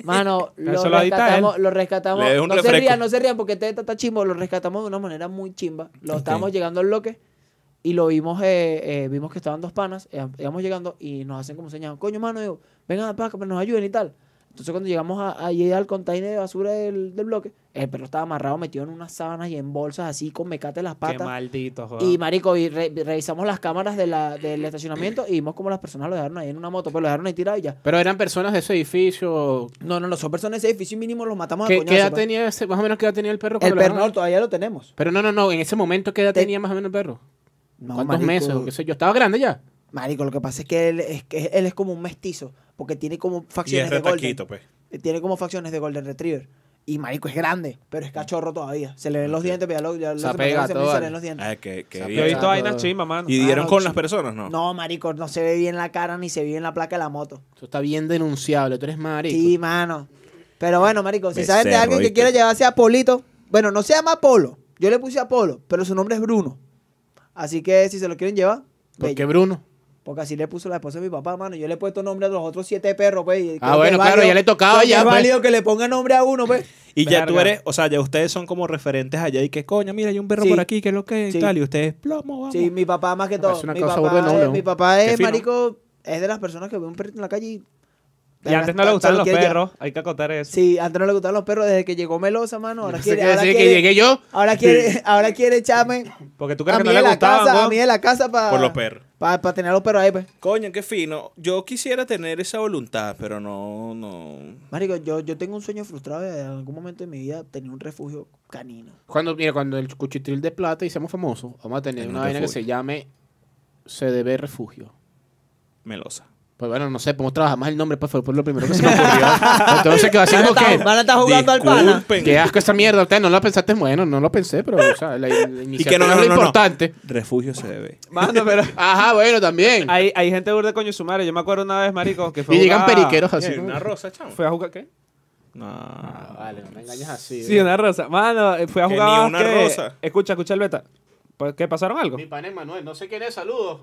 Speaker 1: Mano,
Speaker 2: Pero
Speaker 1: lo
Speaker 2: eso lo edita
Speaker 1: rescatamos,
Speaker 2: él.
Speaker 1: lo rescatamos.
Speaker 3: Le dejo un
Speaker 1: no se
Speaker 3: refresco.
Speaker 1: rían, no se rían porque este está chimbo. Lo rescatamos de una manera muy chimba. Lo estábamos llegando al bloque y lo vimos, eh, eh, vimos que estaban dos panas. eh, íbamos llegando y nos hacen como señal. Coño, mano, digo, vengan para acá, pero nos ayuden y tal. Entonces cuando llegamos a- allí al container de basura del, del bloque, el perro estaba amarrado, metido en unas sábanas y en bolsas así con mecate en las
Speaker 2: Qué
Speaker 1: patas.
Speaker 2: maldito, joder.
Speaker 1: Y marico, y re- revisamos las cámaras de la- del estacionamiento y vimos como las personas lo dejaron ahí en una moto, pero lo dejaron ahí tirado y ya.
Speaker 6: Pero eran personas de ese edificio.
Speaker 1: No, no, no, son personas de ese edificio y mínimo los matamos a
Speaker 6: ¿Qué,
Speaker 1: coñazo,
Speaker 6: qué edad
Speaker 1: pues.
Speaker 6: tenía ese, más o menos qué edad tenía el perro?
Speaker 1: El
Speaker 6: cuando lo
Speaker 1: perro
Speaker 6: agarraron?
Speaker 1: no, todavía lo tenemos.
Speaker 6: Pero no, no, no. En ese momento, ¿qué edad
Speaker 1: Te-
Speaker 6: tenía más o menos el perro?
Speaker 1: No,
Speaker 6: ¿Cuántos
Speaker 1: marico.
Speaker 6: meses? O qué sé yo. Estaba grande ya.
Speaker 1: Marico, lo que pasa es que él es, que él es como un mestizo, porque tiene como
Speaker 3: Y es
Speaker 1: facciones de golden.
Speaker 3: retaquito, pues.
Speaker 1: Eh, Tiene como facciones de golden retriever. Y marico es grande, pero es cachorro todavía. Se le ven los dientes, pero ya lo, ya lo-
Speaker 6: Se
Speaker 1: se me
Speaker 6: apega
Speaker 1: parece a mí,
Speaker 6: todo,
Speaker 1: se le
Speaker 6: vale.
Speaker 1: ven los dientes.
Speaker 3: Ah, que, que
Speaker 2: Yo he visto
Speaker 1: Exacto.
Speaker 2: vainas chimas, mano.
Speaker 3: ¿Y dieron
Speaker 1: Ah,
Speaker 3: con
Speaker 1: no,
Speaker 3: las personas? No.
Speaker 1: No, marico, no se ve bien la cara ni se ve bien la placa de la moto.
Speaker 6: Eso está bien denunciable. Tú eres marico.
Speaker 1: Sí, mano. Pero bueno, marico, si
Speaker 3: Me
Speaker 1: saben de
Speaker 3: cerro,
Speaker 1: alguien que
Speaker 3: ¿viste?
Speaker 1: quiere llevarse a Polito, bueno, no se llama Apolo. Yo le puse Apolo, pero su nombre es Bruno. Así que si se lo quieren llevar,
Speaker 6: ¿Por
Speaker 1: bello.
Speaker 6: qué Bruno?
Speaker 1: Porque así le puso la esposa de mi papá, mano. Yo le he puesto nombre a los otros siete perros, pues. y creo
Speaker 6: Ah,
Speaker 1: que
Speaker 6: bueno,
Speaker 1: es
Speaker 6: claro, ya le tocaba
Speaker 1: creo que
Speaker 6: ya,
Speaker 1: Es
Speaker 6: pues.
Speaker 1: válido que le ponga nombre a uno, pues.
Speaker 3: Y ya tú
Speaker 2: Verga.
Speaker 3: eres, o sea, ya ustedes son como referentes allá y que coño, mira, hay un perro
Speaker 1: Sí.
Speaker 3: por aquí, que es lo que es
Speaker 1: Sí.
Speaker 3: y tal. Y ustedes, plomo, vamos.
Speaker 1: Sí, mi papá más que todo.
Speaker 6: parece una
Speaker 1: mi,
Speaker 6: cosa
Speaker 1: papá
Speaker 6: burda, no,
Speaker 1: es,
Speaker 6: no.
Speaker 1: mi papá
Speaker 3: Qué
Speaker 1: es,
Speaker 3: fino.
Speaker 1: marico, es de las personas que ve un perrito en la calle y...
Speaker 2: Y antes no
Speaker 1: Se
Speaker 2: le
Speaker 1: lo
Speaker 2: gustaban los
Speaker 1: quiere llevar.
Speaker 2: perros. Hay que acotar eso.
Speaker 1: Sí, antes no le gustaban los perros desde que llegó Melosa, mano. Ahora
Speaker 6: No sé
Speaker 1: quiere,
Speaker 6: qué
Speaker 1: ahora
Speaker 6: decir, que
Speaker 1: quiere-
Speaker 6: llegué yo.
Speaker 1: Ahora quiere, ahora quiere echarme
Speaker 2: Porque tú
Speaker 1: a
Speaker 2: crees que
Speaker 1: mí
Speaker 2: no
Speaker 1: de
Speaker 2: le
Speaker 1: la casa,
Speaker 2: gustaban,
Speaker 1: a mí de la casa para...
Speaker 3: Por los perros.
Speaker 1: Para tener a los perros ahí, pues.
Speaker 3: Coño, qué fino. Yo quisiera tener esa voluntad, pero no, no.
Speaker 1: Marico, yo, yo tengo un sueño frustrado de en algún momento de mi vida tener un refugio canino.
Speaker 6: Cuando, mira, cuando el cuchitril de plata y seamos famosos, vamos a tener
Speaker 3: En un
Speaker 6: una vaina que
Speaker 3: refugio.
Speaker 6: se llame CDB Refugio.
Speaker 3: Melosa.
Speaker 6: Pues bueno, no sé, podemos trabajar más el nombre, pues fue fue lo primero que se me ocurrió. Entonces, que así como que.
Speaker 1: Van a estar jugando al pana.
Speaker 3: Disculpen.
Speaker 6: Qué asco esa mierda, ustedes no la pensaste, bueno, no lo pensé, pero o sea, la, la
Speaker 3: Y
Speaker 6: iniciativa
Speaker 3: que no,
Speaker 6: es
Speaker 3: no,
Speaker 6: lo
Speaker 3: no, no.
Speaker 6: importante.
Speaker 3: Refugio se debe.
Speaker 2: Mano, pero
Speaker 6: Ajá, bueno, también.
Speaker 2: hay, hay gente burda de coño su madre. Yo me acuerdo una vez, marico, que fue a
Speaker 6: y llegan
Speaker 2: jugar-
Speaker 6: periqueros así. Ah,
Speaker 3: Mira, Eh, Una rosa, chamo.
Speaker 2: ¿Fue a jugar qué?
Speaker 3: No.
Speaker 6: Vale, no me engañas así.
Speaker 2: Sí, una rosa. Mano, eh, fue a
Speaker 3: Que
Speaker 2: jugar
Speaker 3: ni una
Speaker 2: básquet.
Speaker 3: rosa.
Speaker 2: Escucha, escucha el beta. Pues, ¿Qué? ¿Pasaron algo?
Speaker 6: pana es Manuel, no sé quién es, saludos.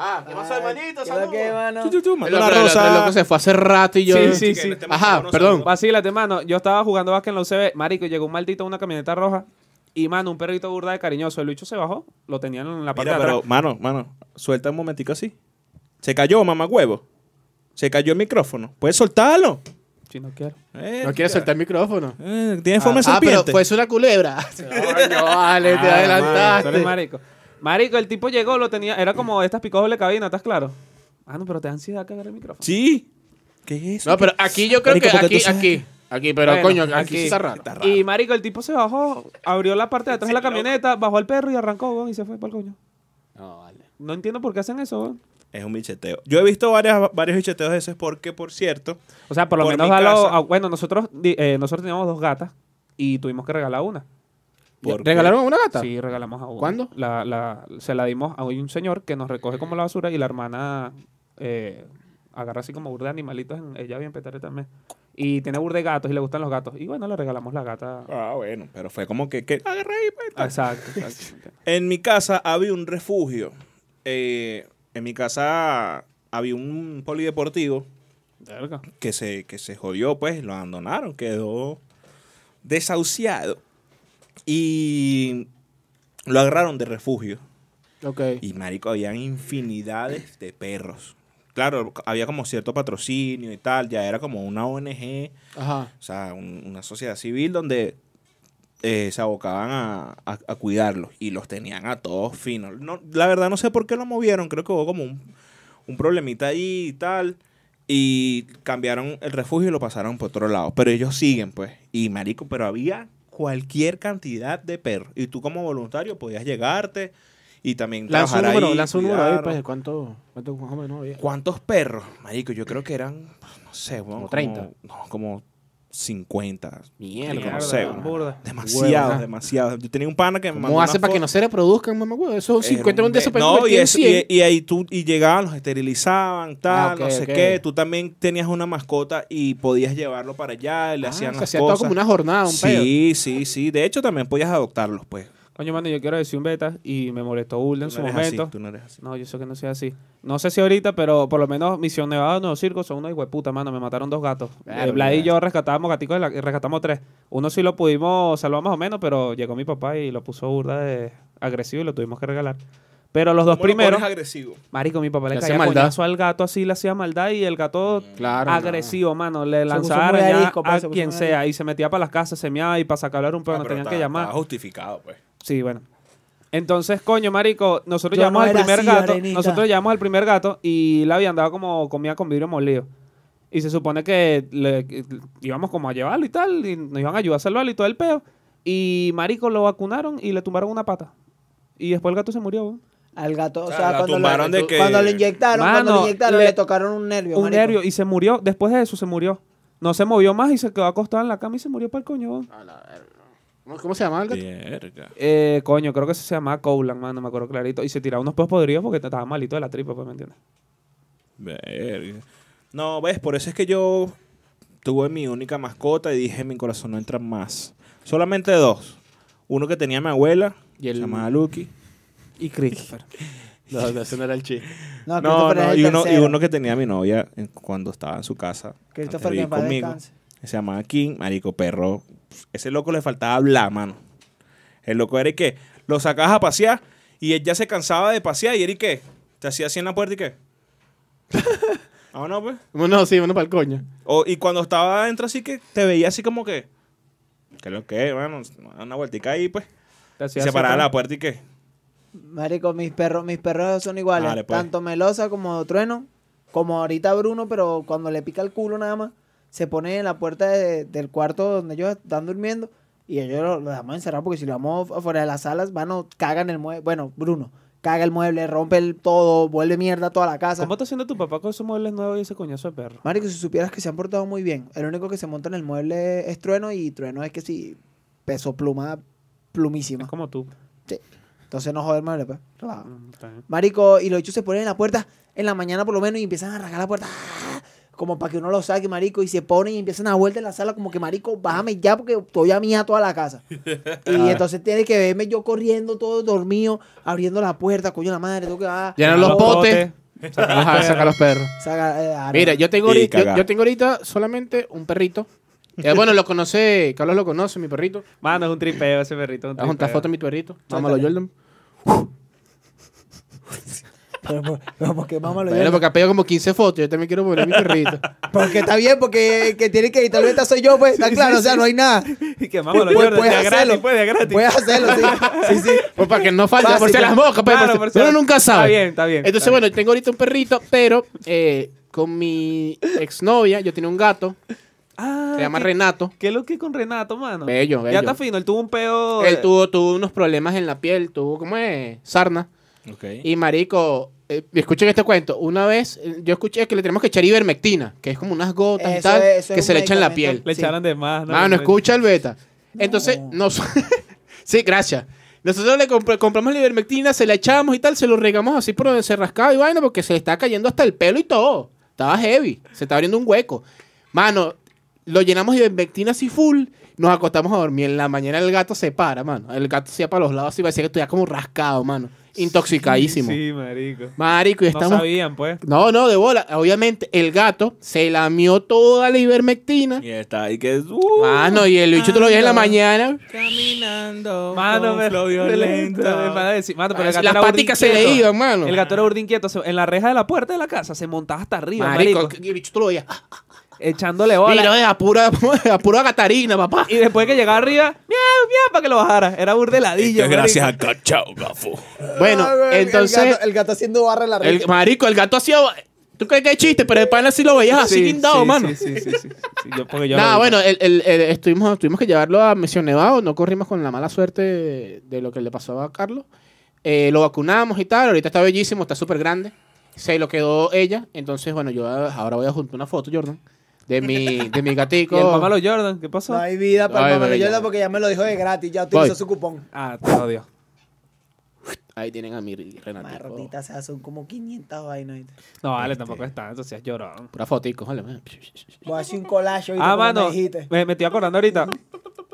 Speaker 6: Ah,
Speaker 1: ¿Qué lo que, mano?
Speaker 3: Tú, tú, tú,
Speaker 6: El
Speaker 3: manda
Speaker 6: otro,
Speaker 3: la
Speaker 6: el otro, el otro
Speaker 3: rosa.
Speaker 6: se fue hace rato y yo.
Speaker 2: Sí, sí.
Speaker 6: Ajá, perdón.
Speaker 2: Vacílate, mano. Yo estaba jugando básquet en la UCB. Marico, llegó un maldito en una camioneta roja. Y, mano, un perrito burda de cariñoso. El bicho se bajó. Lo tenían en la parte
Speaker 3: Mira,
Speaker 2: de atrás.
Speaker 3: pero, mano, mano, suelta un momentico así. Se cayó, mamá huevo. Se cayó el micrófono. ¿Puedes soltarlo?
Speaker 2: Si no quiero.
Speaker 3: Eh,
Speaker 6: No quiere soltar el micrófono.
Speaker 3: eh, Tiene forma de
Speaker 6: Ah, pero
Speaker 3: serpiente.
Speaker 6: fue una culebra. Coño, vale, te
Speaker 2: Ah, mano, tú eres
Speaker 6: adelantaste.
Speaker 2: marico. Marico, el tipo llegó, lo tenía. Era como estas picados doble cabina, ¿estás claro? Ah, no, pero te da ansiedad cagar el micrófono.
Speaker 3: Sí. ¿Qué es eso?
Speaker 6: No, pero aquí yo creo
Speaker 3: Marico,
Speaker 6: que
Speaker 3: porque tú
Speaker 6: aquí,
Speaker 3: sabes-
Speaker 6: aquí, aquí, pero
Speaker 2: Bueno,
Speaker 6: coño, aquí,
Speaker 2: aquí.
Speaker 6: sí está raro.
Speaker 3: Está raro.
Speaker 2: Y marico, el tipo se bajó, abrió la parte de atrás de la camioneta, bajó al perro y arrancó weón, y se fue para el coño.
Speaker 6: No, vale.
Speaker 2: No entiendo por qué hacen eso. weón.
Speaker 3: Es un bicheteo. Yo he visto varias, varios bicheteos de esos porque, por cierto,
Speaker 2: O sea, por lo
Speaker 3: Por
Speaker 2: menos
Speaker 3: mi
Speaker 2: a lo-
Speaker 3: casa.
Speaker 2: a- bueno, nosotros di- eh, nosotros teníamos dos gatas y tuvimos que regalar una.
Speaker 3: porque-
Speaker 6: ¿Regalaron una gata?
Speaker 2: Sí, regalamos a una.
Speaker 6: ¿Cuándo?
Speaker 2: La, la- se la dimos a un señor que nos recoge como la basura y la hermana eh, agarra así como burda de animalitos. en- ella bien petaré también. Y tiene burda de gatos y le gustan los gatos. Y bueno, le regalamos la gata.
Speaker 3: Ah, bueno, pero fue como que, que agarré y pues, tal.
Speaker 2: Exacto, exacto.
Speaker 3: En mi casa había un refugio. Eh, en mi casa había un polideportivo
Speaker 2: Verga.
Speaker 3: que se, que se jodió, pues, lo abandonaron, quedó desahuciado. Y lo agarraron de refugio.
Speaker 6: Ok.
Speaker 3: Y marico, habían infinidades de perros. Claro, había como cierto patrocinio y tal, ya era como una ONG,
Speaker 6: Ajá.
Speaker 3: o sea, un- una sociedad civil donde eh, se abocaban a, a- a cuidarlos y los tenían a todos finos. No, la verdad no sé por qué lo movieron, creo que hubo como un, un problemita ahí y tal. Y cambiaron el refugio y lo pasaron por otro lado. Pero ellos siguen, pues. Y marico, pero había cualquier cantidad de perros. Y tú como voluntario podías llegarte y también
Speaker 6: Lanza un
Speaker 3: trabajar
Speaker 6: número,
Speaker 3: ahí,
Speaker 6: lanza un número ahí,
Speaker 3: cuidar.
Speaker 6: pues, ¿cuánto? ¿Cuánto más o menos había?
Speaker 3: ¿Cuántos perros? Marico, yo creo que eran, no sé, weón,
Speaker 6: Como 30.
Speaker 3: no, como 50.
Speaker 6: Mierda,
Speaker 3: como
Speaker 2: Mierda,
Speaker 3: no sé, weón.
Speaker 2: burda.
Speaker 3: Demasiado,
Speaker 6: Huevona.
Speaker 3: demasiado. Yo tenía un pana que me mandó
Speaker 6: ¿Cómo hace
Speaker 3: una
Speaker 6: para que
Speaker 3: foto.
Speaker 6: no se reproduzcan, mamá? huevo? Eso es un
Speaker 3: Era
Speaker 6: 50
Speaker 3: un
Speaker 6: de esos
Speaker 3: de-
Speaker 6: perros
Speaker 3: No, y,
Speaker 6: metidos en
Speaker 3: eso-
Speaker 6: 100.
Speaker 3: y- y ahí tú y llegaban, los esterilizaban, tal,
Speaker 6: Ah, ok,
Speaker 3: no sé
Speaker 6: ok.
Speaker 3: qué. Tú también tenías una mascota y podías llevarlo para allá y le
Speaker 6: Ah,
Speaker 3: hacían
Speaker 6: se
Speaker 3: las
Speaker 6: hacía todo
Speaker 3: cosas.
Speaker 6: como una jornada, un pedo.
Speaker 3: sí, sí, sí. De hecho, también podías adoptarlos, pues.
Speaker 2: Coño, mano, yo quiero decir un beta y me molestó Ulda en
Speaker 3: Tú
Speaker 2: su
Speaker 3: no eres así,
Speaker 2: momento.
Speaker 3: tú no eres así.
Speaker 2: No, yo sé que no sea así. No sé si ahorita, pero por lo menos Misión Nevada, Nuevo Circo, son unos hueputa, mano. Me mataron dos gatos.
Speaker 6: Claro,
Speaker 2: Eh, Vlad y
Speaker 6: mira.
Speaker 2: yo rescatábamos gaticos de la- y rescatamos tres. Uno sí lo pudimos salvar más o menos, pero llegó mi papá y lo puso burda de agresivo y lo tuvimos que regalar. Pero los dos
Speaker 3: ¿Cómo lo pones
Speaker 2: primeros,
Speaker 3: agresivo.
Speaker 2: marico, mi papá le
Speaker 6: Le
Speaker 2: caía
Speaker 6: hacía maldad. Mm.
Speaker 2: coñazo al gato así, le hacía maldad y el gato
Speaker 6: Claro.
Speaker 2: agresivo, mano, le
Speaker 1: puso
Speaker 2: lanzaba
Speaker 1: muy
Speaker 2: araña
Speaker 1: arisco, pa,
Speaker 2: a
Speaker 1: se puso
Speaker 2: quien
Speaker 1: muy
Speaker 2: sea y se metía para las casas, se meaba y para sacarle un pedo,
Speaker 3: Ah,
Speaker 2: nos
Speaker 3: pero
Speaker 2: tenían que
Speaker 3: está-
Speaker 2: llamar.
Speaker 3: está justificado, pues.
Speaker 2: Sí, bueno. Entonces, coño, marico, nosotros
Speaker 1: Yo
Speaker 2: llamamos
Speaker 1: no
Speaker 2: al
Speaker 1: era
Speaker 2: primer
Speaker 1: así,
Speaker 2: gato,
Speaker 1: arenita.
Speaker 2: nosotros llamamos al primer gato y la habían dado como comida con vidrio molido. Y se supone que le- que íbamos como a llevarlo y tal, y nos iban a ayudar a salvarlo y todo el peo. Y marico lo vacunaron y le tumbaron una pata. Y después el gato se murió. weón.
Speaker 1: Al gato, o
Speaker 3: sea,
Speaker 1: sea,
Speaker 3: la
Speaker 1: cuando,
Speaker 3: tumbaron
Speaker 1: lo,
Speaker 3: de que-
Speaker 1: cuando lo inyectaron, cuando
Speaker 2: Mano,
Speaker 1: lo inyectaron,
Speaker 2: le-
Speaker 1: le, tocaron un nervio.
Speaker 2: Un
Speaker 1: marico.
Speaker 2: nervio y se murió. Después de eso se murió. No se movió más y se quedó acostado en la cama y se murió para el coño. weón.
Speaker 6: A la verga. ¿Cómo- ¿Cómo se llama el gato?
Speaker 3: Verga.
Speaker 2: Eh, coño, creo que se llamaba Cowland, mano, me acuerdo clarito. Y se tiraba unos peos podridos porque estaba malito de la tripa, pues, ¿me entiendes?
Speaker 3: Verga. No, ves, por eso es que yo tuve mi única mascota y dije, mi corazón no entra más. Solamente dos. Uno que tenía mi abuela,
Speaker 6: Y el-
Speaker 3: llamada Lucky.
Speaker 2: Y Christopher.
Speaker 6: No, no, ese no era el chiste.
Speaker 1: No,
Speaker 3: No,
Speaker 1: Ah, Christopher
Speaker 3: no,
Speaker 1: es el
Speaker 3: y uno, y
Speaker 1: tercero.
Speaker 3: uno que tenía mi novia en- cuando estaba en su casa.
Speaker 1: Christopher,
Speaker 3: antes de
Speaker 1: que
Speaker 3: ir
Speaker 1: en paz descanse.
Speaker 3: Se llamaba King, marico perro. Ese loco le faltaba hablar, mano. El loco era el que lo sacabas a pasear y él ya se cansaba de pasear y era el que te hacía así en la puerta y qué. Ah, no, pues.
Speaker 6: No, sí, bueno, para el coño.
Speaker 3: O- y cuando estaba adentro así que te veía así como que... ¿Qué es lo que es, mano? Una vueltica ahí, pues.
Speaker 2: Te hacía
Speaker 3: y se
Speaker 2: así, pues.
Speaker 3: paraba
Speaker 2: ¿no?
Speaker 3: la puerta y qué.
Speaker 1: Marico, mis perros, mis perros son iguales.
Speaker 3: Dale, pues.
Speaker 1: Tanto Melosa como Trueno, como ahorita Bruno, pero cuando le pica el culo nada más, se pone en la puerta de- del cuarto donde ellos están durmiendo y ellos lo, lo dejamos encerrado porque si lo dejamos afuera de las salas, van o cagan el mueble. Bueno, Bruno, caga el mueble, rompe el todo, vuelve mierda a toda la casa.
Speaker 2: ¿Cómo está haciendo tu papá con esos muebles nuevos y ese coñazo de perro?
Speaker 1: Marico, si supieras que se han portado muy bien, el único que se monta en el mueble es Trueno y Trueno es que sí, peso pluma, plumísima.
Speaker 2: Es como tú.
Speaker 1: Sí. Entonces no joder, mueble, pues.
Speaker 6: Ah.
Speaker 1: Relajado.
Speaker 2: Mm, está bien.
Speaker 1: Marico, y los bichos se ponen en la puerta en la mañana por lo menos y empiezan a arrancar la puerta. ¡ah! Como para que uno lo saque, marico, y se ponen y empiezan a dar vuelta en la sala, como que marico, bájame ya porque estoy a mía toda la casa.
Speaker 6: Ah.
Speaker 1: Y entonces tiene que verme yo corriendo todo dormido, abriendo la puerta, coño la madre, tengo que ah,
Speaker 6: Llenar los
Speaker 1: ah,
Speaker 6: potes. Ajá, saca los perros.
Speaker 1: saca, eh, ah, no.
Speaker 6: Mira, yo tengo,
Speaker 3: Y
Speaker 6: ahorita, yo,
Speaker 3: cagar.
Speaker 6: yo tengo ahorita solamente un perrito. Eh, bueno, lo conoce, Carlos lo conoce, mi perrito.
Speaker 2: Mano, es un tripeo ese perrito. es un
Speaker 6: Voy a juntar
Speaker 2: tripeo.
Speaker 6: foto de mi perrito. Mámalo,
Speaker 1: Suéltale.
Speaker 6: Jordan.
Speaker 1: Pero, por- pero porque mamá lo
Speaker 6: Bueno,
Speaker 1: lleva.
Speaker 6: porque ha pedido como 15 fotos. Yo también quiero poner a mi perrito.
Speaker 1: Porque está bien, porque el que tiene que editar ahorita soy yo, pues, está claro, o sea, no hay nada.
Speaker 2: Y que mamá lo
Speaker 1: Puedes-
Speaker 2: llora.
Speaker 1: puedes
Speaker 2: Ah, de a gratis,
Speaker 1: hacerlo.
Speaker 2: pues, de a gratis.
Speaker 1: Puedes hacerlo, sí. Sí, sí.
Speaker 6: Pues para que no falte,
Speaker 1: Fácil,
Speaker 6: por si las moscas, pues,
Speaker 2: Claro,
Speaker 6: por
Speaker 2: por
Speaker 6: si-
Speaker 2: si-
Speaker 6: uno nunca sabe.
Speaker 2: Está bien, está bien,
Speaker 6: Entonces,
Speaker 2: está
Speaker 6: bueno, tengo ahorita un perrito, pero eh, con mi exnovia, yo tenía un gato,
Speaker 2: Ah,
Speaker 6: se llama
Speaker 2: ¿qué-
Speaker 6: Renato.
Speaker 2: ¿Qué es lo que con Renato, mano?
Speaker 6: Bello, bello.
Speaker 2: Ya está fino, él tuvo un
Speaker 1: Oh,
Speaker 2: peo.
Speaker 1: eh.
Speaker 6: Él tuvo, tuvo unos problemas en la piel, tuvo, ¿cómo es? Sarna.
Speaker 3: Ok.
Speaker 6: Y marico, eh, escuchen este cuento. Una vez, eh, yo escuché que le tenemos que echar ivermectina, que es como unas gotas y
Speaker 1: Eso
Speaker 6: tal,
Speaker 1: es- eso
Speaker 6: que
Speaker 1: es
Speaker 6: se
Speaker 1: un
Speaker 6: le echan en la piel.
Speaker 1: medicamento.
Speaker 2: Le
Speaker 1: Sí.
Speaker 2: echaron de más, Ah, ¿no?
Speaker 6: Mano, escucha el beta. Entonces, nos... sí, gracias. Nosotros le compr- compramos la ivermectina, se la echamos y tal, se lo regamos así por donde se rascaba y vaina porque se le está cayendo hasta el pelo y todo. Estaba heavy, se estaba abriendo un hueco. Mano, lo llenamos de ivermectina así full, nos acostamos a dormir. En la mañana el gato se para, mano. El gato se iba para los lados así, parecía que estuviera como rascado, mano. Intoxicadísimo.
Speaker 2: Sí, marico.
Speaker 6: Marico, y estamos...
Speaker 2: No sabían, pues.
Speaker 6: no, no, de bola. Obviamente, el gato se lamió toda la ivermectina.
Speaker 3: Y está ahí que es. uh,
Speaker 6: Mano, y el bicho te lo veías en la
Speaker 3: Ando.
Speaker 6: mañana.
Speaker 3: Caminando.
Speaker 2: Mano,
Speaker 3: con flow violento.
Speaker 2: Mano, decir- mano, pero el gato
Speaker 6: Las
Speaker 2: era burda
Speaker 6: paticas se
Speaker 2: inquieto.
Speaker 6: le iban, mano.
Speaker 2: El gato era burda inquieto. se- En la reja de la puerta de la casa se montaba hasta arriba,
Speaker 6: marico,
Speaker 2: marico.
Speaker 6: el bicho tú lo veías.
Speaker 2: Echándole bola.
Speaker 6: Mira, a pura, a pura gatarina, papá.
Speaker 2: Y después que llegaba arriba, miau, miau, para que lo bajara. Era burdeladillo.
Speaker 3: Esto es gracias a Cachao Gafo.
Speaker 6: Bueno,
Speaker 1: Ah, güey, el
Speaker 6: entonces,
Speaker 1: gato- El gato haciendo barra en la red.
Speaker 6: el, marico, el gato hacía... ¿Tú crees que hay chiste? Pero de pana sí lo veías así guindado, mano.
Speaker 2: Sí, sí, sí. sí, sí, yo- porque yo
Speaker 6: Nada,
Speaker 2: lo vi.
Speaker 6: bueno, el- el- el- estuvimos, tuvimos que llevarlo a Misión Nevado, no corrimos con la mala suerte de, de lo que le pasó a Carlos. Eh, lo vacunamos y tal, ahorita está bellísimo, está súper grande. Se lo quedó ella, entonces bueno, yo ahora voy a juntar una foto, Jordan, de mi, de mi
Speaker 2: Y el
Speaker 6: gatico.
Speaker 2: mamá lo Jordan, ¿qué pasó?
Speaker 1: No hay vida para
Speaker 6: Ay,
Speaker 1: el mamá
Speaker 6: bella.
Speaker 1: Yola porque ya me lo dijo de gratis, ya utilizó
Speaker 6: Voy.
Speaker 1: su cupón.
Speaker 2: Ah, te odio.
Speaker 6: Ahí tienen a mi
Speaker 2: Ah,
Speaker 1: Más
Speaker 6: Renatito.
Speaker 1: rotita, o sea, son como 500 vainas. ¿viste?
Speaker 2: No, vale, tampoco es tanto, seas llorón.
Speaker 6: Pura fotico, vale. man.
Speaker 1: Voy a hacer un collage ahorita,
Speaker 2: Ah,
Speaker 1: como me
Speaker 2: mano,
Speaker 1: dijiste.
Speaker 2: me, me estoy acordando ahorita.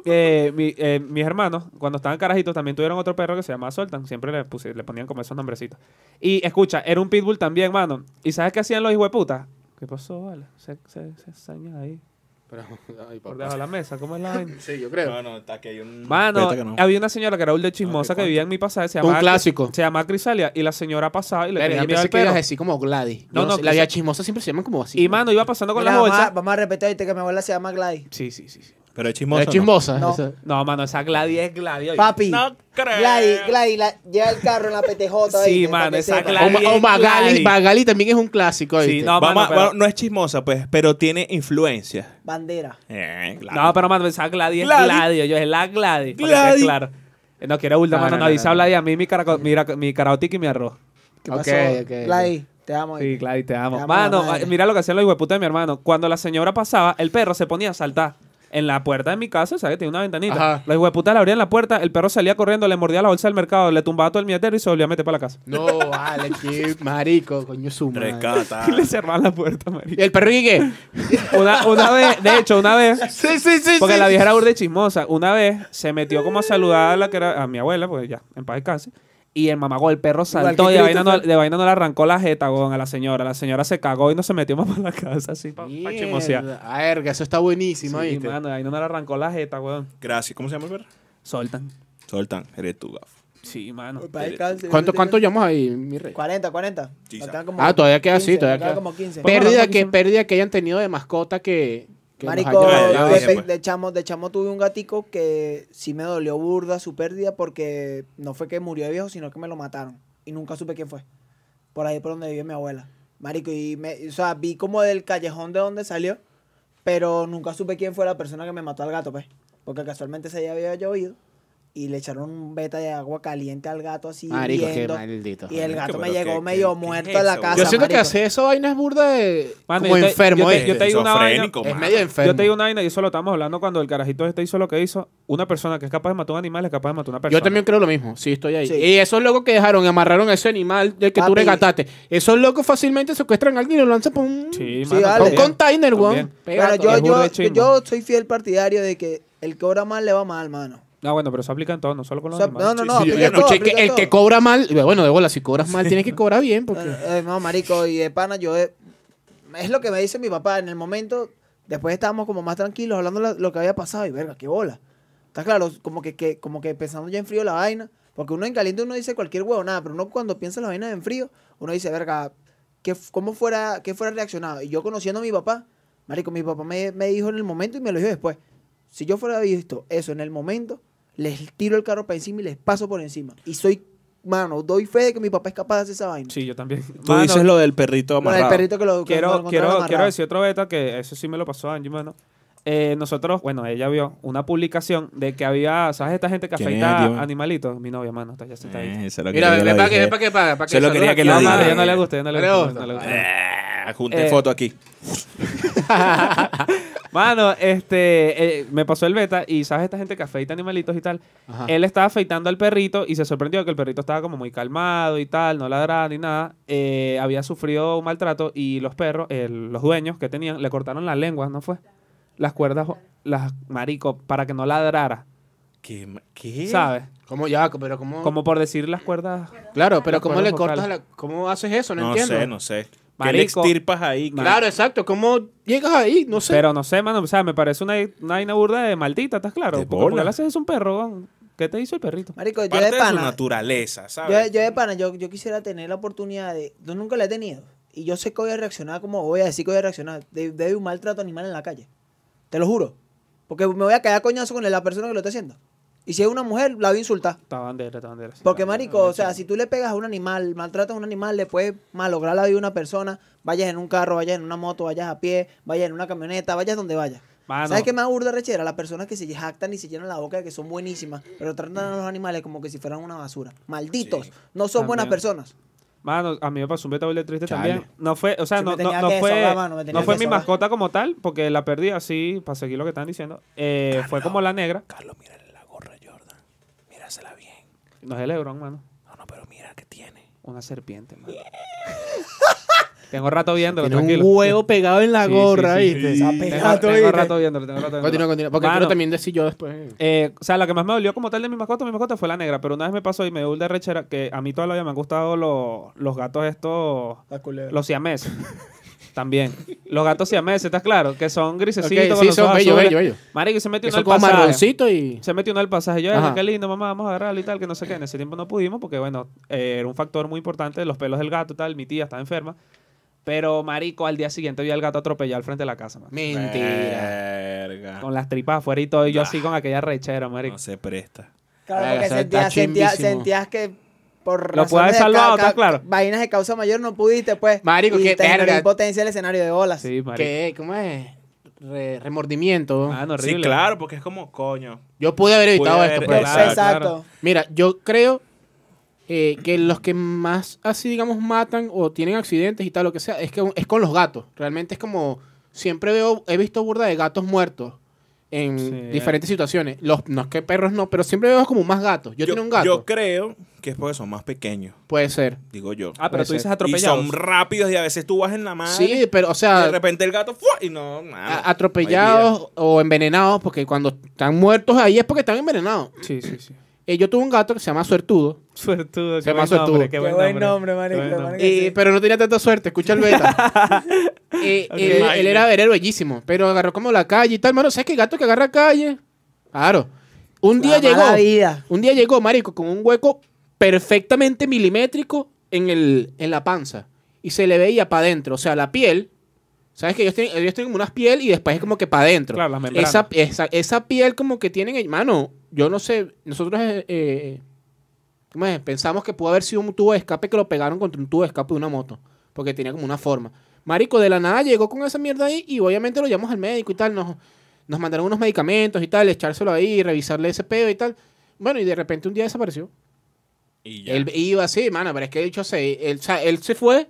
Speaker 2: eh, mi- eh, mis hermanos, cuando estaban carajitos, también tuvieron otro perro que se llamaba Soltan. Siempre le, puse- le ponían como esos nombrecitos. Y escucha, era un pitbull también, mano. ¿Y sabes qué hacían los hijueputas? ¿Qué pasó, vale? Se, se, se saña ahí,
Speaker 6: Pero, ay, papá.
Speaker 2: por debajo Ah, de la mesa. ¿Cómo es la vaina?
Speaker 6: Sí, yo creo.
Speaker 3: no, está que hay un.
Speaker 2: Mano,
Speaker 3: Vete que no.
Speaker 2: había una señora que era ultra chismosa
Speaker 3: Ok,
Speaker 2: que
Speaker 3: ¿cuánto?
Speaker 2: vivía en mi pasaje. Se llamaba,
Speaker 6: Un clásico.
Speaker 2: Se llamaba Crisalia. Y la señora pasaba y le
Speaker 6: Verga,
Speaker 2: tenía
Speaker 6: yo
Speaker 2: miedo
Speaker 6: pensé
Speaker 2: al
Speaker 6: que ibas
Speaker 2: perro.
Speaker 6: a decir como Gladys.
Speaker 2: No,
Speaker 6: No,
Speaker 2: no,
Speaker 6: no, la
Speaker 2: que
Speaker 6: vida
Speaker 2: se-
Speaker 6: chismosa siempre se llaman como así.
Speaker 2: Y, mano, iba pasando con
Speaker 1: Mira,
Speaker 2: las
Speaker 1: vamos, a,
Speaker 2: bolsas.
Speaker 1: vamos a repetir ahorita que mi abuela se llama Gladys.
Speaker 2: Sí, sí, sí. sí.
Speaker 3: Pero es chismoso.
Speaker 6: Es
Speaker 3: ¿no?
Speaker 6: chismosa.
Speaker 1: No.
Speaker 6: esa-
Speaker 2: No, mano, esa Gladys es Gladys. oye.
Speaker 1: Papi,
Speaker 3: No creo.
Speaker 1: Gladys, Gladys, la- lleva el carro en la PTJ.
Speaker 2: Sí,
Speaker 1: ¿viste?
Speaker 2: mano,
Speaker 1: Para que
Speaker 2: esa
Speaker 1: sepa.
Speaker 2: Gladys.
Speaker 6: O, Ma- o Magali,
Speaker 2: Gladys.
Speaker 6: Magali también es un clásico.
Speaker 2: Sí,
Speaker 6: ¿viste?
Speaker 2: no,
Speaker 3: Vamos
Speaker 2: mano,
Speaker 3: a-
Speaker 2: pero-
Speaker 3: bueno, no es chismosa, pues, pero tiene influencia.
Speaker 1: Bandera.
Speaker 3: Eh, claro.
Speaker 2: No, pero mano, esa Gladys es
Speaker 3: Gladys.
Speaker 2: Gladio. Yo es la Gladys. para que
Speaker 3: Gladys.
Speaker 2: quede Claro. Eh, No quiero bulta,
Speaker 6: No,
Speaker 2: mano.
Speaker 6: no,
Speaker 2: No,
Speaker 6: no,
Speaker 2: dice
Speaker 6: no,
Speaker 2: habla de a mí mi, caraco- mi, ra- mi karaoke y mi arroz.
Speaker 1: ¿Qué
Speaker 6: Ok,
Speaker 1: pasó?
Speaker 6: ok,
Speaker 1: Gladys, te amo.
Speaker 2: Sí, Gladys, te amo.
Speaker 1: Te amo,
Speaker 2: mano,
Speaker 1: madre.
Speaker 2: eh, mira lo que hacían los hueputas de mi hermano. Cuando la señora pasaba, el perro se ponía a saltar. En la puerta de mi casa, ¿sabes? Tiene una ventanita.
Speaker 6: Ajá.
Speaker 2: Los hueputas le abrían la puerta, el perro salía corriendo, le mordía la bolsa del mercado, le tumbaba todo el mietero y se volvía a meter para la casa.
Speaker 6: No, vale, qué marico, coño su madre.
Speaker 3: Rescata.
Speaker 2: Y le cerraban la puerta, marico.
Speaker 6: ¿Y el perro y qué?
Speaker 2: Una, una vez, de hecho, una vez,
Speaker 6: Sí, sí, sí.
Speaker 2: Porque la vieja era burda y chismosa. Una vez se metió como a saludar a la que era a mi abuela, pues ya, en paz descanse. Y el mamagó, el perro saltó
Speaker 1: que
Speaker 2: y de vaina, no,
Speaker 1: Christopher.
Speaker 2: de vaina no le arrancó la jeta, weón, a la señora. La señora se cagó y no se metió más para la casa así para chismosear.
Speaker 6: A verga, eso está buenísimo,
Speaker 2: Sí,
Speaker 6: ¿viste?
Speaker 2: mano, de vaina no le arrancó la jeta, weón.
Speaker 3: Gracias. ¿Cómo se llama el perro?
Speaker 2: Soltan.
Speaker 3: Soltan. Eres tú, Gafo.
Speaker 2: Sí, mano.
Speaker 6: ¿Cuánto, ¿Cuánto llevamos ahí, mi rey?
Speaker 1: 40, 40.
Speaker 3: Sí,
Speaker 1: Nos
Speaker 3: sa-
Speaker 1: quedan como
Speaker 6: Ah, todavía queda
Speaker 1: 15,
Speaker 6: así, todavía
Speaker 1: nos quedan
Speaker 6: queda.
Speaker 1: como 15.
Speaker 2: Pues,
Speaker 6: Pérdida
Speaker 2: vamos,
Speaker 6: que,
Speaker 2: vamos.
Speaker 6: pérdida que hayan tenido de mascota que. que nos
Speaker 1: Marico,
Speaker 6: hayan-
Speaker 3: ya, ya,
Speaker 1: de,
Speaker 3: ya,
Speaker 1: pe-
Speaker 3: pues.
Speaker 1: de chamo, de chamo tuve un gatico que sí me dolió burda su pérdida porque no fue que murió de viejo, sino que me lo mataron. Y nunca supe quién fue. Por ahí por donde vive mi abuela. Marico, y me, o sea, vi como del callejón de donde salió, pero nunca supe quién fue la persona que me mató al gato, pues. Porque casualmente ese día había llovido y le echaron un beta de agua caliente al gato así.
Speaker 6: Marico, qué
Speaker 1: hirviendo,
Speaker 6: maldito.
Speaker 1: y el
Speaker 3: Marico,
Speaker 1: gato me
Speaker 3: pero
Speaker 1: llegó
Speaker 3: qué-
Speaker 1: medio
Speaker 3: qué- qué
Speaker 1: muerto
Speaker 3: es
Speaker 1: a la
Speaker 3: eso,
Speaker 1: casa.
Speaker 6: Yo siento que
Speaker 1: marico.
Speaker 6: hace eso vaina es burda de.
Speaker 2: Mano,
Speaker 6: como
Speaker 2: yo te-
Speaker 6: enfermo,
Speaker 2: yo te- yo
Speaker 6: ¿eh?
Speaker 2: te digo una vaina.
Speaker 3: Esquizofrénico,
Speaker 6: Es
Speaker 3: mano.
Speaker 6: medio enfermo.
Speaker 2: Yo te digo una vaina y eso lo estamos hablando cuando el carajito este hizo lo que hizo. Una persona que es capaz de matar a un animal es capaz de matar a una persona.
Speaker 6: Yo también creo lo mismo, sí, estoy ahí.
Speaker 1: Sí.
Speaker 6: Y esos locos que dejaron, amarraron a ese animal del que tú
Speaker 1: Papi.
Speaker 6: rescataste, esos locos fácilmente secuestran a alguien y lo lanzan por un,
Speaker 2: Sí,
Speaker 1: Sí,
Speaker 6: por
Speaker 2: mano,
Speaker 1: vale.
Speaker 6: un
Speaker 2: también.
Speaker 6: container, weón.
Speaker 2: También.
Speaker 6: Pega
Speaker 1: Bueno,
Speaker 6: todo.
Speaker 1: yo,
Speaker 2: es burda de
Speaker 1: yo, yo,
Speaker 2: chimbo.
Speaker 1: soy fiel partidario de que el que obra mal le va mal, mano.
Speaker 2: Ah, bueno, pero eso aplica en todo, no solo
Speaker 1: O
Speaker 2: con los
Speaker 1: sea,
Speaker 2: animales.
Speaker 1: no, no, no.
Speaker 6: Sí, yo
Speaker 1: aplica todo,
Speaker 6: escuché que
Speaker 1: aplica
Speaker 6: el que
Speaker 1: todo.
Speaker 6: cobra mal, bueno, de bola, si cobras mal, tienes que cobrar bien, porque.
Speaker 1: Eh, eh, no, marico, y de pana, yo. eh, es lo que me dice mi papá en el momento. Después estábamos como más tranquilos hablando la- lo que había pasado y verga, qué bola. Está claro, como que, que- como que pensando ya en frío la vaina. Porque uno en caliente uno dice cualquier huevo, nada, pero uno cuando piensa las vainas en frío, uno dice, verga, ¿qué, f- ¿cómo fuera, qué fuera reaccionado? Y yo conociendo a mi papá, marico, mi papá me, me dijo en el momento y me lo dijo después. Si yo fuera visto eso en el momento, les tiro el carro para encima y les paso por encima. Y soy, mano, doy fe de que mi papá es capaz de hacer esa vaina.
Speaker 2: Sí, yo también.
Speaker 3: Tú
Speaker 2: Mano,
Speaker 3: dices lo del perrito
Speaker 1: Con el
Speaker 3: amarrado.
Speaker 1: perrito que lo que lo
Speaker 2: quiero,
Speaker 1: encontraron
Speaker 2: quiero,
Speaker 1: amarrado.
Speaker 2: quiero decir otro beta que eso sí me lo pasó Angie, mano. Eh, nosotros, bueno, ella vio una publicación de que había, ¿sabes? Esta gente que
Speaker 3: ¿Quién es
Speaker 2: afeita
Speaker 3: Angie, man?
Speaker 2: animalitos. Mi novia, mano, está- ya se está ahí.
Speaker 3: Eh, se lo
Speaker 6: Mira,
Speaker 3: quería,
Speaker 6: ve
Speaker 3: lo
Speaker 6: para que,
Speaker 3: dije.
Speaker 6: ve pa' que paga, pa' que
Speaker 3: Se lo
Speaker 6: saluda.
Speaker 3: quería que lo
Speaker 2: no,
Speaker 3: diga.
Speaker 2: madre, ya no le gusta, ya no le
Speaker 6: No le
Speaker 2: gusta.
Speaker 6: gusta.
Speaker 2: no le gusta.
Speaker 3: Ah, Junté
Speaker 2: Eh,
Speaker 3: foto aquí.
Speaker 2: Mano, este, eh, me pasó el beta y sabes esta gente que afeita animalitos y tal.
Speaker 6: Ajá.
Speaker 2: Él estaba afeitando al perrito y se sorprendió que el perrito estaba como muy calmado y tal, no ladraba ni nada. Eh, había sufrido un maltrato y los perros, el- los dueños que tenían, le cortaron las lenguas, ¿no fue? Las cuerdas, las marico, para que no ladrara,
Speaker 3: ¿Qué? ma- qué?
Speaker 2: ¿sabes?
Speaker 6: ¿Cómo ya? Pero ¿cómo?
Speaker 2: Como por decir las cuerdas.
Speaker 6: Claro, pero ¿cómo
Speaker 2: cuerdas
Speaker 6: le cortas
Speaker 2: vocales.
Speaker 6: la- ¿Cómo haces eso? No,
Speaker 3: No
Speaker 6: entiendo.
Speaker 3: sé, no sé. ¿Qué le
Speaker 2: Marico.
Speaker 3: extirpas ahí? ¿Qué-
Speaker 6: Claro, exacto. ¿Cómo llegas ahí? No sé.
Speaker 2: Pero no sé, mano, o sea, me parece una, una vaina burda de maldita, ¿estás claro?
Speaker 3: De
Speaker 2: Porque como
Speaker 3: bola.
Speaker 2: le haces es un perro, weón. ¿qué te hizo el perrito?
Speaker 1: Marico, yo
Speaker 3: Parte
Speaker 1: de
Speaker 3: de su
Speaker 1: pana.
Speaker 3: naturaleza,
Speaker 1: Yo,
Speaker 3: ¿sabes?
Speaker 1: yo de pana, yo, yo quisiera tener la oportunidad de. Yo nunca la he tenido. Y yo sé que voy a reaccionar como voy a decir que voy a reaccionar. De, de un maltrato animal en la calle. Te lo juro. Porque me voy a caer a coñazo con la persona que lo está haciendo. Y si es una mujer, la voy a insultar.
Speaker 2: Esta bandera, esta bandera. sí,
Speaker 1: Porque,
Speaker 2: esta bandera,
Speaker 1: marico, o sea, si tú le pegas a un animal, maltratas a un animal, le puedes malograr la vida a una persona, vayas en un carro, vayas en una moto, vayas a pie, vayas en una camioneta, vayas donde vayas.
Speaker 2: Mano.
Speaker 1: ¿Sabes qué me aburre rechera? Las personas que se jactan y se llenan la boca de que son buenísimas, pero tratan a los animales como que si fueran una basura. Malditos, no son buenas
Speaker 2: También.
Speaker 1: personas.
Speaker 2: Mano, a mí me pasó un beta de triste
Speaker 6: Chale.
Speaker 2: también. No fue, o sea,
Speaker 1: Sí, me
Speaker 2: no, no,
Speaker 1: tenía
Speaker 2: no
Speaker 1: que
Speaker 2: fue,
Speaker 1: desahogar, mano, me tenía
Speaker 2: no fue
Speaker 1: que
Speaker 2: mi
Speaker 1: desahogar.
Speaker 2: mascota como tal, porque la perdí así, para seguir lo que están diciendo. Eh, fue como la negra.
Speaker 3: Carlos, mírale la gorra, Jordan. Mírasela bien.
Speaker 2: No es el Lebron, mano.
Speaker 3: No, no, pero mira que tiene.
Speaker 2: Una serpiente, mano. tengo rato viéndolo,
Speaker 6: Tiene un
Speaker 2: tranquilo.
Speaker 6: huevo pegado en la
Speaker 2: Sí, sí,
Speaker 6: gorra,
Speaker 2: sí, sí.
Speaker 6: ¿viste?
Speaker 2: Tengo-
Speaker 1: pegado,
Speaker 2: Tengo
Speaker 1: ¿viste?
Speaker 2: rato viéndolo, tengo rato viéndolo.
Speaker 6: Continúa, continúa. Porque
Speaker 2: Mano,
Speaker 6: quiero también decir yo después.
Speaker 2: Eh, o sea, la que más me dolió como tal de mi mascota, mi mascota fue la negra, pero una vez me pasó y me dio un de rechera que a mí toda la vida me han gustado los, los gatos estos, los siameses. También. Los gatos siameses, ¿estás claro? Que son grisecitos.
Speaker 6: Ok,
Speaker 2: con
Speaker 6: sí,
Speaker 2: los Este
Speaker 6: son
Speaker 2: ojos
Speaker 6: bellos,
Speaker 2: azules.
Speaker 6: bellos, bellos.
Speaker 2: Marico, y se metió
Speaker 6: Que
Speaker 2: uno
Speaker 6: son
Speaker 2: al
Speaker 6: como
Speaker 2: pasaje.
Speaker 6: marroncitos y.
Speaker 2: Se metió uno al pasaje. Yo,
Speaker 6: Ajá.
Speaker 2: qué lindo, mamá, vamos a agarrarlo y tal, que no sé qué. En ese tiempo no pudimos porque, bueno, eh, era un factor muy importante. Los pelos del gato y tal. Mi tía estaba enferma. Pero, marico, al día siguiente vi al gato atropellado al frente de la casa, man. Eh,
Speaker 6: Mentira.
Speaker 3: Verga.
Speaker 2: Con las tripas afuera y todo. Y yo así
Speaker 6: Ah.
Speaker 2: con aquella rechera, marico.
Speaker 3: No se presta.
Speaker 1: Claro,
Speaker 6: Verga,
Speaker 1: porque
Speaker 6: eso está
Speaker 1: sentías, sentías,
Speaker 6: chimbísimo.
Speaker 1: sentías que por
Speaker 2: Lo
Speaker 1: razones
Speaker 2: puedes
Speaker 1: de
Speaker 2: salvado,
Speaker 1: ca-
Speaker 2: ¿estás
Speaker 1: ca-
Speaker 2: claro?
Speaker 1: Vainas de causa mayor no pudiste, pues.
Speaker 6: Marico,
Speaker 1: y
Speaker 6: qué
Speaker 1: te generó
Speaker 6: verga.
Speaker 1: impotencia el escenario de bolas.
Speaker 2: Sí, marico. Ah,
Speaker 6: ¿Qué? ¿Cómo es? Re- remordimiento.
Speaker 2: Mano, horrible.
Speaker 3: Sí, claro, porque es como coño.
Speaker 6: Yo pude haber evitado
Speaker 3: Pude
Speaker 6: esto.
Speaker 3: haber-
Speaker 6: pues.
Speaker 2: Claro,
Speaker 1: Exacto.
Speaker 2: claro.
Speaker 6: Mira, yo creo eh, que los que más así, digamos, matan o tienen accidentes y tal, lo que sea, es que es con los gatos. Realmente es como. Siempre veo, he visto burda de gatos muertos en
Speaker 2: Sí.
Speaker 6: diferentes situaciones. Los, no es que perros no, pero siempre veo como más gatos. Yo, tengo un gato.
Speaker 3: Yo creo que es porque son más pequeños,
Speaker 6: Puede ser.
Speaker 3: digo yo.
Speaker 2: Ah, pero
Speaker 6: Puede
Speaker 2: tú dices
Speaker 6: ser.
Speaker 3: y
Speaker 2: atropellado.
Speaker 3: son rápidos y a veces tú vas en la mano.
Speaker 6: Sí, pero, o
Speaker 3: Y
Speaker 6: sea,
Speaker 3: de repente el gato ¡fua! y Ah, no, mano,
Speaker 6: a- atropellados o envenenados, porque cuando están muertos ahí es porque están envenenados.
Speaker 2: Sí, sí, sí.
Speaker 6: Eh, yo tuve un gato que se llama Suertudo,
Speaker 2: Suertudo.
Speaker 6: Se
Speaker 2: qué
Speaker 6: llama
Speaker 2: buen
Speaker 6: suertudo.
Speaker 2: nombre, Qué
Speaker 1: Qué
Speaker 2: buen nombre,
Speaker 1: buen nombre, marico,
Speaker 2: Qué buen nombre.
Speaker 1: marico.
Speaker 6: eh,
Speaker 1: sí.
Speaker 6: pero no tenía tanta suerte, escucha el beta. Eh,
Speaker 2: Ok.
Speaker 6: él, él era, era bellísimo, pero agarró como la calle y tal, mano, ¿sabes qué gato que agarra calle? Claro. Un día
Speaker 1: La mala
Speaker 6: llegó,
Speaker 1: vida.
Speaker 6: un día llegó, marico, con un hueco perfectamente milimétrico en, el, en la panza y se le veía para adentro, o sea, la piel... ¿Sabes que ellos tienen, ellos tienen como unas piel y después es como que para adentro?
Speaker 2: Claro, las membranas.
Speaker 6: esa, esa, esa piel como que tienen, eh, mano, yo no sé, nosotros eh, eh, ¿cómo es? pensamos que pudo haber sido un tubo de escape que lo pegaron contra un tubo de escape de una moto, porque tenía como una forma. Marico, de la nada llegó con esa mierda ahí y obviamente lo llevamos al médico y tal, nos, nos mandaron unos medicamentos y tal, echárselo ahí, revisarle ese pedo y tal. Bueno, y de repente un día desapareció.
Speaker 3: Y ya.
Speaker 6: Él iba así, mano, pero es que de hecho se, él, o sea, él se fue,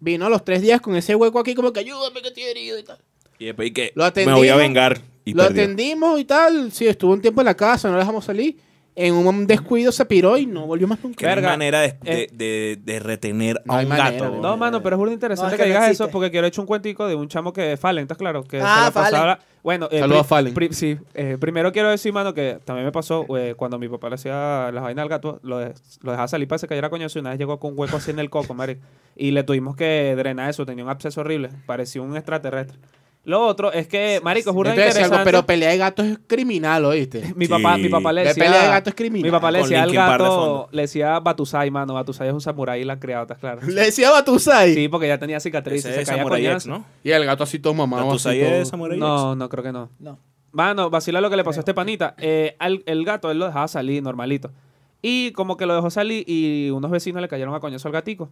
Speaker 6: vino a los tres días con ese hueco aquí como que ayúdame que estoy herido y tal.
Speaker 3: y después y que
Speaker 6: Lo
Speaker 3: me voy a
Speaker 6: atendimos.
Speaker 3: vengar. Y
Speaker 6: lo
Speaker 3: perdió.
Speaker 6: atendimos y tal, sí, estuvo un tiempo en la casa, no lo dejamos salir. En un descuido se piró y no volvió más nunca.
Speaker 3: Que no hay
Speaker 2: Verga.
Speaker 3: manera de,
Speaker 2: Eh.
Speaker 3: de- de- de retener
Speaker 6: No
Speaker 3: a
Speaker 6: hay
Speaker 3: un
Speaker 6: manera,
Speaker 3: gato.
Speaker 6: bro.
Speaker 3: bro.
Speaker 2: No, mano, pero es muy
Speaker 1: No,
Speaker 2: interesante
Speaker 1: es
Speaker 2: que,
Speaker 1: que no
Speaker 2: digas
Speaker 1: existe.
Speaker 2: eso porque quiero echar un cuentico de un chamo que es Fallen, ¿estás claro? Que
Speaker 1: Ah,
Speaker 2: la pasaba-
Speaker 1: Fallen.
Speaker 2: Bueno, eh,
Speaker 6: Saludos a
Speaker 2: pri-
Speaker 6: Fallen.
Speaker 2: pri- sí, eh, primero quiero decir, mano, que también me pasó eh, cuando mi papá le hacía las vainas al gato, lo, de- lo dejaba salir para que se cayera coño. Y una vez llegó con un hueco así en el coco, marico. Y le tuvimos que drenar eso, tenía un absceso horrible, parecía un extraterrestre. Lo otro es que, marico, es burda
Speaker 6: Yo te decía algo,
Speaker 2: interesante.
Speaker 6: pero pelea de gatos es criminal, ¿oíste?
Speaker 2: mi papá, mi papá le
Speaker 6: La
Speaker 2: decía.
Speaker 6: pelea de gato es criminal.
Speaker 2: Mi papá le
Speaker 3: Con
Speaker 2: decía al
Speaker 3: Linkin Park de fondo.
Speaker 2: gato, le decía Batusai, mano. Batusai es un samurái y la criado, ¿estás claro?
Speaker 6: Le decía Batusai.
Speaker 2: Sí, porque ya tenía cicatriz.
Speaker 3: Ese
Speaker 2: Se
Speaker 3: es
Speaker 2: caía
Speaker 3: Samurai X,
Speaker 2: coñazo.
Speaker 3: ¿no?
Speaker 6: Y el gato así todo mamado.
Speaker 3: ¿Tú
Speaker 6: así
Speaker 3: sabes de
Speaker 6: todo-
Speaker 3: Samurai X?
Speaker 2: No, no, creo que no.
Speaker 1: No.
Speaker 2: Mano, vacila lo que le pasó a este panita. Eh, al- el gato, él lo dejaba salir normalito. Y como que lo dejó salir y unos vecinos le cayeron a coñazo al gatico.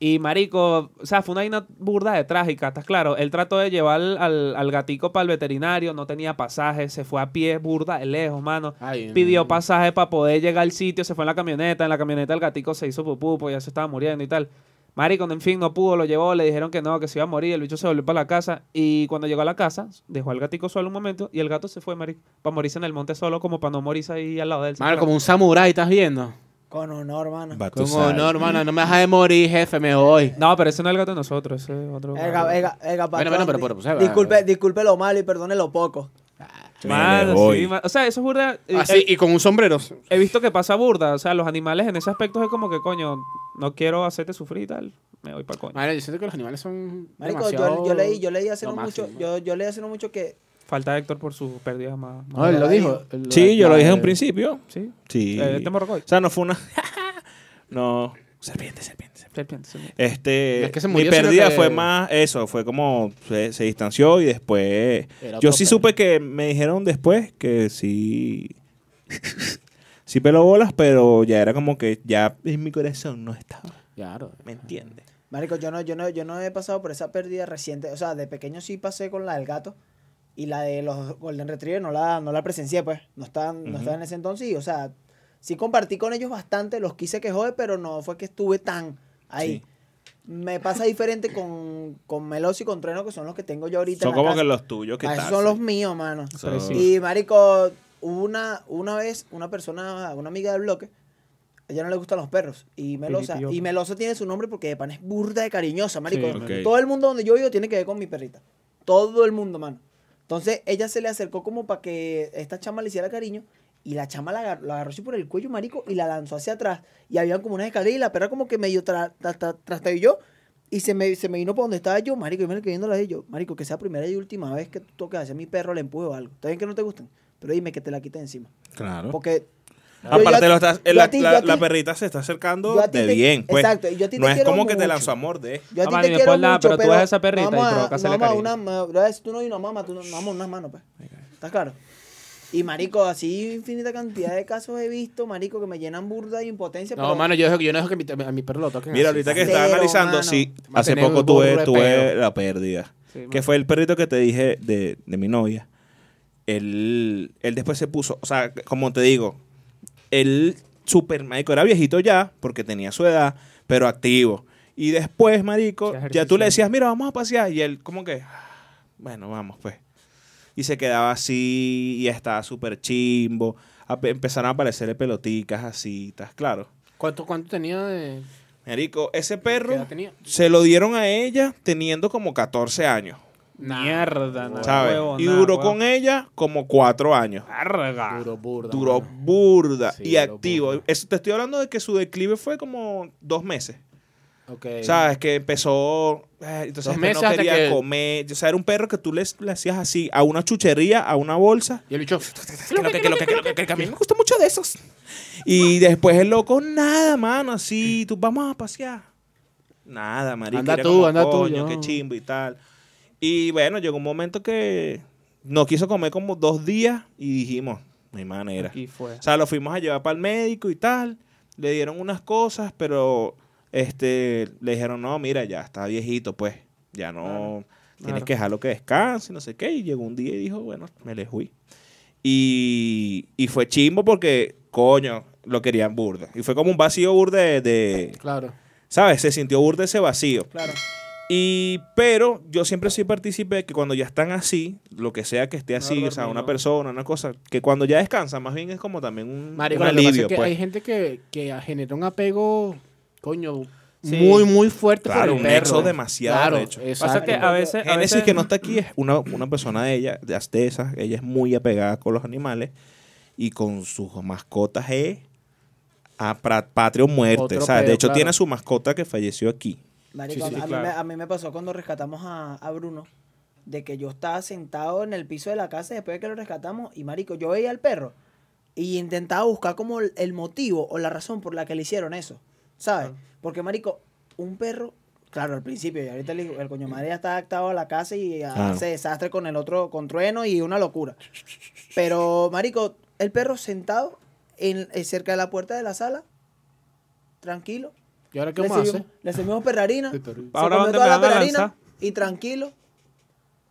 Speaker 2: Y marico, o sea, fue una vaina burda de trágica, ¿estás claro? Él trató de llevar al, al- al gatico para el veterinario, no tenía pasaje, se fue a pie, burda de lejos, mano.
Speaker 6: Ay, no.
Speaker 2: Pidió pasaje para poder llegar al sitio, se fue en la camioneta, en la camioneta el gatico se hizo pupú, pues ya se estaba muriendo y tal. Marico, en fin, no pudo, lo llevó, le dijeron que no, que se iba a morir, el bicho se volvió para la casa y cuando llegó a la casa, dejó al gatico solo un momento y el gato se fue, marico, para morirse en el monte solo, como para no morirse ahí al lado de él.
Speaker 6: Mano, como un samurái, ¿estás viendo?
Speaker 1: Con honor, mano.
Speaker 6: Con
Speaker 3: Batusai.
Speaker 6: honor, hermano, no me dejas de morir, jefe, me voy.
Speaker 2: No, pero ese no es el gato de nosotros, ese es otro. gato.
Speaker 1: Ega, ega, ega,
Speaker 6: Bueno,
Speaker 1: patrón,
Speaker 6: bueno, pero- pero-
Speaker 1: di-
Speaker 6: pero-
Speaker 1: disculpe, disculpe lo malo y perdone lo poco.
Speaker 3: Me
Speaker 2: Mano,
Speaker 3: le
Speaker 2: sí,
Speaker 3: voy.
Speaker 2: ma- O sea, eso es burda. eh,
Speaker 6: Así, y con un sombrero.
Speaker 2: He visto que pasa burda. O sea, los animales en ese aspecto es como que, coño, no quiero hacerte sufrir y tal. Me voy para coño.
Speaker 6: Mano, yo siento que los animales son
Speaker 1: Marico, yo,
Speaker 6: demasiado-
Speaker 1: yo leí, yo leí hace no
Speaker 6: lo
Speaker 1: mucho,
Speaker 6: máximo.
Speaker 1: yo, yo leí hace no mucho que
Speaker 2: Falta Héctor por sus pérdidas más. más-
Speaker 6: No, él lo dijo. él lo-
Speaker 3: Sí, yo lo dije en
Speaker 6: eh,
Speaker 3: un principio.
Speaker 2: Sí.
Speaker 3: Sí.
Speaker 2: Eh, este morrocoy.
Speaker 3: O sea, no fue una. no. Serpiente, serpiente, serpiente.
Speaker 2: Serpiente, serpiente.
Speaker 3: Este,
Speaker 6: No es que se
Speaker 3: mi
Speaker 6: murió, sino
Speaker 3: pérdida
Speaker 6: que-
Speaker 3: fue más eso, fue como se, se distanció y después...
Speaker 6: Era
Speaker 3: Yo
Speaker 6: otro
Speaker 3: sí
Speaker 6: perro.
Speaker 3: supe que me dijeron después que sí... sí peló bolas, pero ya era como que ya en mi corazón no estaba,
Speaker 6: Claro.
Speaker 3: ¿me entiendes?
Speaker 1: Marico, yo no, yo no, yo no he pasado por esa pérdida reciente. O sea, de pequeño sí pasé con la del gato. Y la de los Golden Retriever no la, no la presencié, pues. No estaban, no
Speaker 3: Ujú.
Speaker 1: estaban en ese entonces. Y, o sea, sí compartí con ellos bastante. Los quise que jode, pero no fue que estuve tan ahí.
Speaker 3: Sí.
Speaker 1: Me pasa diferente con, con Melos y con Trueno, que son los que tengo yo ahorita. en
Speaker 3: Son
Speaker 1: la
Speaker 3: como
Speaker 1: casa.
Speaker 3: que los tuyos que
Speaker 1: Ah, esos
Speaker 3: tal,
Speaker 1: son
Speaker 3: sí.
Speaker 1: los míos, mano.
Speaker 3: Son-
Speaker 2: Sí.
Speaker 1: Y marico, hubo una, una vez, una persona, una amiga del bloque, a ella no le gustan los perros. Y Melosa,
Speaker 2: Piripi,
Speaker 1: y
Speaker 2: ojo.
Speaker 1: Melosa tiene su nombre porque de pan es burda de cariñosa, marico.
Speaker 2: Sí,
Speaker 3: ok.
Speaker 1: Todo el mundo donde yo vivo tiene que ver con mi perrita. Todo el mundo, mano. Entonces ella se le acercó como para que esta chama le hiciera cariño. Y la chama la agar- la agarró, así por el cuello, marico, y la lanzó hacia atrás. Y había como una escalera y la perra como que medio tra, tra, tra- trastabilló. Y se me, se me vino para donde estaba yo, marico, y me quedé viéndola de yo, marico, que sea primera y última vez que tú toques hacia mi perro, le empuje o algo. Está bien que no te gusten, pero dime que te la quite encima.
Speaker 3: Claro.
Speaker 1: Porque...
Speaker 3: Aparte, Ah, lo
Speaker 1: los
Speaker 3: estás- la, la- la perrita se está acercando
Speaker 1: yo a ti
Speaker 3: de
Speaker 1: te-
Speaker 3: bien. Pues,
Speaker 1: exacto, y yo a ti te
Speaker 3: no es
Speaker 1: quiero
Speaker 3: como que te
Speaker 1: mucho.
Speaker 3: lanzó amor de...
Speaker 1: Yo a
Speaker 2: No,
Speaker 1: ti
Speaker 2: mano,
Speaker 1: te
Speaker 2: ni
Speaker 1: quiero
Speaker 2: por nada,
Speaker 1: mucho,
Speaker 2: pero tú ves a esa perrita
Speaker 1: vamos
Speaker 2: y
Speaker 1: a-
Speaker 2: provócasele
Speaker 1: vamos a
Speaker 2: cariño.
Speaker 1: una ma- ¿verdad? Si tú no hay una mamá, tú no, vamos una mano, pues. ¿Estás claro? Y marico, así infinita cantidad de casos he visto, marico, que me llenan burda de impotencia.
Speaker 6: No,
Speaker 1: pero-
Speaker 6: mano, yo, dejo- yo no dejo que mi, a mi perro lo toquen.
Speaker 3: Mira,
Speaker 6: así.
Speaker 3: ahorita que
Speaker 1: Cero,
Speaker 3: estaba analizando,
Speaker 1: mano.
Speaker 3: sí,
Speaker 6: Va a
Speaker 3: hace
Speaker 6: tener
Speaker 3: poco
Speaker 6: un burro
Speaker 3: tuve,
Speaker 6: de
Speaker 3: tuve
Speaker 6: peo.
Speaker 3: la pérdida.
Speaker 2: Sí, mano.
Speaker 3: que fue el perrito que te dije de, de mi novia. Él, él después se puso, o sea, como te digo, él super marico era viejito ya, porque tenía su edad, pero activo. Y después, marico,
Speaker 2: Sí,
Speaker 3: ya tú
Speaker 2: ejercicio.
Speaker 3: le decías, mira, vamos a pasear. Y él como que, "Ah, bueno, vamos pues. Y se quedaba así y estaba súper chimbo. Ape- Empezaron a aparecerle peloticas así, ¿estás claro?
Speaker 6: ¿Cuánto, cuánto tenía de.?
Speaker 3: Marico,
Speaker 6: ¿Qué
Speaker 3: ese
Speaker 6: edad
Speaker 3: perro
Speaker 6: tenía?
Speaker 3: se lo dieron a ella teniendo como 14 años.
Speaker 6: Nah,
Speaker 2: Mierda, nada.
Speaker 3: ¿sabes?
Speaker 2: huevo,
Speaker 3: y
Speaker 2: nada,
Speaker 3: duró
Speaker 2: huevo.
Speaker 3: con ella como cuatro años. Ah,
Speaker 2: Verga.
Speaker 6: Duro, burda.
Speaker 3: Duró
Speaker 6: mano.
Speaker 3: burda
Speaker 6: Sí,
Speaker 3: y
Speaker 6: duró
Speaker 3: activo.
Speaker 6: burda.
Speaker 3: Eso, te estoy hablando de que su declive fue como dos meses.
Speaker 6: Ok.
Speaker 3: ¿Sabes? Que empezó. eh, entonces
Speaker 6: Dos
Speaker 3: que
Speaker 6: meses
Speaker 3: no
Speaker 6: hasta
Speaker 3: quería
Speaker 6: que-
Speaker 3: comer. O sea, era un perro que tú le, le hacías así a una chuchería, a una bolsa.
Speaker 6: Y el bicho.
Speaker 3: Que lo que, que lo que, que lo que, que- que a mí me gusta mucho de esos. Y después el loco, nada, mano, así, tú vamos a pasear. Nada, marico.
Speaker 6: Anda
Speaker 3: era
Speaker 6: tú,
Speaker 3: como,
Speaker 6: anda tú,
Speaker 3: coño,
Speaker 6: yo no".
Speaker 3: Qué chimbo y tal. Y bueno, llegó un momento que no quiso comer como dos días y dijimos, no hay manera.
Speaker 2: Aquí fue.
Speaker 3: O sea, lo fuimos a llevar para el médico y tal. Le dieron unas cosas, pero este le dijeron, no, mira, ya está viejito, pues. Ya no.
Speaker 2: Claro,
Speaker 3: Tienes
Speaker 2: claro.
Speaker 3: que dejarlo que descanse, no sé qué. Y llegó un día y dijo, bueno, me le fui. Y, y fue chimbo porque, coño, lo querían burda. Y fue como un vacío burda de, de-
Speaker 6: Claro.
Speaker 3: ¿Sabes? Se sintió burda ese vacío.
Speaker 1: Claro.
Speaker 3: Y, pero yo siempre soy partícipe de que cuando ya están así, lo que sea que esté así, o sea, una persona, una cosa, que cuando ya descansan, más bien es como también un,
Speaker 6: Marico,
Speaker 3: un
Speaker 6: lo que pasa
Speaker 3: alivio,
Speaker 6: es que
Speaker 3: pues.
Speaker 6: hay gente que, que genera un apego, coño,
Speaker 2: Sí.
Speaker 6: muy, muy fuerte por
Speaker 3: Claro,
Speaker 6: el
Speaker 3: un
Speaker 6: perro. eh.
Speaker 3: nexo demasiado,
Speaker 6: Claro,
Speaker 3: de hecho.
Speaker 6: exacto.
Speaker 2: Pasa que
Speaker 1: ah,
Speaker 2: a veces. a
Speaker 3: Génesis,
Speaker 2: veces-
Speaker 3: que no está aquí, es una, una persona de ella, de de esas, ella es muy apegada con los animales y con sus mascotas es a pra- patrio muerte,
Speaker 6: Otro
Speaker 3: ¿sabes?
Speaker 6: pedo,
Speaker 3: de hecho,
Speaker 6: claro.
Speaker 3: tiene a su mascota que falleció aquí.
Speaker 1: Marico,
Speaker 2: sí,
Speaker 1: a, mí
Speaker 2: claro.
Speaker 1: me, a mí me pasó cuando rescatamos a, a Bruno, de que yo estaba sentado en el piso de la casa después de que lo rescatamos y marico, yo veía al perro y intentaba buscar como el, el motivo o la razón por la que le hicieron eso, ¿sabes? Porque marico, un perro, claro, al principio, y ahorita el, hijo- el coño madre ya está adaptado a la casa y a-
Speaker 3: Claro.
Speaker 1: hace desastre con el otro, con trueno y una locura. Pero marico, el perro sentado en, eh, cerca de la puerta de la sala, tranquilo,
Speaker 6: ¿Y ahora qué
Speaker 1: le
Speaker 6: más hace?
Speaker 1: servimos- le servimos perrarina.
Speaker 6: El perro.
Speaker 1: Se
Speaker 2: Ahora,
Speaker 1: comió
Speaker 2: ¿dónde
Speaker 1: toda
Speaker 2: me
Speaker 1: la
Speaker 2: van a
Speaker 1: perarina
Speaker 2: lanzar?
Speaker 1: y tranquilo.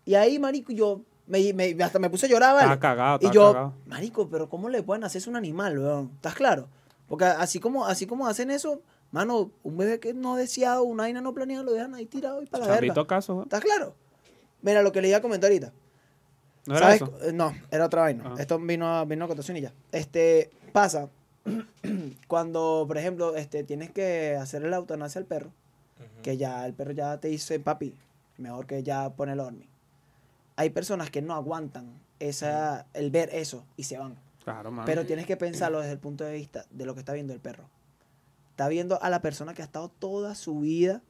Speaker 1: Y ahí, marico, yo me, me- hasta me puse a llorar, ¿vale?
Speaker 2: Estaba cagado,
Speaker 1: y
Speaker 2: estaba
Speaker 1: yo,
Speaker 2: cagado.
Speaker 1: marico, pero ¿cómo le pueden hacer eso a un animal, weón? ¿Estás claro? Porque así como, así como hacen eso, mano, un bebé que no deseado, una vaina no planeada, lo dejan ahí tirado y para la verga.
Speaker 2: Chambito caso, ¿no?
Speaker 1: ¿Estás claro? Mira lo que le iba a comentar ahorita.
Speaker 2: ¿No era
Speaker 1: ¿Sabes?
Speaker 2: eso?
Speaker 1: Eh, No, era otra vaina.
Speaker 2: Ah.
Speaker 1: Esto vino a, vino a cotación y ya. Este, pasa cuando, por ejemplo, este, tienes que hacer la eutanasia al perro, que ya el perro ya te dice, papi, mejor que ya pone el horny. Hay personas que no aguantan esa, el ver eso y se van.
Speaker 2: Claro, mano.
Speaker 1: Pero tienes que pensarlo desde el punto de vista de lo que está viendo el perro. Está viendo a la persona que ha estado toda su vida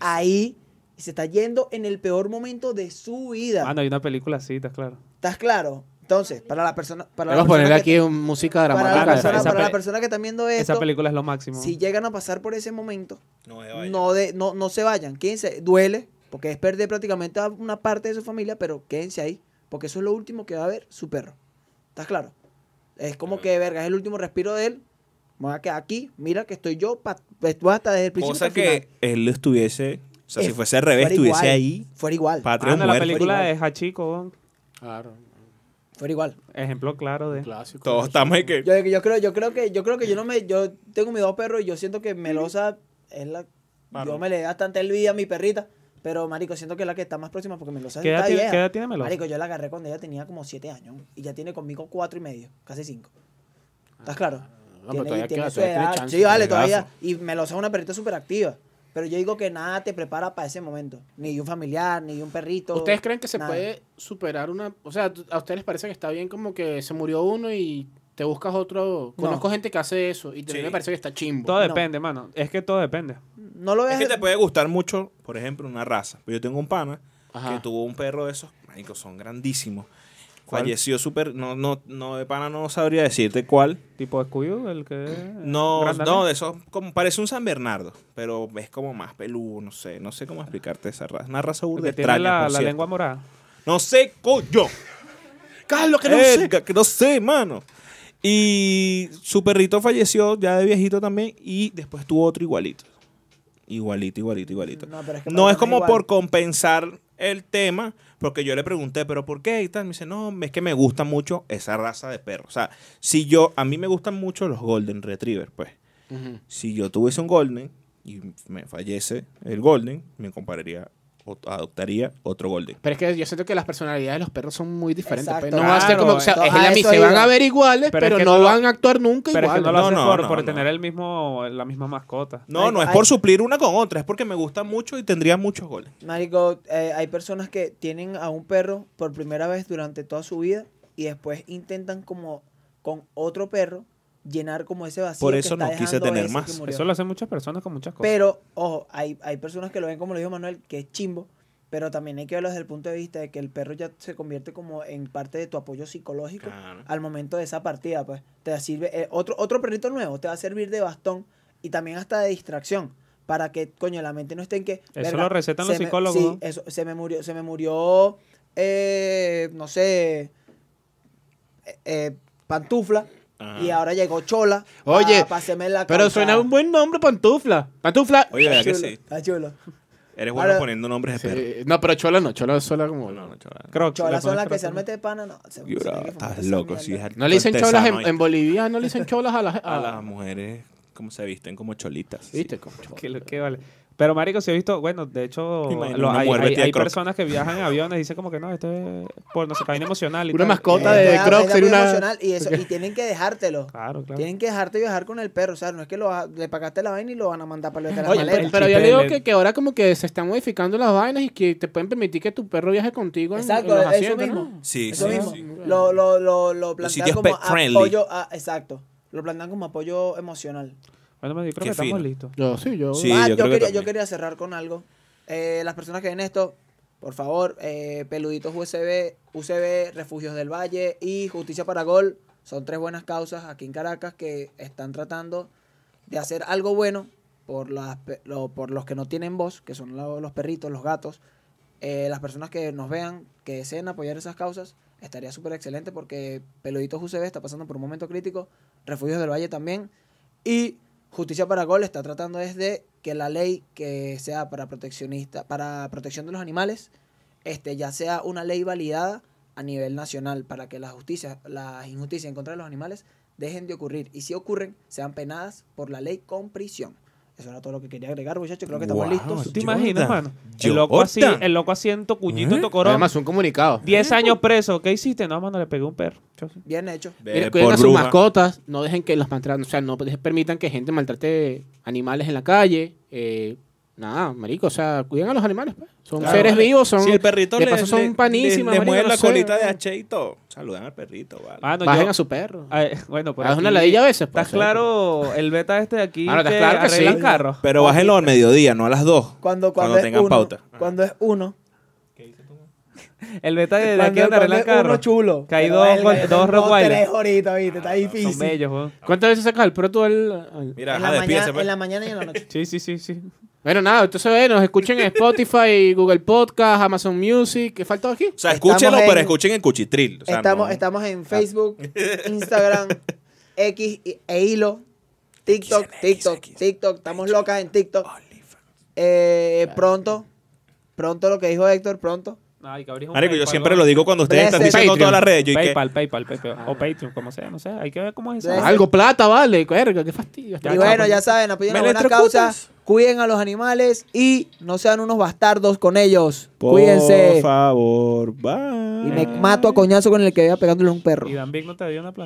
Speaker 6: Ah,
Speaker 1: ahí y se está yendo en el peor momento de su vida.
Speaker 2: Mano, hay una película así, está claro.
Speaker 1: ¿Estás claro? Entonces, para la persona. Para la
Speaker 6: Vamos a
Speaker 1: persona
Speaker 6: poner
Speaker 1: que-
Speaker 6: aquí un- música
Speaker 1: para la
Speaker 6: dramática. de
Speaker 1: persona-
Speaker 2: esa
Speaker 1: para la
Speaker 2: pe-
Speaker 1: persona que están viendo
Speaker 2: Esa
Speaker 1: esto,
Speaker 2: película es lo máximo.
Speaker 1: si llegan a pasar por ese momento,
Speaker 3: No,
Speaker 1: no, de, no, no se vayan. Quédense, duele, porque es perder prácticamente a una parte de su familia, pero quédense ahí, porque eso es lo último que va a ver su perro. ¿Estás claro? Es como que, verga, es el último respiro de él. Me voy a quedar aquí, mira que estoy yo, pa, pues, hasta desde el principio.
Speaker 3: Cosa
Speaker 1: hasta el final.
Speaker 3: que él estuviese, o sea,
Speaker 1: Eh,
Speaker 3: si fuese al revés,
Speaker 1: fuera
Speaker 3: estuviese
Speaker 1: igual,
Speaker 3: ahí,
Speaker 1: Fuera igual.
Speaker 3: patria
Speaker 2: Mano, Ah, la
Speaker 3: muerte.
Speaker 2: película
Speaker 1: igual.
Speaker 2: de Hachiko, ¿no?
Speaker 6: Claro,
Speaker 1: Fuera igual.
Speaker 2: ejemplo claro de.
Speaker 6: un clásico.
Speaker 3: Todos estamos ahí que...
Speaker 1: Yo, yo creo, yo creo que yo creo que yo no me yo tengo mis dos perros y yo siento que Melosa es la
Speaker 3: Claro.
Speaker 1: yo me le da bastante vida a mi perrita, pero marico, siento que es la que está más próxima porque Melosa
Speaker 2: ¿Qué edad
Speaker 1: está
Speaker 2: tiene-
Speaker 1: vieja.
Speaker 2: qué edad tiene Melosa?
Speaker 1: Marico, yo la agarré cuando ella tenía como siete años y ya tiene conmigo cuatro y medio, casi cinco. ¿Estás claro?
Speaker 6: Ah, pero todavía queda,
Speaker 1: su
Speaker 6: todavía tiene
Speaker 1: edad.
Speaker 6: chance,
Speaker 1: sí, vale,
Speaker 3: tiene
Speaker 1: todavía. Y Melosa es una perrita súper activa. Pero yo digo que nada te prepara para ese momento. Ni un familiar, ni un perrito.
Speaker 6: ¿Ustedes creen que se
Speaker 1: nada.
Speaker 6: puede superar una... O sea, ¿a ustedes les parece que está bien como que se murió uno y te buscas otro?
Speaker 1: No.
Speaker 6: Conozco gente que hace eso y también
Speaker 3: Sí.
Speaker 6: me parece que está chimbo.
Speaker 2: Todo
Speaker 1: No.
Speaker 2: depende, mano. Es que todo depende.
Speaker 1: No lo
Speaker 3: Es
Speaker 1: ves.
Speaker 3: que te puede gustar mucho, por ejemplo, una raza. Pues Yo tengo un pana
Speaker 6: Ajá.
Speaker 3: que tuvo un perro de esos, marico, son grandísimos.
Speaker 2: ¿Cuál?
Speaker 3: Falleció súper, no, no, no, de pana no sabría decirte cuál.
Speaker 2: Tipo Scooby, el que.
Speaker 3: No,
Speaker 2: Grandalón.
Speaker 3: no, de esos, como parece un San Bernardo, pero es como más peludo, no sé, no sé cómo explicarte esa raza. Una raza
Speaker 2: El
Speaker 3: burda
Speaker 2: que tiene
Speaker 3: extraña,
Speaker 2: la,
Speaker 3: por
Speaker 2: la
Speaker 3: cierto.
Speaker 2: lengua morada.
Speaker 3: No sé, coño.
Speaker 6: ¡Carlos, que no sé!
Speaker 3: Erga, que no sé, mano. Y su perrito falleció ya de viejito también y después tuvo otro igualito. Igualito, igualito, igualito.
Speaker 1: No, pero es que
Speaker 3: No
Speaker 1: para
Speaker 3: es
Speaker 1: mí
Speaker 3: como
Speaker 1: igual.
Speaker 3: por compensar el tema, porque yo le pregunté, pero ¿por qué? Y tal, me dice, no, es que me gusta mucho esa raza de perros. O sea, si yo, a mí me gustan mucho los Golden Retriever, pues.
Speaker 6: Ujú.
Speaker 3: Si yo tuviese un Golden y me fallece el Golden, me compararía, o adoptaría otro Golden.
Speaker 6: Pero es que yo siento que las personalidades de los perros son muy diferentes.
Speaker 1: Exacto.
Speaker 6: pues. No va a ser
Speaker 2: Claro,
Speaker 6: como, o sea,
Speaker 1: entonces,
Speaker 6: es la
Speaker 1: a
Speaker 6: misma,
Speaker 1: eso
Speaker 6: se van
Speaker 1: iba.
Speaker 6: a ver iguales,
Speaker 2: Pero
Speaker 6: pero,
Speaker 2: es que
Speaker 6: no,
Speaker 2: no lo-
Speaker 6: van a actuar nunca
Speaker 2: Pero es que
Speaker 6: igual.
Speaker 2: no lo
Speaker 3: No,
Speaker 2: hace
Speaker 3: no,
Speaker 2: por,
Speaker 3: no,
Speaker 2: por
Speaker 3: no.
Speaker 2: tener el mismo, la misma mascota.
Speaker 3: No, no es
Speaker 1: Ay.
Speaker 3: por suplir una con otra, es porque me gusta mucho y tendría muchos goles.
Speaker 1: Marico, eh, hay personas que tienen a un perro por primera vez durante toda su vida y después intentan como con otro perro llenar como ese vacío.
Speaker 3: Por
Speaker 1: que
Speaker 3: eso
Speaker 1: está
Speaker 3: no quise
Speaker 1: dejando
Speaker 3: tener
Speaker 1: ese
Speaker 3: más.
Speaker 1: que murió.
Speaker 2: Eso lo hacen muchas personas con muchas cosas.
Speaker 1: Pero, ojo, hay, hay personas que lo ven como lo dijo Manuel, que es chimbo, pero también hay que verlo desde el punto de vista de que el perro ya se convierte como en parte de tu apoyo psicológico
Speaker 3: Claro.
Speaker 1: al momento de esa partida, pues. Te sirve, eh, otro, otro perrito nuevo te va a servir de bastón y también hasta de distracción. Para que, coño, la mente no esté en que.
Speaker 2: lo recetan
Speaker 1: se
Speaker 2: los
Speaker 1: me-
Speaker 2: psicólogos,
Speaker 1: sí,
Speaker 2: ¿no?
Speaker 1: eso, se me murió, se me murió, eh, no sé, eh, eh, pantufla.
Speaker 3: Ajá.
Speaker 1: Y ahora llegó Chola.
Speaker 6: Oye,
Speaker 1: pa- pa' hacerme la
Speaker 6: Pero
Speaker 1: causa.
Speaker 6: suena un buen nombre, Pantufla. Pantufla.
Speaker 3: Oye, ¿verdad que
Speaker 1: Está chulo,
Speaker 3: sí?
Speaker 1: Está chulo.
Speaker 3: Eres bueno
Speaker 1: Ahora-
Speaker 3: poniendo nombres de perro.
Speaker 6: Sí, No, pero Chola no, Chola sola como...
Speaker 3: No,
Speaker 6: No,
Speaker 3: no, chaval.
Speaker 2: Crocs.
Speaker 1: Chola
Speaker 2: le pones
Speaker 1: son las que
Speaker 2: Crocs.
Speaker 1: se arma de pana, no. se-
Speaker 3: Yo,
Speaker 1: se tiene que fumar
Speaker 3: estás
Speaker 1: esa
Speaker 3: loco,
Speaker 1: mierda. Eh,
Speaker 3: sí. es
Speaker 6: le dicen Em- cholas en,
Speaker 3: artesano,
Speaker 6: en Bolivia, no le dicen cholas a las... A,
Speaker 3: A las mujeres, como se visten, como cholitas. sí.
Speaker 6: Ah. ¿Viste? Como cholas.
Speaker 2: Que lo- que vale. Pero marico, si he visto, bueno, de hecho,
Speaker 3: Imagina,
Speaker 2: lo-
Speaker 3: una
Speaker 2: hay,
Speaker 3: muerte
Speaker 2: hay-
Speaker 3: de
Speaker 2: hay
Speaker 3: Croc.
Speaker 2: personas que viajan en aviones y dicen como que no, esto es por no sé, vaina emocional y
Speaker 6: Una
Speaker 2: tal.
Speaker 6: mascota
Speaker 1: Eh,
Speaker 6: de
Speaker 1: está-
Speaker 6: Crocs
Speaker 1: está
Speaker 6: sería
Speaker 1: muy
Speaker 6: una-
Speaker 1: emocional Y, eso, y tienen que dejártelo.
Speaker 2: Claro, claro.
Speaker 1: Tienen que dejarte viajar con el perro. O sea, no es que lo, ha- le pagaste la vaina y lo van a mandar para la
Speaker 6: Oye,
Speaker 1: maleta.
Speaker 6: pero,
Speaker 2: El
Speaker 6: pero yo le digo
Speaker 2: chipele.
Speaker 6: que, que ahora como que se están modificando las vainas y que te pueden permitir que tu perro viaje contigo en,
Speaker 1: Exacto,
Speaker 6: en los
Speaker 1: eso
Speaker 6: asientos,
Speaker 1: mismo.
Speaker 6: ¿no?
Speaker 3: Sí,
Speaker 1: Eso
Speaker 3: sí,
Speaker 1: mismo.
Speaker 3: sí.
Speaker 1: Lo, lo, lo, lo plantean
Speaker 3: sitios
Speaker 1: como
Speaker 3: pet friendly.
Speaker 1: apoyo. a- exacto. Lo plantean como apoyo emocional.
Speaker 2: Bueno, me- yo creo
Speaker 3: Qué
Speaker 2: que estamos
Speaker 3: fino.
Speaker 2: listos.
Speaker 6: Yo, sí, yo...
Speaker 3: Sí,
Speaker 1: Ah,
Speaker 3: yo
Speaker 1: yo,
Speaker 3: creo que
Speaker 1: quería,
Speaker 3: también.
Speaker 1: yo quería cerrar con algo. Eh, las personas que ven esto, por favor, eh, Peluditos USB, UCB, Refugios del Valle y Justicia para Gol son tres buenas causas aquí en Caracas que están tratando de hacer algo bueno por, las, pe- lo- por los que no tienen voz, que son lo- los perritos, los gatos. Eh, las personas que nos vean, que deseen apoyar esas causas, estaría súper excelente porque Peluditos UCB está pasando por un momento crítico, Refugios del Valle también. Y Justicia para Gol está tratando desde que la ley que sea para proteccionista, para protección de los animales, este, ya sea una ley validada a nivel nacional para que las justicias, las injusticias en contra de los animales dejen de ocurrir y si ocurren sean penadas por la ley con prisión. Eso era todo lo que quería agregar, muchachos. Creo que estamos
Speaker 3: Guau,
Speaker 1: listos.
Speaker 2: ¿Tú te imaginas,
Speaker 3: Jordan,
Speaker 2: mano? El loco así,
Speaker 3: Jordan.
Speaker 2: el loco así en Tocuñito,
Speaker 3: ¿Eh?
Speaker 2: en Tocorón.
Speaker 6: Además, un comunicado.
Speaker 2: 10 años preso. ¿Qué hiciste? No, mano, le pegué un perro. Yo sí.
Speaker 1: Bien hecho.
Speaker 3: Ve
Speaker 6: Mira,
Speaker 3: por
Speaker 6: cuiden a sus
Speaker 3: bruja.
Speaker 6: mascotas, no dejen que las maltraten, o sea, no dejen- permitan que gente maltrate animales en la calle. eh, nada, marico, o sea, cuiden a los animales, pues. Son
Speaker 3: Claro,
Speaker 6: seres
Speaker 3: vale.
Speaker 6: vivos, son.
Speaker 3: Si el perrito
Speaker 6: de
Speaker 3: le,
Speaker 6: paso son
Speaker 3: le-
Speaker 6: panísimas,
Speaker 3: le,
Speaker 6: marico,
Speaker 3: le mueven
Speaker 6: no
Speaker 3: la
Speaker 6: sé.
Speaker 3: colita de acheito. Saludan al perrito, vale.
Speaker 2: Mano,
Speaker 6: bajen
Speaker 2: Ah, yo-
Speaker 6: a su perro.
Speaker 2: Ay, bueno, por
Speaker 6: Ah, es una
Speaker 2: aquí-
Speaker 6: ladilla a veces, pues,
Speaker 2: ¿Estás
Speaker 6: sí,
Speaker 2: claro el beta este de aquí
Speaker 6: Mano,
Speaker 2: que
Speaker 6: ¿estás claro que sí?
Speaker 2: arreglan carros?
Speaker 3: Pero bájenlo al mediodía, no a las 2.
Speaker 1: Cuando, cuando, es
Speaker 3: tengan
Speaker 1: uno,
Speaker 3: pauta.
Speaker 1: Cuando es uno.
Speaker 2: El beta de, de
Speaker 1: Cuando,
Speaker 2: aquí donde
Speaker 1: cuando
Speaker 2: arreglan
Speaker 1: es uno
Speaker 2: carros.
Speaker 1: chulo.
Speaker 2: Que hay
Speaker 1: pero
Speaker 2: dos-
Speaker 1: verga,
Speaker 2: dos
Speaker 1: son
Speaker 2: Rottweiler.
Speaker 1: tres ahorita, viste. Está difícil.
Speaker 2: Son bellos, weón.
Speaker 6: ¿Cuántas veces sacas al perro tú al- al-
Speaker 3: Mira,
Speaker 1: en, la
Speaker 3: ajá, despídese,
Speaker 1: mañana,
Speaker 3: pues.
Speaker 1: en la mañana y en la noche.
Speaker 2: Sí, sí, sí, sí.
Speaker 6: Bueno, nada, entonces eh, nos escuchen en Spotify, Google Podcast, Amazon Music. ¿Qué faltó aquí?
Speaker 3: O sea,
Speaker 1: Estamos
Speaker 3: escúchenlo,
Speaker 1: en-
Speaker 3: pero escuchen en cuchitril. O sea,
Speaker 1: estamos,
Speaker 3: no- Ah.
Speaker 1: estamos en Facebook, Instagram, X y- e Hilo, TikTok, TikTok, TikTok. Estamos locas en TikTok. Eh, pronto, pronto lo que dijo Héctor, pronto.
Speaker 2: Ay, que abrís un
Speaker 3: Marico, yo
Speaker 2: PayPal,
Speaker 3: siempre
Speaker 2: weón.
Speaker 3: lo digo cuando ustedes están
Speaker 1: Blessed.
Speaker 3: diciendo todas las redes. Yo y que,
Speaker 2: PayPal, PayPal, PayPal. O Patreon, como sea, no sé. Hay que ver cómo es
Speaker 1: Blessed.
Speaker 2: eso.
Speaker 6: Algo plata, vale, verga, qué fastidio.
Speaker 2: Ya,
Speaker 1: y
Speaker 2: chao,
Speaker 1: bueno,
Speaker 2: pues.
Speaker 1: ya saben, apoyen
Speaker 3: ¿Me
Speaker 1: a buenas
Speaker 3: electrocutas?
Speaker 1: causas, cuiden a los animales y no sean unos bastardos con ellos.
Speaker 3: Por
Speaker 1: Cuídense.
Speaker 3: favor, bye.
Speaker 1: Y me mato a coñazo con el que vea pegándole a un perro.
Speaker 2: Y Dan Big no te dio una plata.